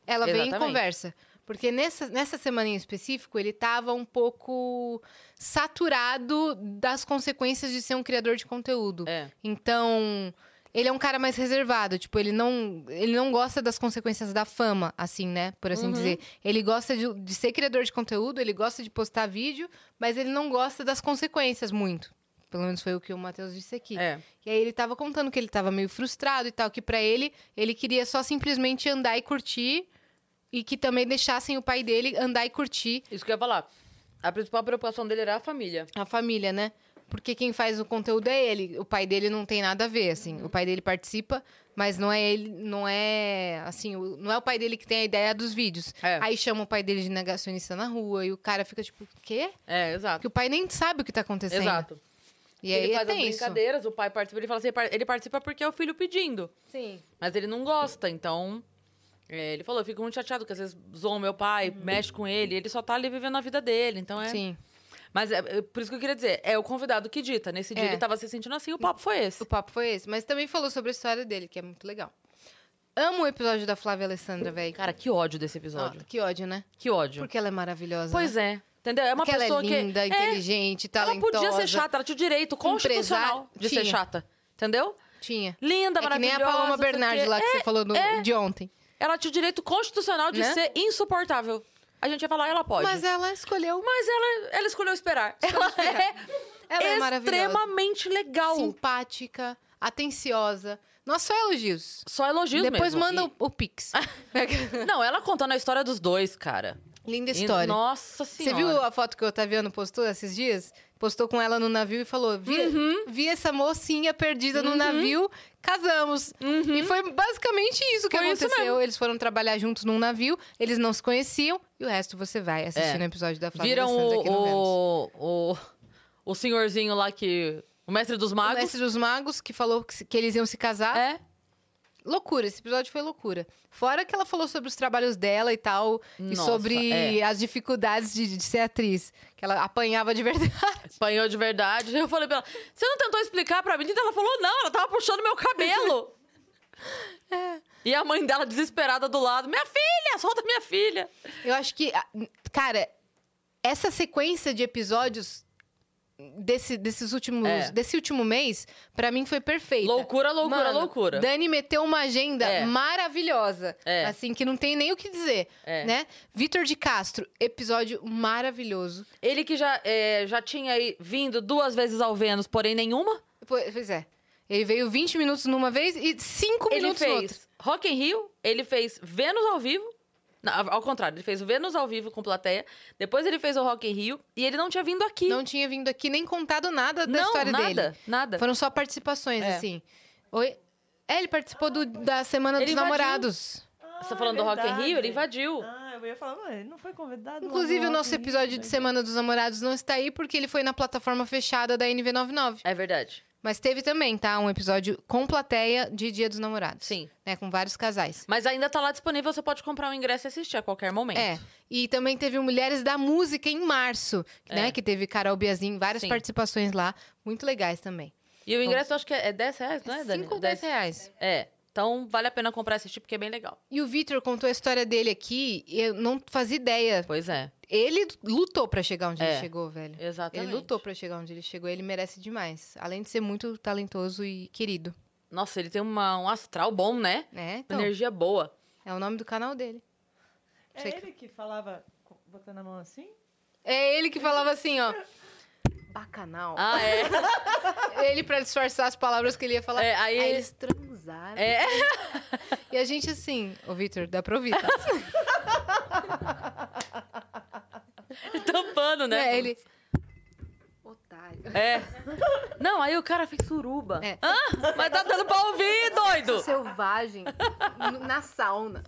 ela vem
Exatamente.
e conversa. Porque nessa, nessa semana em específico, ele tava um pouco saturado das consequências de ser um criador de conteúdo.
É.
Então, ele é um cara mais reservado, tipo, ele não, ele não gosta das consequências da fama, assim, né? Por assim dizer. Ele gosta de, de ser criador de conteúdo, ele gosta de postar vídeo, mas ele não gosta das consequências muito. Pelo menos foi o que o Matheus disse aqui.
É.
E aí ele tava contando que ele tava meio frustrado e tal, que pra ele, ele queria só simplesmente andar e curtir e que também deixassem o pai dele andar e curtir
Isso que eu ia falar. A principal preocupação dele era a família.
a família, né? Porque quem faz o conteúdo é ele, o pai dele não tem nada a ver, assim. O pai dele participa, mas não é ele, não é, assim, o- não é o pai dele que tem a ideia dos vídeos.
É.
Aí chama o pai dele de negacionista na rua e o cara fica tipo, quê?
É, exato.
Porque o pai nem sabe o que tá acontecendo.
Exato.
E aí
ele
é
faz as
tenso.
brincadeiras, o pai participa. Ele fala assim, ele par- ele participa porque é o filho pedindo.
Sim.
Mas ele não gosta, então. é, ele falou, eu fico muito chateado, que às vezes zoam meu pai, mexe com ele, ele só tá ali vivendo a vida dele, então é.
Uhum. Sim.
Mas é, é por isso que eu queria dizer, é o convidado que dita. Nesse dia
É.
ele tava se sentindo assim, o papo foi esse.
O papo foi esse, mas também falou sobre a história dele, que é muito legal. Amo o episódio da Flávia Alessandra, velho.
Cara, que ódio desse episódio.
que ódio, né?
Ah, Que ódio.
Porque ela é maravilhosa.
Pois
né?
é. Entendeu? É uma
Porque
pessoa
ela é linda,
que. É,
inteligente,
ela
talentosa.
podia ser chata, ela tinha o direito constitucional de ser
Tinha.
chata. Entendeu?
Tinha.
Linda,
É que nem
maravilhosa.
a Paloma
não sei o
Bernardi
quê.
lá que
É,
você falou no- de ontem.
Ela tinha o direito constitucional de
Né?
ser insuportável. A gente ia falar, ela pode.
Mas é ela escolheu.
Mas ela, ela escolheu esperar. Ela
Ela é
é
maravilhosa.
extremamente legal.
Simpática, atenciosa. Nós só elogios.
Só elogios
Depois
mesmo.
manda um
E-
o, o Pix.
Não, ela contando a história dos dois, cara.
Linda
E-
história.
Nossa
Você
senhora.
viu a foto que o Otaviano postou esses dias? Postou com ela no navio e falou: Vi,
Uhum.
vi essa mocinha perdida no navio, casamos. E foi basicamente isso que
Uhum. Foi isso
aconteceu. eles foram trabalhar juntos num navio, eles não se conheciam, e o resto você vai assistir
É.
no episódio da Flávia
Viram
Alessandra aqui no Vênus.
o, o, o, o senhorzinho lá que. O mestre dos
O
magos.
mestre dos magos, que falou que, se- que eles iam se casar.
É.
Loucura, esse episódio foi loucura. Fora que ela falou sobre os trabalhos dela e tal, e
Nossa, é.
sobre as dificuldades de, de ser atriz. Que ela apanhava de verdade.
Espanhol de verdade. Eu falei pra ela: você não tentou explicar pra menina? Ela falou: não, ela tava puxando meu cabelo. E a mãe dela desesperada do lado: minha filha, solta minha filha.
Eu acho que, a- cara, essa sequência de episódios desse, desses últimos,
É.
desse último mês, pra mim foi perfeita.
Loucura, loucura,
Mano,
loucura.
Dani meteu uma agenda
É.
maravilhosa,
É.
assim que não tem nem o que dizer,
É.
né? Vitor de Castro, episódio maravilhoso.
Ele que já, é, já tinha aí vindo duas vezes ao Vênus, porém nenhuma.
Po- Pois é. Ele veio 20 minutos numa vez e 5
ele
minutos no outro.
fez Rock in Rio, ele fez Vênus ao vivo. Não, ao contrário, ele fez o Vênus ao vivo com plateia. Depois ele fez o Rock in Rio e ele não tinha vindo aqui.
Não tinha vindo aqui nem contado nada da
Não,
história dele.
nada, nada.
Foram só participações,
É.
assim. Oi? É, ele participou do- da Semana
Ele
dos
invadiu.
Namorados.
Você tá falando do Rock in Rio? Ele invadiu.
Ah, eu ia falar, "Ué, ele não foi convidado.
Inclusive,
lá
o
no
nosso
Rock in Rio,
episódio de
né?"
Semana dos Namorados não está aí porque ele foi na plataforma fechada da NV99.
É verdade.
Mas teve também, tá? Um episódio com plateia de Dia dos Namorados.
Sim.
Né, com vários casais.
Mas ainda tá lá disponível, você pode comprar o ingresso e assistir a qualquer momento.
É, e também teve o Mulheres da Música em março, né?
É.
Que teve Carol Biazin, várias
Sim.
participações lá, muito legais também.
E o ingresso eu acho que é é 10 reais, não é, Dani?
5 ou 10 reais.
É. Então vale a pena comprar e assistir porque é bem legal.
E o Vitor contou a história dele aqui, e eu não fazia ideia.
Pois é.
Ele lutou pra chegar onde ele
É.
chegou, velho.
Exatamente.
Ele lutou pra chegar onde ele chegou, ele merece demais. Além de ser muito talentoso e querido,
Nossa, ele tem uma- um astral bom, né?
né? Então,
Uma energia boa.
é o nome do canal dele.
É
Sei que-
ele que falava, co- botando a mão assim?
É ele que falava assim, ó. Bacanal.
Ah, é.
Ele pra disfarçar as palavras que ele ia falar.
É, aí-
eles transaram.
É.
E a gente assim, ô Vitor, dá pra ouvir, tá?
Tampando, né?
É, ele. Otário.
É. Não, aí o cara fez suruba.
É.
Hã? Mas tá dando pra ouvir, doido!
Selvagem n- na sauna.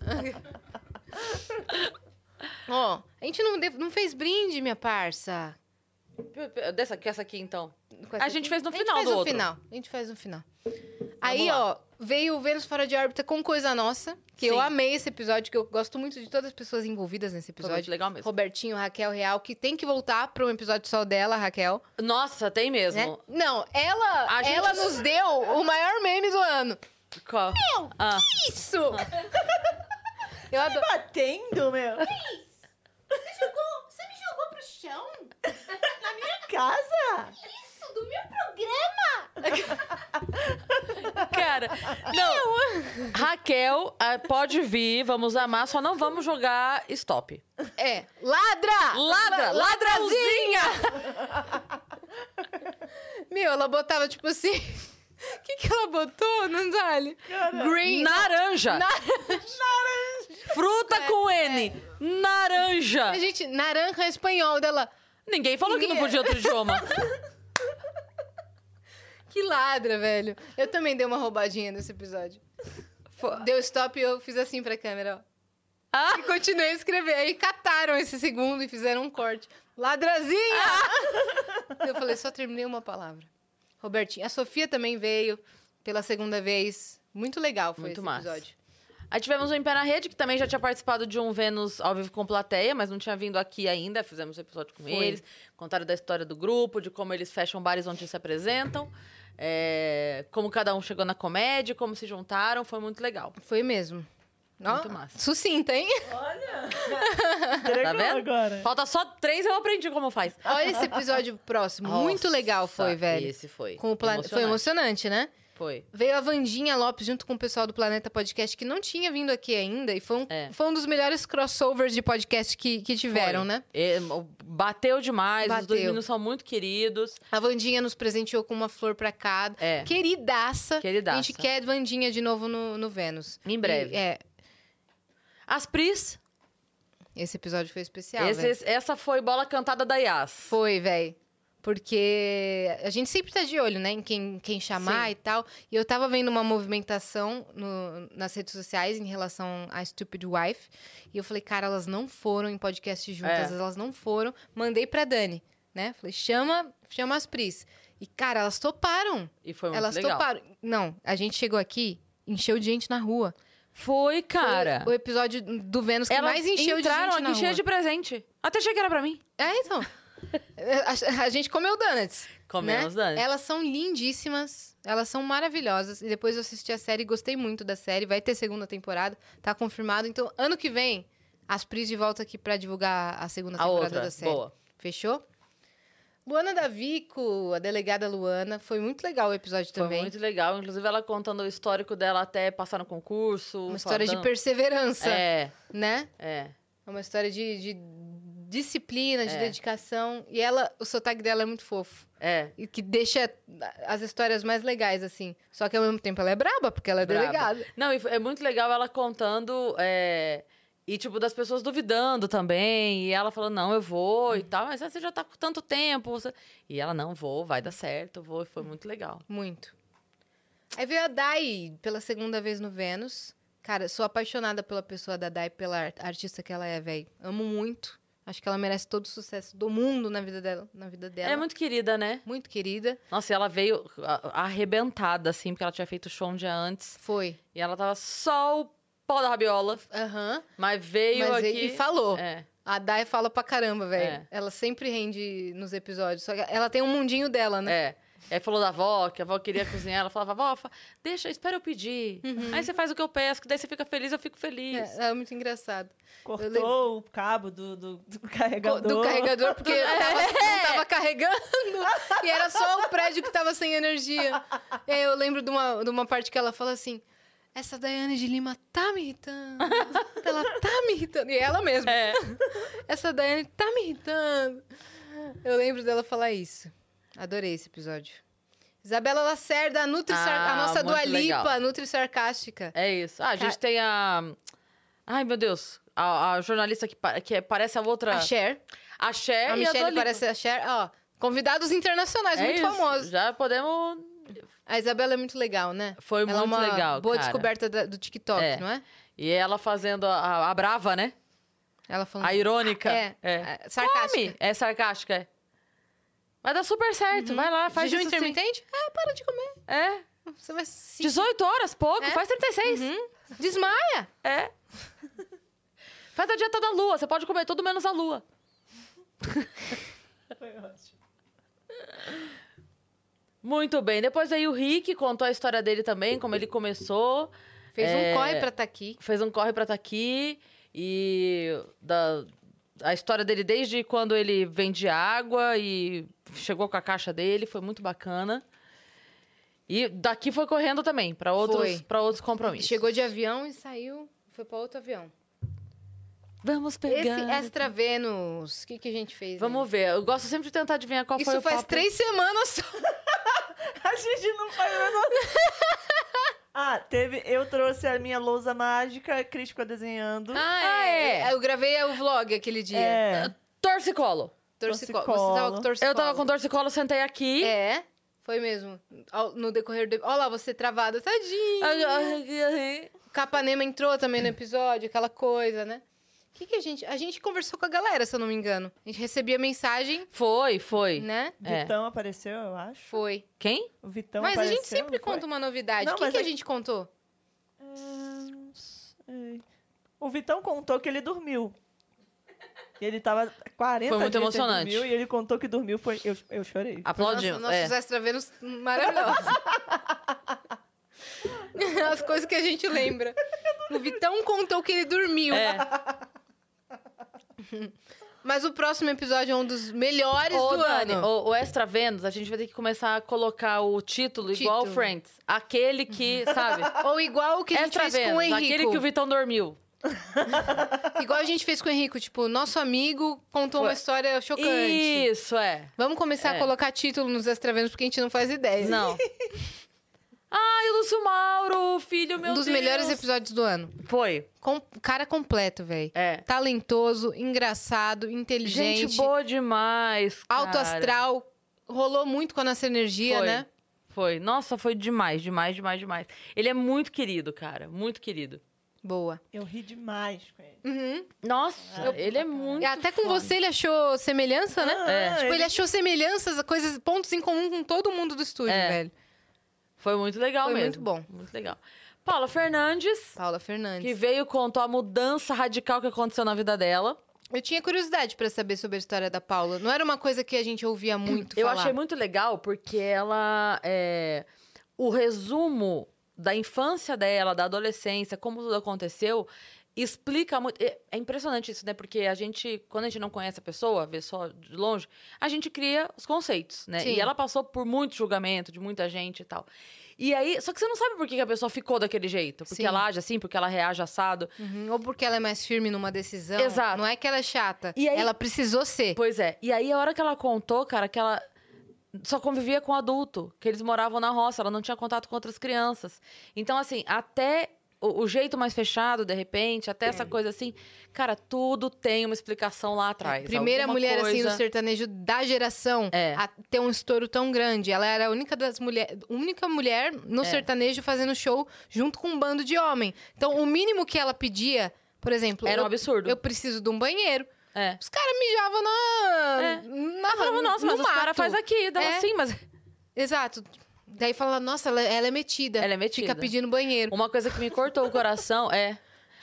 Ó, a gente não, deve- não fez brinde, minha parça.
Dessa aqui, essa aqui, então.
Com essa
A gente fez no
a gente
final
faz
do
no
outro.
final. A gente faz no final. Aí,
lá.
ó, veio o Vênus Fora de Órbita com Coisa Nossa, que eu
Sim.
amei esse episódio, que eu gosto muito de todas as pessoas envolvidas nesse
Foi muito
episódio.
legal mesmo.
Robertinho, Raquel Real, que tem que voltar pra um episódio só dela, Raquel.
Nossa, tem
né?
mesmo.
Não, ela,
A gente-
ela nos deu o maior meme do ano.
Qual? Ah.
Isso! Eu adoro.
Batendo, meu.
Você jogou, você me jogou pro chão? Na minha
Casa?
isso, do meu programa.
Cara, não. Raquel, ah, pode vir, vamos amar, só não vamos jogar stop.
É. Ladra!
Ladra!
La-
Ladrazinha!
Meu, ela botava tipo assim. O que, que ela botou, Nandali? Green.
Naranja! Fruta com
É.
N! Naranja!
A gente, naranja é espanhol dela.
Ninguém falou que não
Minha.
podia outro idioma.
Que ladra, velho. Eu também dei uma roubadinha nesse episódio.
Fo-
Deu stop e eu fiz assim pra câmera, ó.
Ah,
E continuei a escrever. Aí cataram esse segundo e fizeram um corte. Ladrazinha! Eu falei, só terminei uma palavra. Robertinho, a Sofia também veio pela segunda vez. Muito legal foi
Muito
esse
massa.
episódio.
Aí tivemos o Em Pé na Rede, que também já tinha participado de um Vênus ao vivo com plateia, mas não tinha vindo aqui ainda. Fizemos um episódio com
Foi.
eles, contaram da história do grupo, de como eles fecham bares onde se apresentam. é, como cada um chegou na comédia, como se juntaram, foi muito legal.
Foi mesmo. Ó,
Muito massa.
Sucinta, hein?
Olha!
Tá vendo?
agora.
Falta só três, eu aprendi como faz.
Olha esse episódio próximo. Muito
Nossa,
legal foi, velho.
Esse foi.
Com o plan... Foi emocionante, né?
Foi.
Veio a Vandinha Lopes junto com o pessoal do Planeta Podcast, que não tinha vindo aqui ainda, e foi um,
É.
foi um dos melhores crossovers de podcast que, que tiveram,
Foi.
né?
E- bateu demais, os dois
Bateu.
meninos são muito queridos.
A Vandinha nos presenteou com uma flor pra cada.
É.
Queridaça.
Queridaça.
A gente quer Vandinha de novo no, no Vênus.
Em breve.
E, é,
As Pris,
esse episódio foi especial. né?
esse-
velho.
essa foi bola cantada da Yas.
Foi, velho. Porque a gente sempre tá de olho, né? Em quem, quem chamar
Sim.
e tal. E eu tava vendo uma movimentação no- nas redes sociais em relação à Stupid Wife. E eu falei, cara, elas não foram em podcast juntas,
É.
elas não foram. Mandei pra Dani, né? Falei, chama, chama as Pris. E, cara, elas toparam.
E foi muito
elas
Hum, legal.
toparam. Não, a gente chegou aqui, encheu de gente na rua.
Foi, cara.
Foi o episódio do Vênus que
Elas
mais encheu
entraram
de gente.
aqui
na
cheia
rua.
de presente. Até achei que era pra mim.
É, então. A- a gente comeu donuts.
Comemos
né?
antes.
Elas são lindíssimas, elas são maravilhosas. E depois eu assisti a série, gostei muito da série. Vai ter segunda temporada, tá confirmado. Então, ano que vem, as Pris de volta aqui pra divulgar a segunda
A
temporada
outra,
da série.
boa.
Fechou? Luana Davico, a delegada Luana, foi muito legal o episódio
Foi
também.
muito legal. Inclusive, ela contando o histórico dela até passar no concurso.
Uma história de
falando-
perseverança,
É,
né?
é.
É uma história de, de disciplina, de dedicação. E ela, o sotaque dela é muito fofo.
É.
E que deixa ah, as histórias mais legais, assim. Só que ao mesmo tempo ela é braba, porque ela é
Braba.
delegada.
Não, e f- é muito legal ela contando. é, E, tipo, das pessoas duvidando também. E ela falou, não, eu vou e
Uhum.
tal. Mas ah, você já tá com tanto tempo. você-" E ela, não, vou, vai dar certo, vou. E foi muito legal.
Muito. Aí veio a Dai pela segunda vez no Vênus. Cara, sou apaixonada pela pessoa da Dai, pela ar- artista que ela é, velho. Amo muito. Acho que ela merece todo o sucesso do mundo na vida dela. Na vida dela.
Ela é muito querida, né?
muito querida.
Nossa, e ela veio a- arrebentada, assim, porque ela tinha feito show um dia antes.
Foi.
E ela tava só o pó da rabiola.
Aham.
Mas veio
Mas
aqui...
e- e falou.
É,
A Dai fala pra caramba, velho.
É.
Ela sempre rende nos episódios. Só que ela tem um mundinho dela, né?
é. Aí falou da avó, que a avó queria cozinhar. Ela falava, avó, fa- deixa, espera eu pedir.
Uhum.
Aí você faz o que eu peço, que daí você fica feliz, eu fico feliz.
É, é muito engraçado.
Cortou
lembro-
o cabo do, do, do
Co-
carregador.
Do carregador, porque tava, não tava carregando. E era só o prédio que tava sem energia. E aí eu lembro de uma, de uma parte que ela fala assim: Essa Daiane de Lima tá me irritando. Ela tá me irritando. E ela mesma.
É.
Essa Daiane tá me irritando. Eu lembro dela falar isso. Adorei esse episódio. Isabela Lacerda, a, Nutri Sar-
Ah,
a nossa
muito
Dua Lipa,
legal.
a Nutri Sarcástica.
É isso. Ah, a gente tem a. Ai, meu Deus. A, a jornalista que, pa- que é- parece a outra.
A Cher.
A Cher É,
a
e a Dua
Michelle
Lipa.
parece a Cher. Ó, convidados internacionais,
É
muito
isso.
famosos.
Já podemos.
A Isabela é muito legal, né?
Foi
Ela
muito
é uma
legal.
Boa
cara.
descoberta da- do TikTok,
É.
não é?
E ela fazendo a, a- a brava, né?
Ela falando.
A irônica.
É, é, sarcástica.
Come! É sarcástica. é. Vai dar super certo. Vai lá, faz
Uhum. Jejum
isso assim.
intermitente? É, para de comer.
É.
Você vai se.
18 horas, pouco.
É.
Faz 36.
Uhum. Desmaia!
É. faz a dieta da lua. Você pode comer tudo menos a lua.
Foi ótimo.
Muito bem. Depois aí o Rick contou a história dele também, como ele começou.
Fez
É.
um corre pra estar aqui.
fez um corre pra estar aqui e da a história dele desde quando ele vende água e chegou com a caixa dele foi muito bacana e daqui foi correndo também pra outros
Foi.
para outros compromissos
Chegou de avião e saiu. Foi pra outro avião.
vamos pegar
Esse Extra Vênus, o que, que a gente fez?
vamos ver eu gosto sempre de tentar adivinhar qual
né?
foi
Isso
o
faz
papo.
três semanas só.
A gente não faz a menor... Ah, teve... Eu trouxe a minha lousa mágica, a Cris ficou desenhando.
Ah, é.
Eu gravei o vlog aquele dia.
é.
torcicolo
Torcicolo.
torcicolo.
Você tava com torcicolo.
eu tava com torcicolo sentei aqui
É, foi mesmo. Ao- No decorrer do. Olha lá, você travada, tadinho. Capanema entrou também no episódio, aquela coisa, né? O que, que a gente. A gente conversou com a galera, se eu não me engano. A gente recebia mensagem,
foi foi
né?
É.
Vitão apareceu, eu acho.
Foi.
quem
O Vitão
mas a
Então apareceu.
gente sempre
não foi?
conta uma novidade.
Não,
O que,
mas
que a
é-
gente contou?
Ah, não sei. O Vitão contou que ele dormiu. E ele tava 40
Foi muito
dias sem
emocionante. Ah.
dormir, e ele contou que dormiu, foi... eu, eu chorei.
Aplaudindo.
Nossa, nossos
é.
extravenus maravilhosos. As coisas que a gente lembra. O Vitão contou que ele dormiu.
É.
Mas o próximo episódio é um dos melhores
Ô,
do
Dani,
ano.
O, o Extra Vênus, a gente vai ter que começar a colocar o título, igual o
Título.
Friends. Aquele que, sabe?
Ou igual o que a gente
Extra
fez com o
Vênus,
Henrico.
aquele que o Vitão dormiu.
Igual a gente fez com o Henrico. Tipo, nosso amigo contou uma
Foi.
história chocante.
Isso, é.
Vamos começar a
É.
colocar título nos extravenus, porque a gente não faz ideia.
Não. Ai, o Lúcio Mauro, filho meu
um dos
Deus.
melhores episódios do ano.
Foi,
Com- cara completo, velho.
é.
Talentoso, engraçado, inteligente,
Gente boa demais, cara.
alto astral. Rolou muito com a nossa energia,
Foi.
né?
Foi. Nossa, foi demais, demais, demais, demais. Ele é muito querido, cara. Muito querido.
Boa.
Eu ri demais com ele.
Uhum.
Nossa, ele é muito.
E até com você ele achou semelhança, né?
É.
Ah,
Tipo, ele achou semelhanças, coisas, pontos em comum com todo mundo do estúdio,
É.
velho.
Foi muito legal
Foi muito
mesmo.
bom.
Muito legal. Paula Fernandes.
Paula Fernandes.
Que veio e contou a mudança radical que aconteceu na vida dela.
Eu tinha curiosidade pra saber sobre a história da Paula. Não era uma coisa que a gente ouvia muito
Eu
falar.
achei muito legal porque ela. é, o resumo da infância dela, da adolescência, como tudo aconteceu, explica muito. É é impressionante isso, né? Porque a gente, quando a gente não conhece a pessoa, vê só de longe, a gente cria os conceitos, né?
Sim.
E ela passou por muito julgamento de muita gente e tal. E aí, só que você não sabe por que que a pessoa ficou daquele jeito. Porque
Sim.
ela age assim, porque ela reage assado.
Uhum, Ou porque ela é mais firme numa decisão.
Exato.
Não é que ela é chata.
E aí-
Ela precisou ser.
Pois é. E aí, a hora que ela contou, cara, que ela só convivia com adulto, que eles moravam na roça, ela não tinha contato com outras crianças. Então, assim, até o, o jeito mais fechado, de repente, até essa coisa assim, cara, tudo tem uma explicação lá atrás.
Primeira
Alguma
mulher, assim,
coisa-
no sertanejo da geração
É.
a ter um estouro tão grande. Ela era a única das mulher, única mulher no
É.
sertanejo fazendo show junto com um bando de homem. Então, o mínimo que ela pedia, por exemplo,
Era um
eu,
absurdo.
eu preciso de um banheiro.
É.
Os caras mijavam na.
É.
na
Ela falava, nossa,
no
mas os
mato.
cara faz aqui. Dava
É.
assim, mas
Exato. Daí fala, nossa, ela, ela é metida.
ela é metida.
Fica pedindo banheiro.
Uma coisa que me cortou o coração é.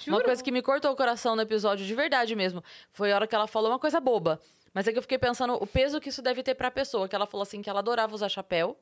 Uma coisa que me cortou o coração no episódio, de verdade mesmo, foi a hora que ela falou uma coisa boba. Mas é que eu fiquei pensando o peso que isso deve ter pra pessoa. Que ela falou assim que ela adorava usar chapéu.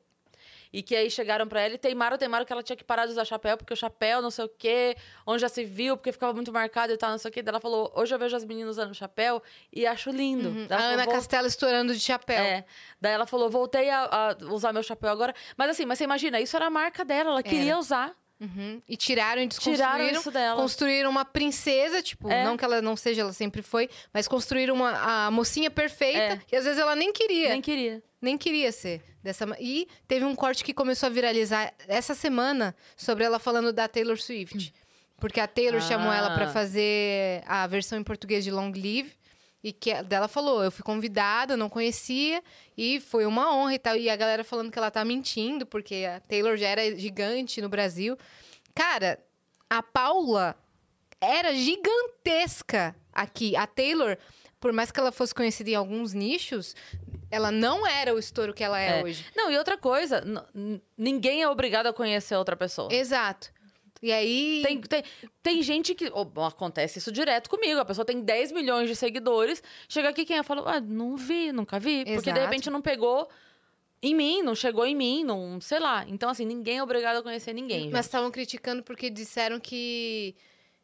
E que aí chegaram pra ela e teimaram, teimaram que ela tinha que parar de usar chapéu, porque o chapéu, não sei o quê, onde já se viu, porque ficava muito marcado e tal, não sei o quê. Daí ela falou: hoje eu vejo as meninas usando chapéu e acho lindo.
Uhum.
Daí ela
A
falou,
Ana
"Vou-
Castela estourando de chapéu.
é. Daí ela falou, voltei a, a usar meu chapéu agora. Mas assim, mas você imagina, isso era a marca dela, ela queria usar.
Uhum. E tiraram e desconstruíram.
Tiraram isso dela.
Construíram uma princesa, tipo,
É.
não que ela não seja, ela sempre foi, mas construíram uma, a mocinha perfeita,
É.
e às vezes ela nem queria,
Nem
nem...
queria.
queria ser. Dessa... ma- E teve um corte que começou a viralizar essa semana sobre ela falando da Taylor Swift. Porque a Taylor
Ah.
chamou ela pra fazer a versão em português de Long Live. E que dela falou, eu fui convidada, não conhecia, e foi uma honra e tal. E a galera falando que ela tá mentindo, porque a Taylor já era gigante no Brasil. Cara, a Paula era gigantesca aqui. A Taylor, por mais que ela fosse conhecida em alguns nichos, ela não era o estouro que ela é,
É.
hoje.
Não, e outra coisa, n- n- ninguém é obrigado a conhecer outra pessoa.
Exato. E aí.
Tem, tem, tem gente que. ó, bom, acontece isso direto comigo. A pessoa tem 10 milhões de seguidores. Chega aqui quem é fala, ah, não vi, nunca vi. Porque de
Exato.
repente não pegou em mim, não chegou em mim, não sei lá. Então, assim, ninguém é obrigado a conhecer ninguém.
Mas
gente.
estavam criticando porque disseram que.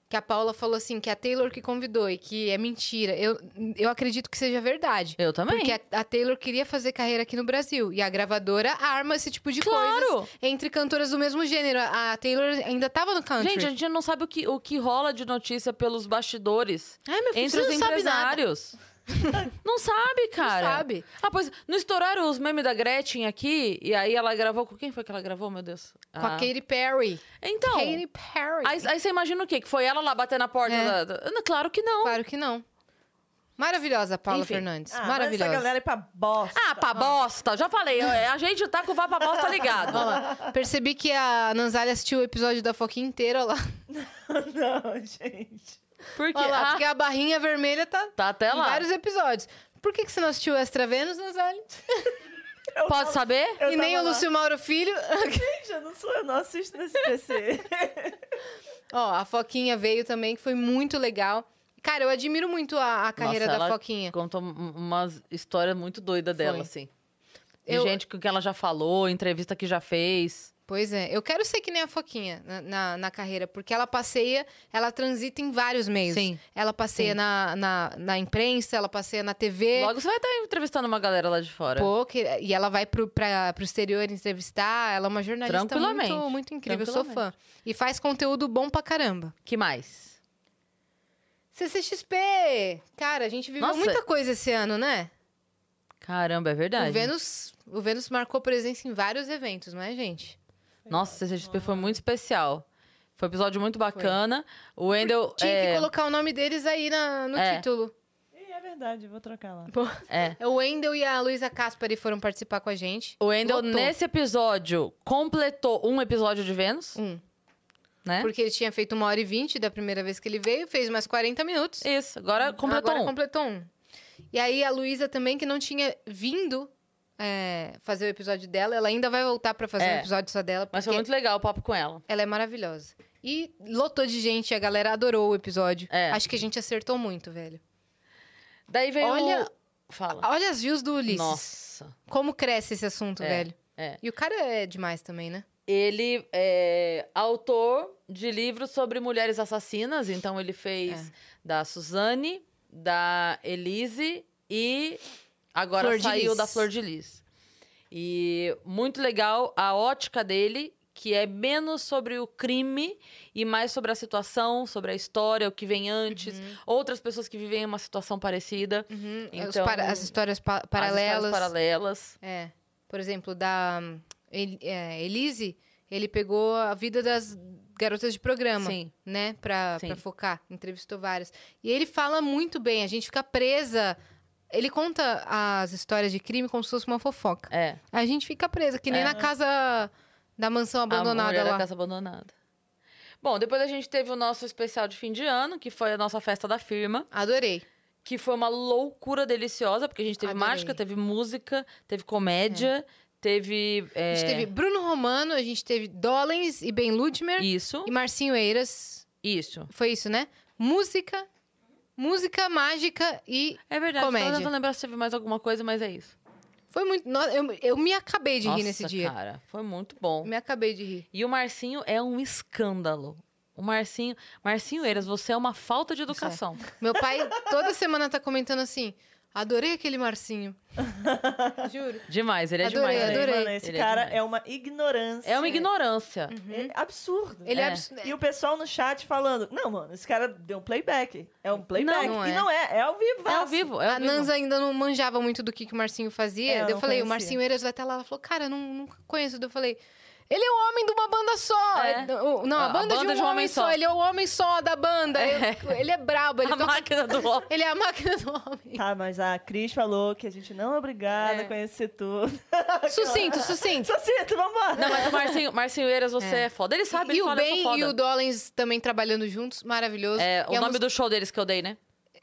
Que a Paula falou assim, que a Taylor que convidou e que é mentira. Eu, eu acredito que seja verdade.
Eu também.
Porque a, a Taylor queria fazer carreira aqui no Brasil. E a gravadora arma esse tipo de
Claro!
coisas entre cantoras do mesmo gênero. A a Taylor ainda tava no country.
Gente, a gente não sabe o que, o que rola de notícia pelos bastidores.
Ai, meu filho,
entre
você
os
não sabe nada.
empresários. não sabe, cara.
sabe.
Ah, pois não estouraram os memes da Gretchen aqui? E aí ela gravou com quem foi que ela gravou, meu Deus?
Com a
Ah.
Katy Perry.
Então.
Katy Perry.
Aí, aí você imagina o quê? Que foi ela lá bater na porta
É.
da, da- Não, Claro que não.
Claro que não. Maravilhosa a Paula
Enfim.
Fernandes.
Ah, mas essa
Maravilhosa.
galera é pra bosta.
Ah, pra bosta! Já falei, é, a gente tá com o vá pra bosta ligado.
tá
Olha lá. Percebi que a Nanzali assistiu o episódio da Foquinha inteira olha lá.
Não, gente.
Por quê?
Olha lá,
Ah,
porque a barrinha vermelha tá
tá até
em
lá.
vários episódios. Por que, que você não assistiu o Extra Vênus, Nanzali?
Eu
Pode
tava-
saber?
eu
E nem o
tava lá.
Lúcio Mauro Filho.
Gente, eu não sou, eu não assisto nesse PC.
Ó, a Foquinha veio também, que foi muito legal. Cara, eu admiro muito a, a carreira
Nossa,
da
ela
Foquinha.
Conta um- uma história muito doida dela,
Foi.
assim. De
Eu-
gente com que ela já falou, entrevista que já fez.
Pois é, eu quero ser que nem a Foquinha na, na, na carreira, porque ela passeia, ela transita em vários meios.
Sim.
Ela passeia
Sim.
Na, na, na imprensa, ela passeia na TV.
Logo você vai estar entrevistando uma galera lá de fora.
Pô, que- e ela vai pro, pra, pro exterior entrevistar. Ela é uma jornalista
Tranquilamente.
muito, muito incrível. Eu sou fã.
Tranquilamente.
E faz conteúdo bom pra caramba.
Que mais?
CCXP! Cara, a gente viveu
Nossa.
muita coisa esse ano, né?
Caramba, é verdade.
O Vênus, o Vênus marcou presença em vários eventos, não é, gente?
Nossa, o CCXP foi muito especial. Foi um episódio muito bacana. O Wendel.
Tinha
é,
que colocar o nome deles aí na- no
É.
título.
Ih, é verdade, vou trocar lá.
é.
O Wendel e a Luísa Caspari foram participar com a gente.
O Wendel,
Lotou.
nesse episódio, completou um episódio de Vênus,
Um.
né?
Porque ele tinha feito uma hora e vinte da primeira vez que ele veio, fez mais 40 minutos.
Isso, agora completou
Agora
um.
completou um. E aí a Luísa também, que não tinha vindo é, fazer o episódio dela, ela ainda vai voltar pra fazer um
É.
episódio só dela,
Mas
porque
foi muito legal o papo com ela.
ela é maravilhosa. E lotou de gente, a galera adorou o episódio.
É.
Acho que a gente acertou muito, velho.
Daí veio.
Olha-
Fala.
Olha as views do Ulisses.
Nossa.
Como cresce esse assunto,
É,
velho.
é.
E o cara é demais também, né?
Ele é autor de livros sobre mulheres assassinas. Então, ele
É.
fez da Suzane, da Elise e agora
Flor de
saiu
Lis.
da Flor de Lis. E muito legal a ótica dele, que é menos sobre o crime e mais sobre a situação, sobre a história, o que vem antes. Outras pessoas que vivem uma situação parecida.
Uhum. Os
Então,
para- as histórias pa-
As
paralelas.
histórias paralelas.
É. Por exemplo, da hum, El- é, Elise, ele pegou a vida das garotas de programa,
Sim.
né? Pra,
Sim.
pra focar. Entrevistou várias. E ele fala muito bem, a gente fica presa. Ele conta as histórias de crime como se fosse uma fofoca.
É.
A gente fica presa, que nem
É.
na casa da mansão
a
abandonada
mulher
lá.
da casa tá abandonada. Bom, depois a gente teve o nosso especial de fim de ano, que foi a nossa festa da firma.
Adorei.
que foi uma loucura deliciosa, porque a gente teve
Adorei. É.
mágica, teve música, teve comédia, teve.
A gente
é,
teve Bruno Romano, a gente teve Dollens e Ben Ludmer
Isso,
e Marcinho Eiras.
isso.
Foi isso, né? Música, música mágica e
É verdade.
Comédia.
Tô tentando lembrar se teve mais alguma coisa, mas é isso.
foi muito. no- Eu, eu me acabei de
Nossa,
rir nesse dia.
cara, foi muito bom.
Me acabei de rir.
E o Marcinho é um escândalo. O Marcinho... Marcinho Eiras, você é uma falta de educação.
Meu pai toda semana tá comentando assim: adorei aquele Marcinho. Juro.
Demais, ele é
Adorei,
demais. né?
adorei.
Mano, esse
Ele é
cara
demais.
é, uma ignorância.
É uma ignorância.
Hum.
É absurdo.
Ele é,
É.
absurdo.
E o pessoal no chat falando: Não, mano, esse cara deu um playback. É um playback.
Não, não
e
é.
não é, é ao vivo.
É ao vivo, é ao
a
vivo.
Nanza ainda não manjava muito do que, que o Marcinho fazia.
É,
Daí eu
não
falei, o
conhecia.
Marcinho Eiras vai estar lá. Ela falou, cara, eu não, nunca conheço. Daí Eu falei, ele é o homem de uma banda só.
É.
Não, Não, a, banda, de um, homem, só. Ele é o homem só da banda. Eu- ele é brabo. Ele,
A
toca-
máquina do óculos.
ele é a máquina do homem.
Tá, mas a Cris falou que a gente não é obrigada
É.
a conhecer tudo.
Sucinto, sucinto.
Socito, vambora.
Não, mas o Marcinho, Marcinho Eiras, você é. foda. Ele sabe, ele
e o
fala, eu sou
Ben
foda.
e o Dollens também trabalhando juntos, maravilhoso.
É,
E
o
a
nome
música-
do show deles que eu dei, né?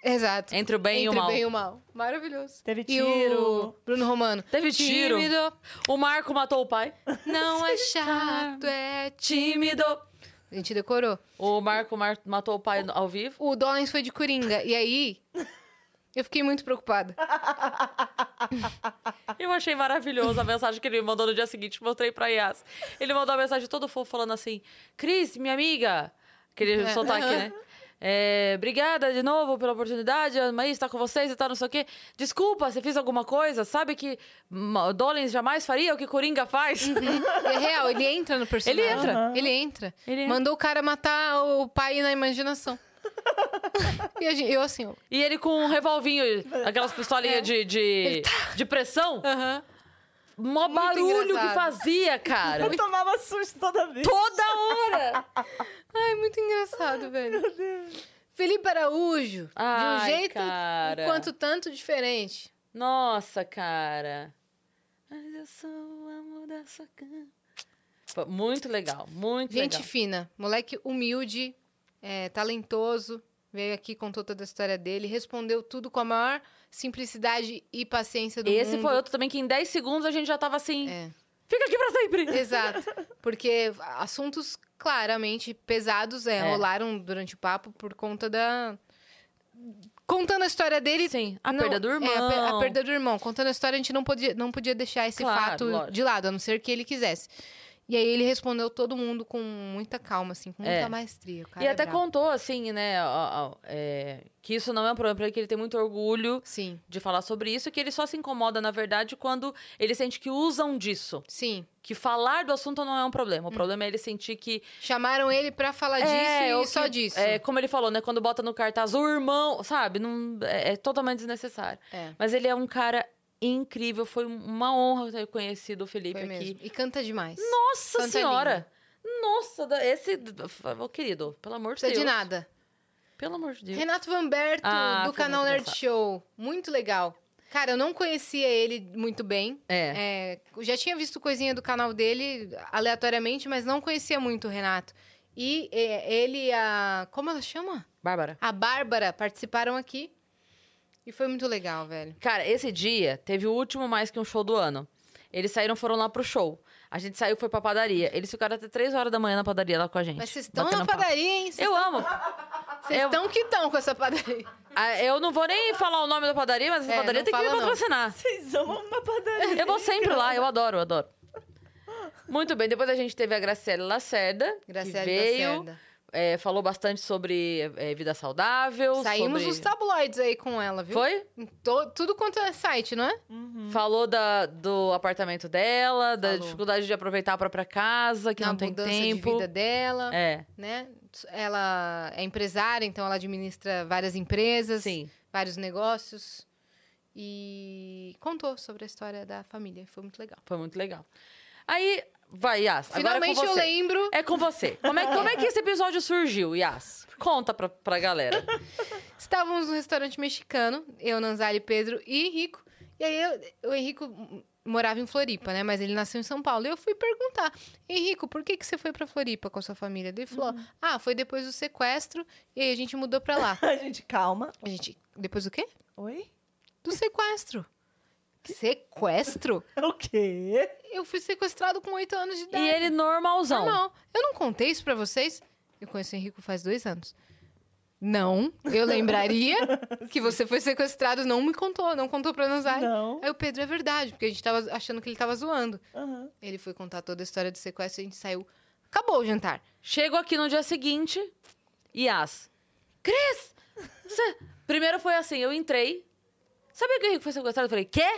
Exato.
Entre o bem e o
Entre
mal.
bem e o mal. Maravilhoso.
Teve
E o
tiro.
Bruno Romano.
Teve tiro.
Tímido,
O Marco matou o pai. tá
não é chato, é tímido. A gente decorou.
O Marco mar- matou o pai no- ao vivo.
O Dollens foi de Coringa. E aí, eu fiquei muito preocupada.
Eu achei maravilhoso a mensagem que ele me mandou no dia seguinte. Mostrei pra Yas. Ele mandou uma mensagem todo fofo falando assim: Cris, minha amiga. Queria
É.
soltar aqui, né? É, obrigada de novo pela oportunidade, a Maís tá com vocês e tal, não sei o quê. Desculpa se fiz alguma coisa, sabe que Ma- Dollins jamais faria o que Coringa faz?
E é real, ele entra no personagem.
Ele entra.
Ele entra.
Ele entra.
Mandou o cara matar o pai na imaginação. e a gente- eu assim, ó.
E ele com um revolvinho, aquelas
É.
pistolinhas de, de, de pressão. Mó
tá Muito
barulho
engraçado. tá
que fazia, cara.
Eu tomava susto toda vez.
Toda hora!
Ai, muito engraçado, velho. Felipe Araújo,
Ai,
de um jeito
cara.
um quanto tanto diferente.
Nossa, cara. Mas eu sou o amor da sua cama. Foi Muito legal, muito
Gente
legal.
fina, moleque humilde, é, talentoso, veio aqui, contou toda a história dele, respondeu tudo com a maior simplicidade e paciência do
Esse
mundo.
foi outro também que em 10 segundos a gente já tava assim.
É,
Fica aqui pra sempre!
exato. Porque assuntos claramente pesados é,
É.
rolaram durante o papo por conta da contando a história dele.
Sim, a
não-
perda do
é, a per- a,
irmão.
perda do irmão. Contando a história, a gente não podia, não podia deixar esse
Claro,
fato
lógico.
de lado, a não ser que ele quisesse. E aí ele respondeu todo mundo com muita calma, assim, com muita
É.
maestria. O cara
E
é
até
brabo.
contou, assim, né, ó, ó, é, que isso não é um problema pra ele, que ele tem muito orgulho
Sim,
de falar sobre isso, e que ele só se incomoda, na verdade, quando ele sente que usam disso.
sim.
Que falar do assunto não é um problema. O
Hum.
problema é ele sentir que.
Chamaram ele pra falar
é,
disso
ou
e só
que-
disso.
É, como ele falou, né? Quando bota no cartaz o irmão, sabe? Não, é, é totalmente desnecessário.
É,
Mas ele é um cara incrível. Foi um, uma honra ter conhecido o Felipe
foi
aqui.
mesmo. E canta demais.
Nossa
Canta
senhora! Nossa, da- esse. Ô, querido, pelo amor de
precisa
Deus.
de nada.
Pelo amor de Deus.
Renato Vamberto,
Ah,
do
foi
canal
muito
Nerd
engraçado.
Show. Muito legal. Cara, eu não conhecia ele muito bem.
É.
É, eu já tinha visto coisinha do canal dele aleatoriamente, mas não conhecia muito o Renato. E é, ele e a. Como ela chama?
Bárbara.
A Bárbara participaram aqui. E foi muito legal, velho.
Cara, esse dia teve o último mais que um show do ano. Eles saíram, foram lá pro show. A gente saiu, foi pra padaria. Eles ficaram até 3 horas da manhã na padaria lá com a gente.
Mas vocês estão na
batendo papo.
padaria, hein? Vocês
Eu amo. Eu,
estão que estão com essa padaria.
Ah, eu não vou nem falar o nome da padaria, mas essa
É,
padaria
não
tem que me
fala, não.
patrocinar.
Vocês amam uma padaria.
Eu vou sempre lá, eu adoro, eu adoro. Muito bem, depois a gente teve a Graciele Lacerda, que
Graciela
veio,
Lacerda.
é, falou bastante sobre é, vida saudável.
Saímos
sobre...
os tabloides aí com ela, viu?
Foi?
Em to- tudo quanto é site, não é?
Falou da, do apartamento dela, da
Falou.
dificuldade de aproveitar a própria casa, que
Na
não tem
mudança
tempo.
de vida dela.
É,
né? Ela é empresária, então ela administra várias empresas,
sim.
vários negócios. E contou sobre a história da família. Foi muito legal.
Foi muito legal. Aí, vai, Yas. agora
Finalmente
é com
eu
você.
lembro.
É com você. Como é, como é que esse episódio surgiu, Yas? Conta pra, pra galera.
Estávamos num restaurante mexicano, eu, Nanzali, Pedro e Henrico. E aí eu- o Henrico m- morava em Floripa, né? Mas ele nasceu em São Paulo. E eu fui perguntar: Henrico, por que, que você foi pra Floripa com a sua família? Daí Ele falou:
Uhum.
Ah, foi depois do sequestro e aí a gente mudou pra lá.
A gente, calma.
A gente, depois do quê?
Oi?
Do sequestro. Sequestro?
O quê?
Eu fui sequestrado com 8 anos de idade.
E ele normalzão.
Normal. Eu não contei isso pra vocês. Eu conheço o Henrico faz dois anos. Não, eu lembraria que você foi sequestrado. Não me contou, não contou pra Nanzari.
Não.
Aí o Pedro é verdade, porque a gente tava achando que ele tava zoando.
Aham.
Ele foi contar toda a história do sequestro, a gente saiu. Acabou o jantar.
Chego aqui no dia seguinte, Yas. Cris! você- Primeiro foi assim, eu entrei. Sabia que o Henrique foi sequestrado? Eu falei, quê?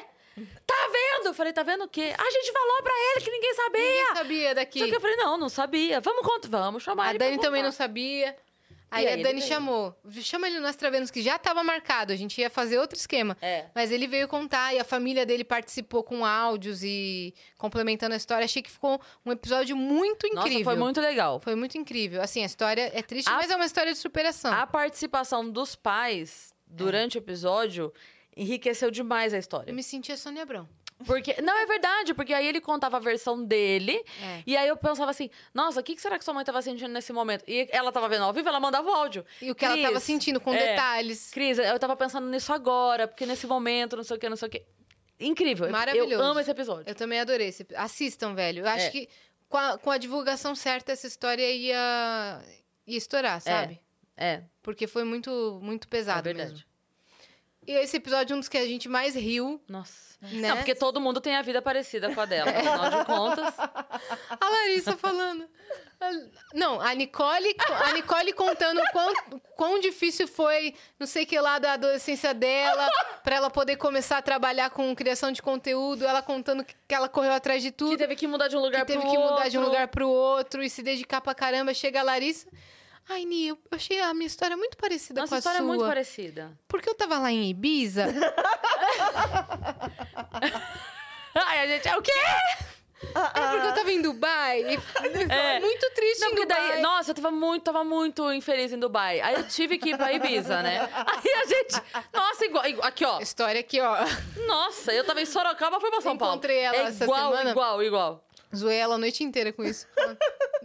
Tá vendo? Eu falei, tá vendo o quê? A gente falou pra ele que ninguém sabia.
Ninguém sabia daqui.
Só que eu falei, não, não sabia. Vamos conta, vamos chamar
A
ele.
Dani
pra
também não
contar.
sabia. Aí
aí
a
ele
Dani
veio.
chamou. Chama ele no Extra Vênus, que já tava marcado. A gente ia fazer outro esquema.
É.
Mas ele veio contar e a família dele participou com áudios e complementando a história. Achei que ficou um episódio muito
Nossa,
incrível.
foi muito legal.
Foi muito incrível. Assim, a história é triste,
A-
mas é uma história de superação.
A participação dos pais durante o episódio enriqueceu demais a história.
Eu me senti a Sônia Abrão.
Porque não é verdade, porque aí ele contava a versão dele
É.
e aí eu pensava assim, nossa, o que que será que sua mãe tava sentindo nesse momento? E ela tava vendo ao vivo, ela mandava o áudio.
E o que ela
Cris,
tava sentindo, com
é.
detalhes.
Cris, eu tava pensando nisso agora, porque nesse momento, não sei o que, não sei o que. Incrível. Eu-
Maravilhoso.
Eu amo esse episódio.
Eu também adorei. esse- Assistam, velho. Eu acho
É.
que com a, com a divulgação certa, essa história ia, ia estourar, sabe?
É,
Porque foi muito, muito
é
pesado
verdade.
mesmo. E esse episódio é um dos que a gente mais riu,
Nossa.
né? É.
Não, porque todo mundo tem a vida parecida com a dela, afinal de contas.
A Larissa falando. A- Não, a Nicole, a Nicole contando o quão, quão difícil foi, não sei que lá da adolescência dela, pra ela poder começar a trabalhar com criação de conteúdo, ela contando que que ela correu atrás de
Que
tudo,
teve que mudar de um
que
lugar
teve
pro
que
outro.
mudar de um lugar pro outro e se dedicar pra caramba. Chega a Larissa. Ai, Ni, eu achei a minha história muito parecida com
Nossa
a
história é
sua.
muito parecida.
Porque eu tava lá em Ibiza,
Ai, a gente. É o quê?
Ah,
É porque eu
ah,
tava em Dubai. E...
É.
Muito triste
Não,
em
porque
Dubai.
daí, nossa, eu tava muito, tava muito infeliz em Dubai. Aí eu tive que ir pra Ibiza, né? Aí a gente. Nossa, igual. igual- Aqui, ó.
História aqui, ó.
Nossa, eu tava em Sorocaba, foi pra São Paulo.
Encontrei ela
é
essa
igual,
semana.
igual, igual.
Zoei ela a noite inteira com isso.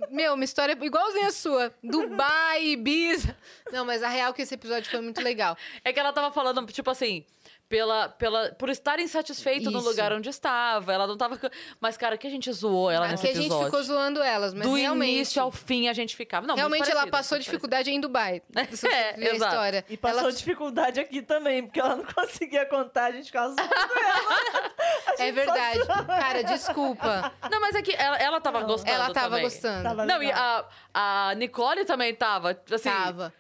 Meu, uma história igualzinha a sua. Dubai, Ibiza. Não, mas a real é que esse episódio foi muito legal.
É que ela tava falando, tipo assim, pela, pela, por estar insatisfeita no
Isso.
lugar onde estava. Ela não tava. co- Mas, cara, que a gente zoou ela nesse
Aqui a gente
episódio.
ficou zoando elas, mas
Do
realmente...
início ao fim a gente ficava. Não, muito
realmente ela
parecido,
passou
muito
dificuldade em Dubai. Isso
É,
é a
exato.
história.
E passou
Ela-
dificuldade aqui também, porque ela não conseguia contar, a gente ficava zoando.
É verdade. Cara, desculpa.
parecido. Não, mas é que ela, ela tava gostando.
Ela tava
também.
gostando.
Tava
Não, e
legal.
a, a Nicole também tava. Assim,
Tava.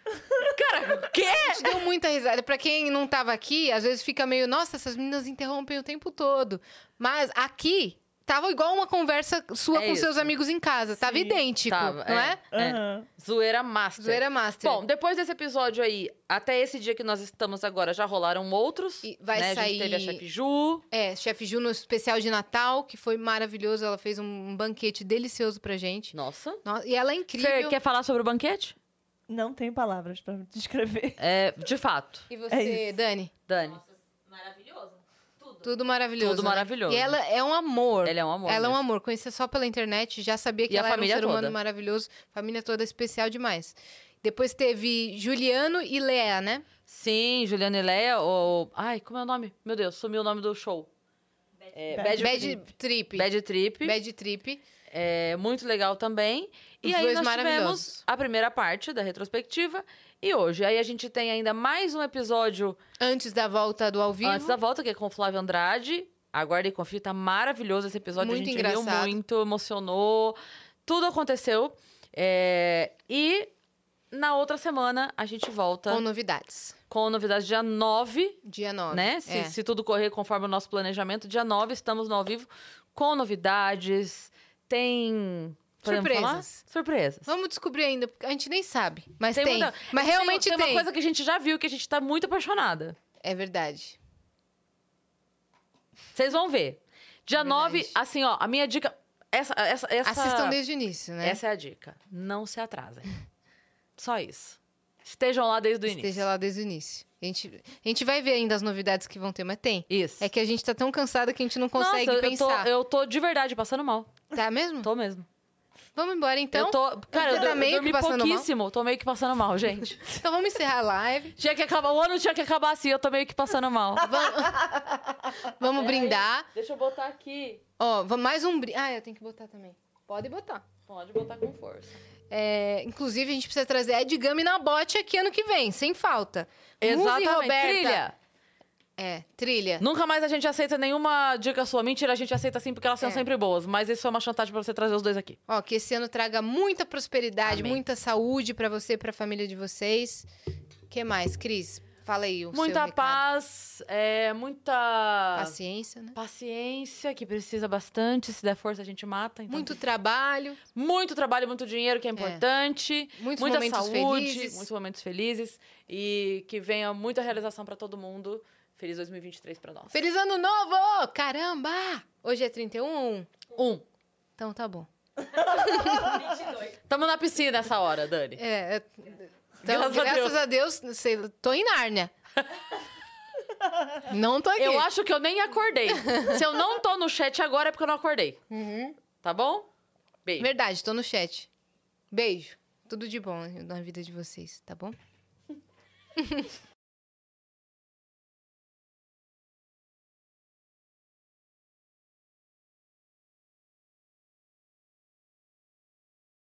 Cara, o quê?
A gente deu muita risada. Pra quem não tava aqui, às vezes fica meio, nossa, essas meninas interrompem o tempo todo. Mas aqui tava igual uma conversa sua
É
com
isso.
seus amigos em casa. Tava
Sim.
idêntico,
Tava,
não é?
Aham.
Zoeira master.
Zoeira Master.
Bom, depois desse episódio aí, até esse dia que nós estamos agora, já rolaram outros.
E vai
né? A
sair-
gente teve a Chefe Ju.
É, Chefe Ju no especial de Natal, que foi maravilhoso. Ela fez um banquete delicioso pra gente.
Nossa.
No- E ela é incrível.
Fer, quer falar sobre o banquete?
Não tenho palavras pra descrever.
É, de fato.
E você,
É isso.
Dani?
Dani.
Maravilhoso. Tudo.
Tudo maravilhoso.
Tudo
né?
maravilhoso.
E ela é um amor.
Ela é um amor.
Ela é um
mesmo.
amor, conhecia só pela internet, já sabia que
E a
ela era um
família
ser humano
toda.
maravilhoso, família toda especial demais. Depois teve Juliano e Lea, né?
Sim, Juliana e Leia, ou. Ai, como é o nome? Meu Deus, sumiu o nome do show. É, Bad,
Bad-
Bad
Trip.
Trip.
Bad Trip.
Bad Trip.
É, muito legal também. e
Os
aí
dois
nós tivemos
maravilhosos.
a primeira parte da retrospectiva. E hoje, aí a gente tem ainda mais um episódio
Antes da volta do ao vivo.
antes da volta, que é com o Flávio Andrade. Aguarda e confia, tá maravilhoso esse episódio. a
Muito
gente riu
engraçado.
muito, emocionou. Tudo aconteceu. É, E na outra semana a gente volta
Com
com,
novidades.
novidades dia 9
Dia 9.
né? Se,
É.
se tudo correr conforme o nosso planejamento, dia 9 estamos no ao vivo com novidades, tem... podemos falar?
Surpresas.
Surpresas.
Vamos descobrir ainda, porque a gente nem sabe. Mas tem.
muita-
Mas realmente tem.
tem. uma coisa que a gente já viu, que a gente tá muito apaixonada.
É verdade.
Vocês vão ver. Dia
É Verdade.
9, assim, ó, a minha dica... Essa, essa, essa,
Assistam desde o início, né?
Essa é a dica. Não se atrasem. Só isso. Estejam lá desde o
Esteja
início.
lá desde o início. A gente, a gente vai ver ainda as novidades que vão ter, mas tem.
Isso.
É que a gente tá tão cansada que a gente não consegue
Nossa, eu-
pensar.
Eu tô, eu tô de verdade passando mal.
Tá mesmo?
Tô mesmo.
Vamos embora então.
eu tô, cara,
você
eu,
tá
dor- eu
meio que
dormi
passando mal?
pouquíssimo. Tô meio que passando mal, gente.
Então vamos encerrar a live.
Tinha que acabar, o ano tinha que acabar assim, eu tô meio que passando mal. É
Vamos brindar.
Deixa eu botar aqui.
Ó, va- mais um brinde. Ah, eu tenho que botar também. Pode botar.
Pode botar com força.
É, inclusive, a gente precisa trazer Ed Gami na bote aqui ano que vem, sem falta. Muzi e
Exatamente.
Roberta.
Trilha.
É, trilha.
Nunca mais a gente aceita nenhuma dica sua. Mentira, a gente aceita sim, porque elas são
É.
sempre boas. Mas isso é uma chantagem pra você trazer os dois aqui.
Ó, que esse ano traga muita prosperidade,
Amém.
muita saúde pra você, pra família de vocês. que mais, Cris? Fala aí o seu
muita
recado.
paz, é, muita
Paciência, né?
paciência, que precisa bastante. Se der força, a gente mata. Então,
Muito trabalho,
muito trabalho, muito dinheiro, que é importante.
muitos
muita
momentos
saúde,
felizes.
muitos momentos felizes. E que venha muita realização pra todo mundo. Feliz 2023 pra nós.
Feliz ano novo! Caramba! Hoje é 31?
Um.
Então tá bom.
Tamo na piscina essa hora, Dani.
É. é- Então,
Graças
graças,
a
a Deus, sei, lá, tô em Nárnia. não tô aqui.
Eu acho que eu nem acordei. Se eu não tô no chat agora é porque eu não acordei.
Uhum.
Tá bom? Beijo.
Verdade, tô no chat. Beijo. Tudo de bom na vida de vocês, tá bom?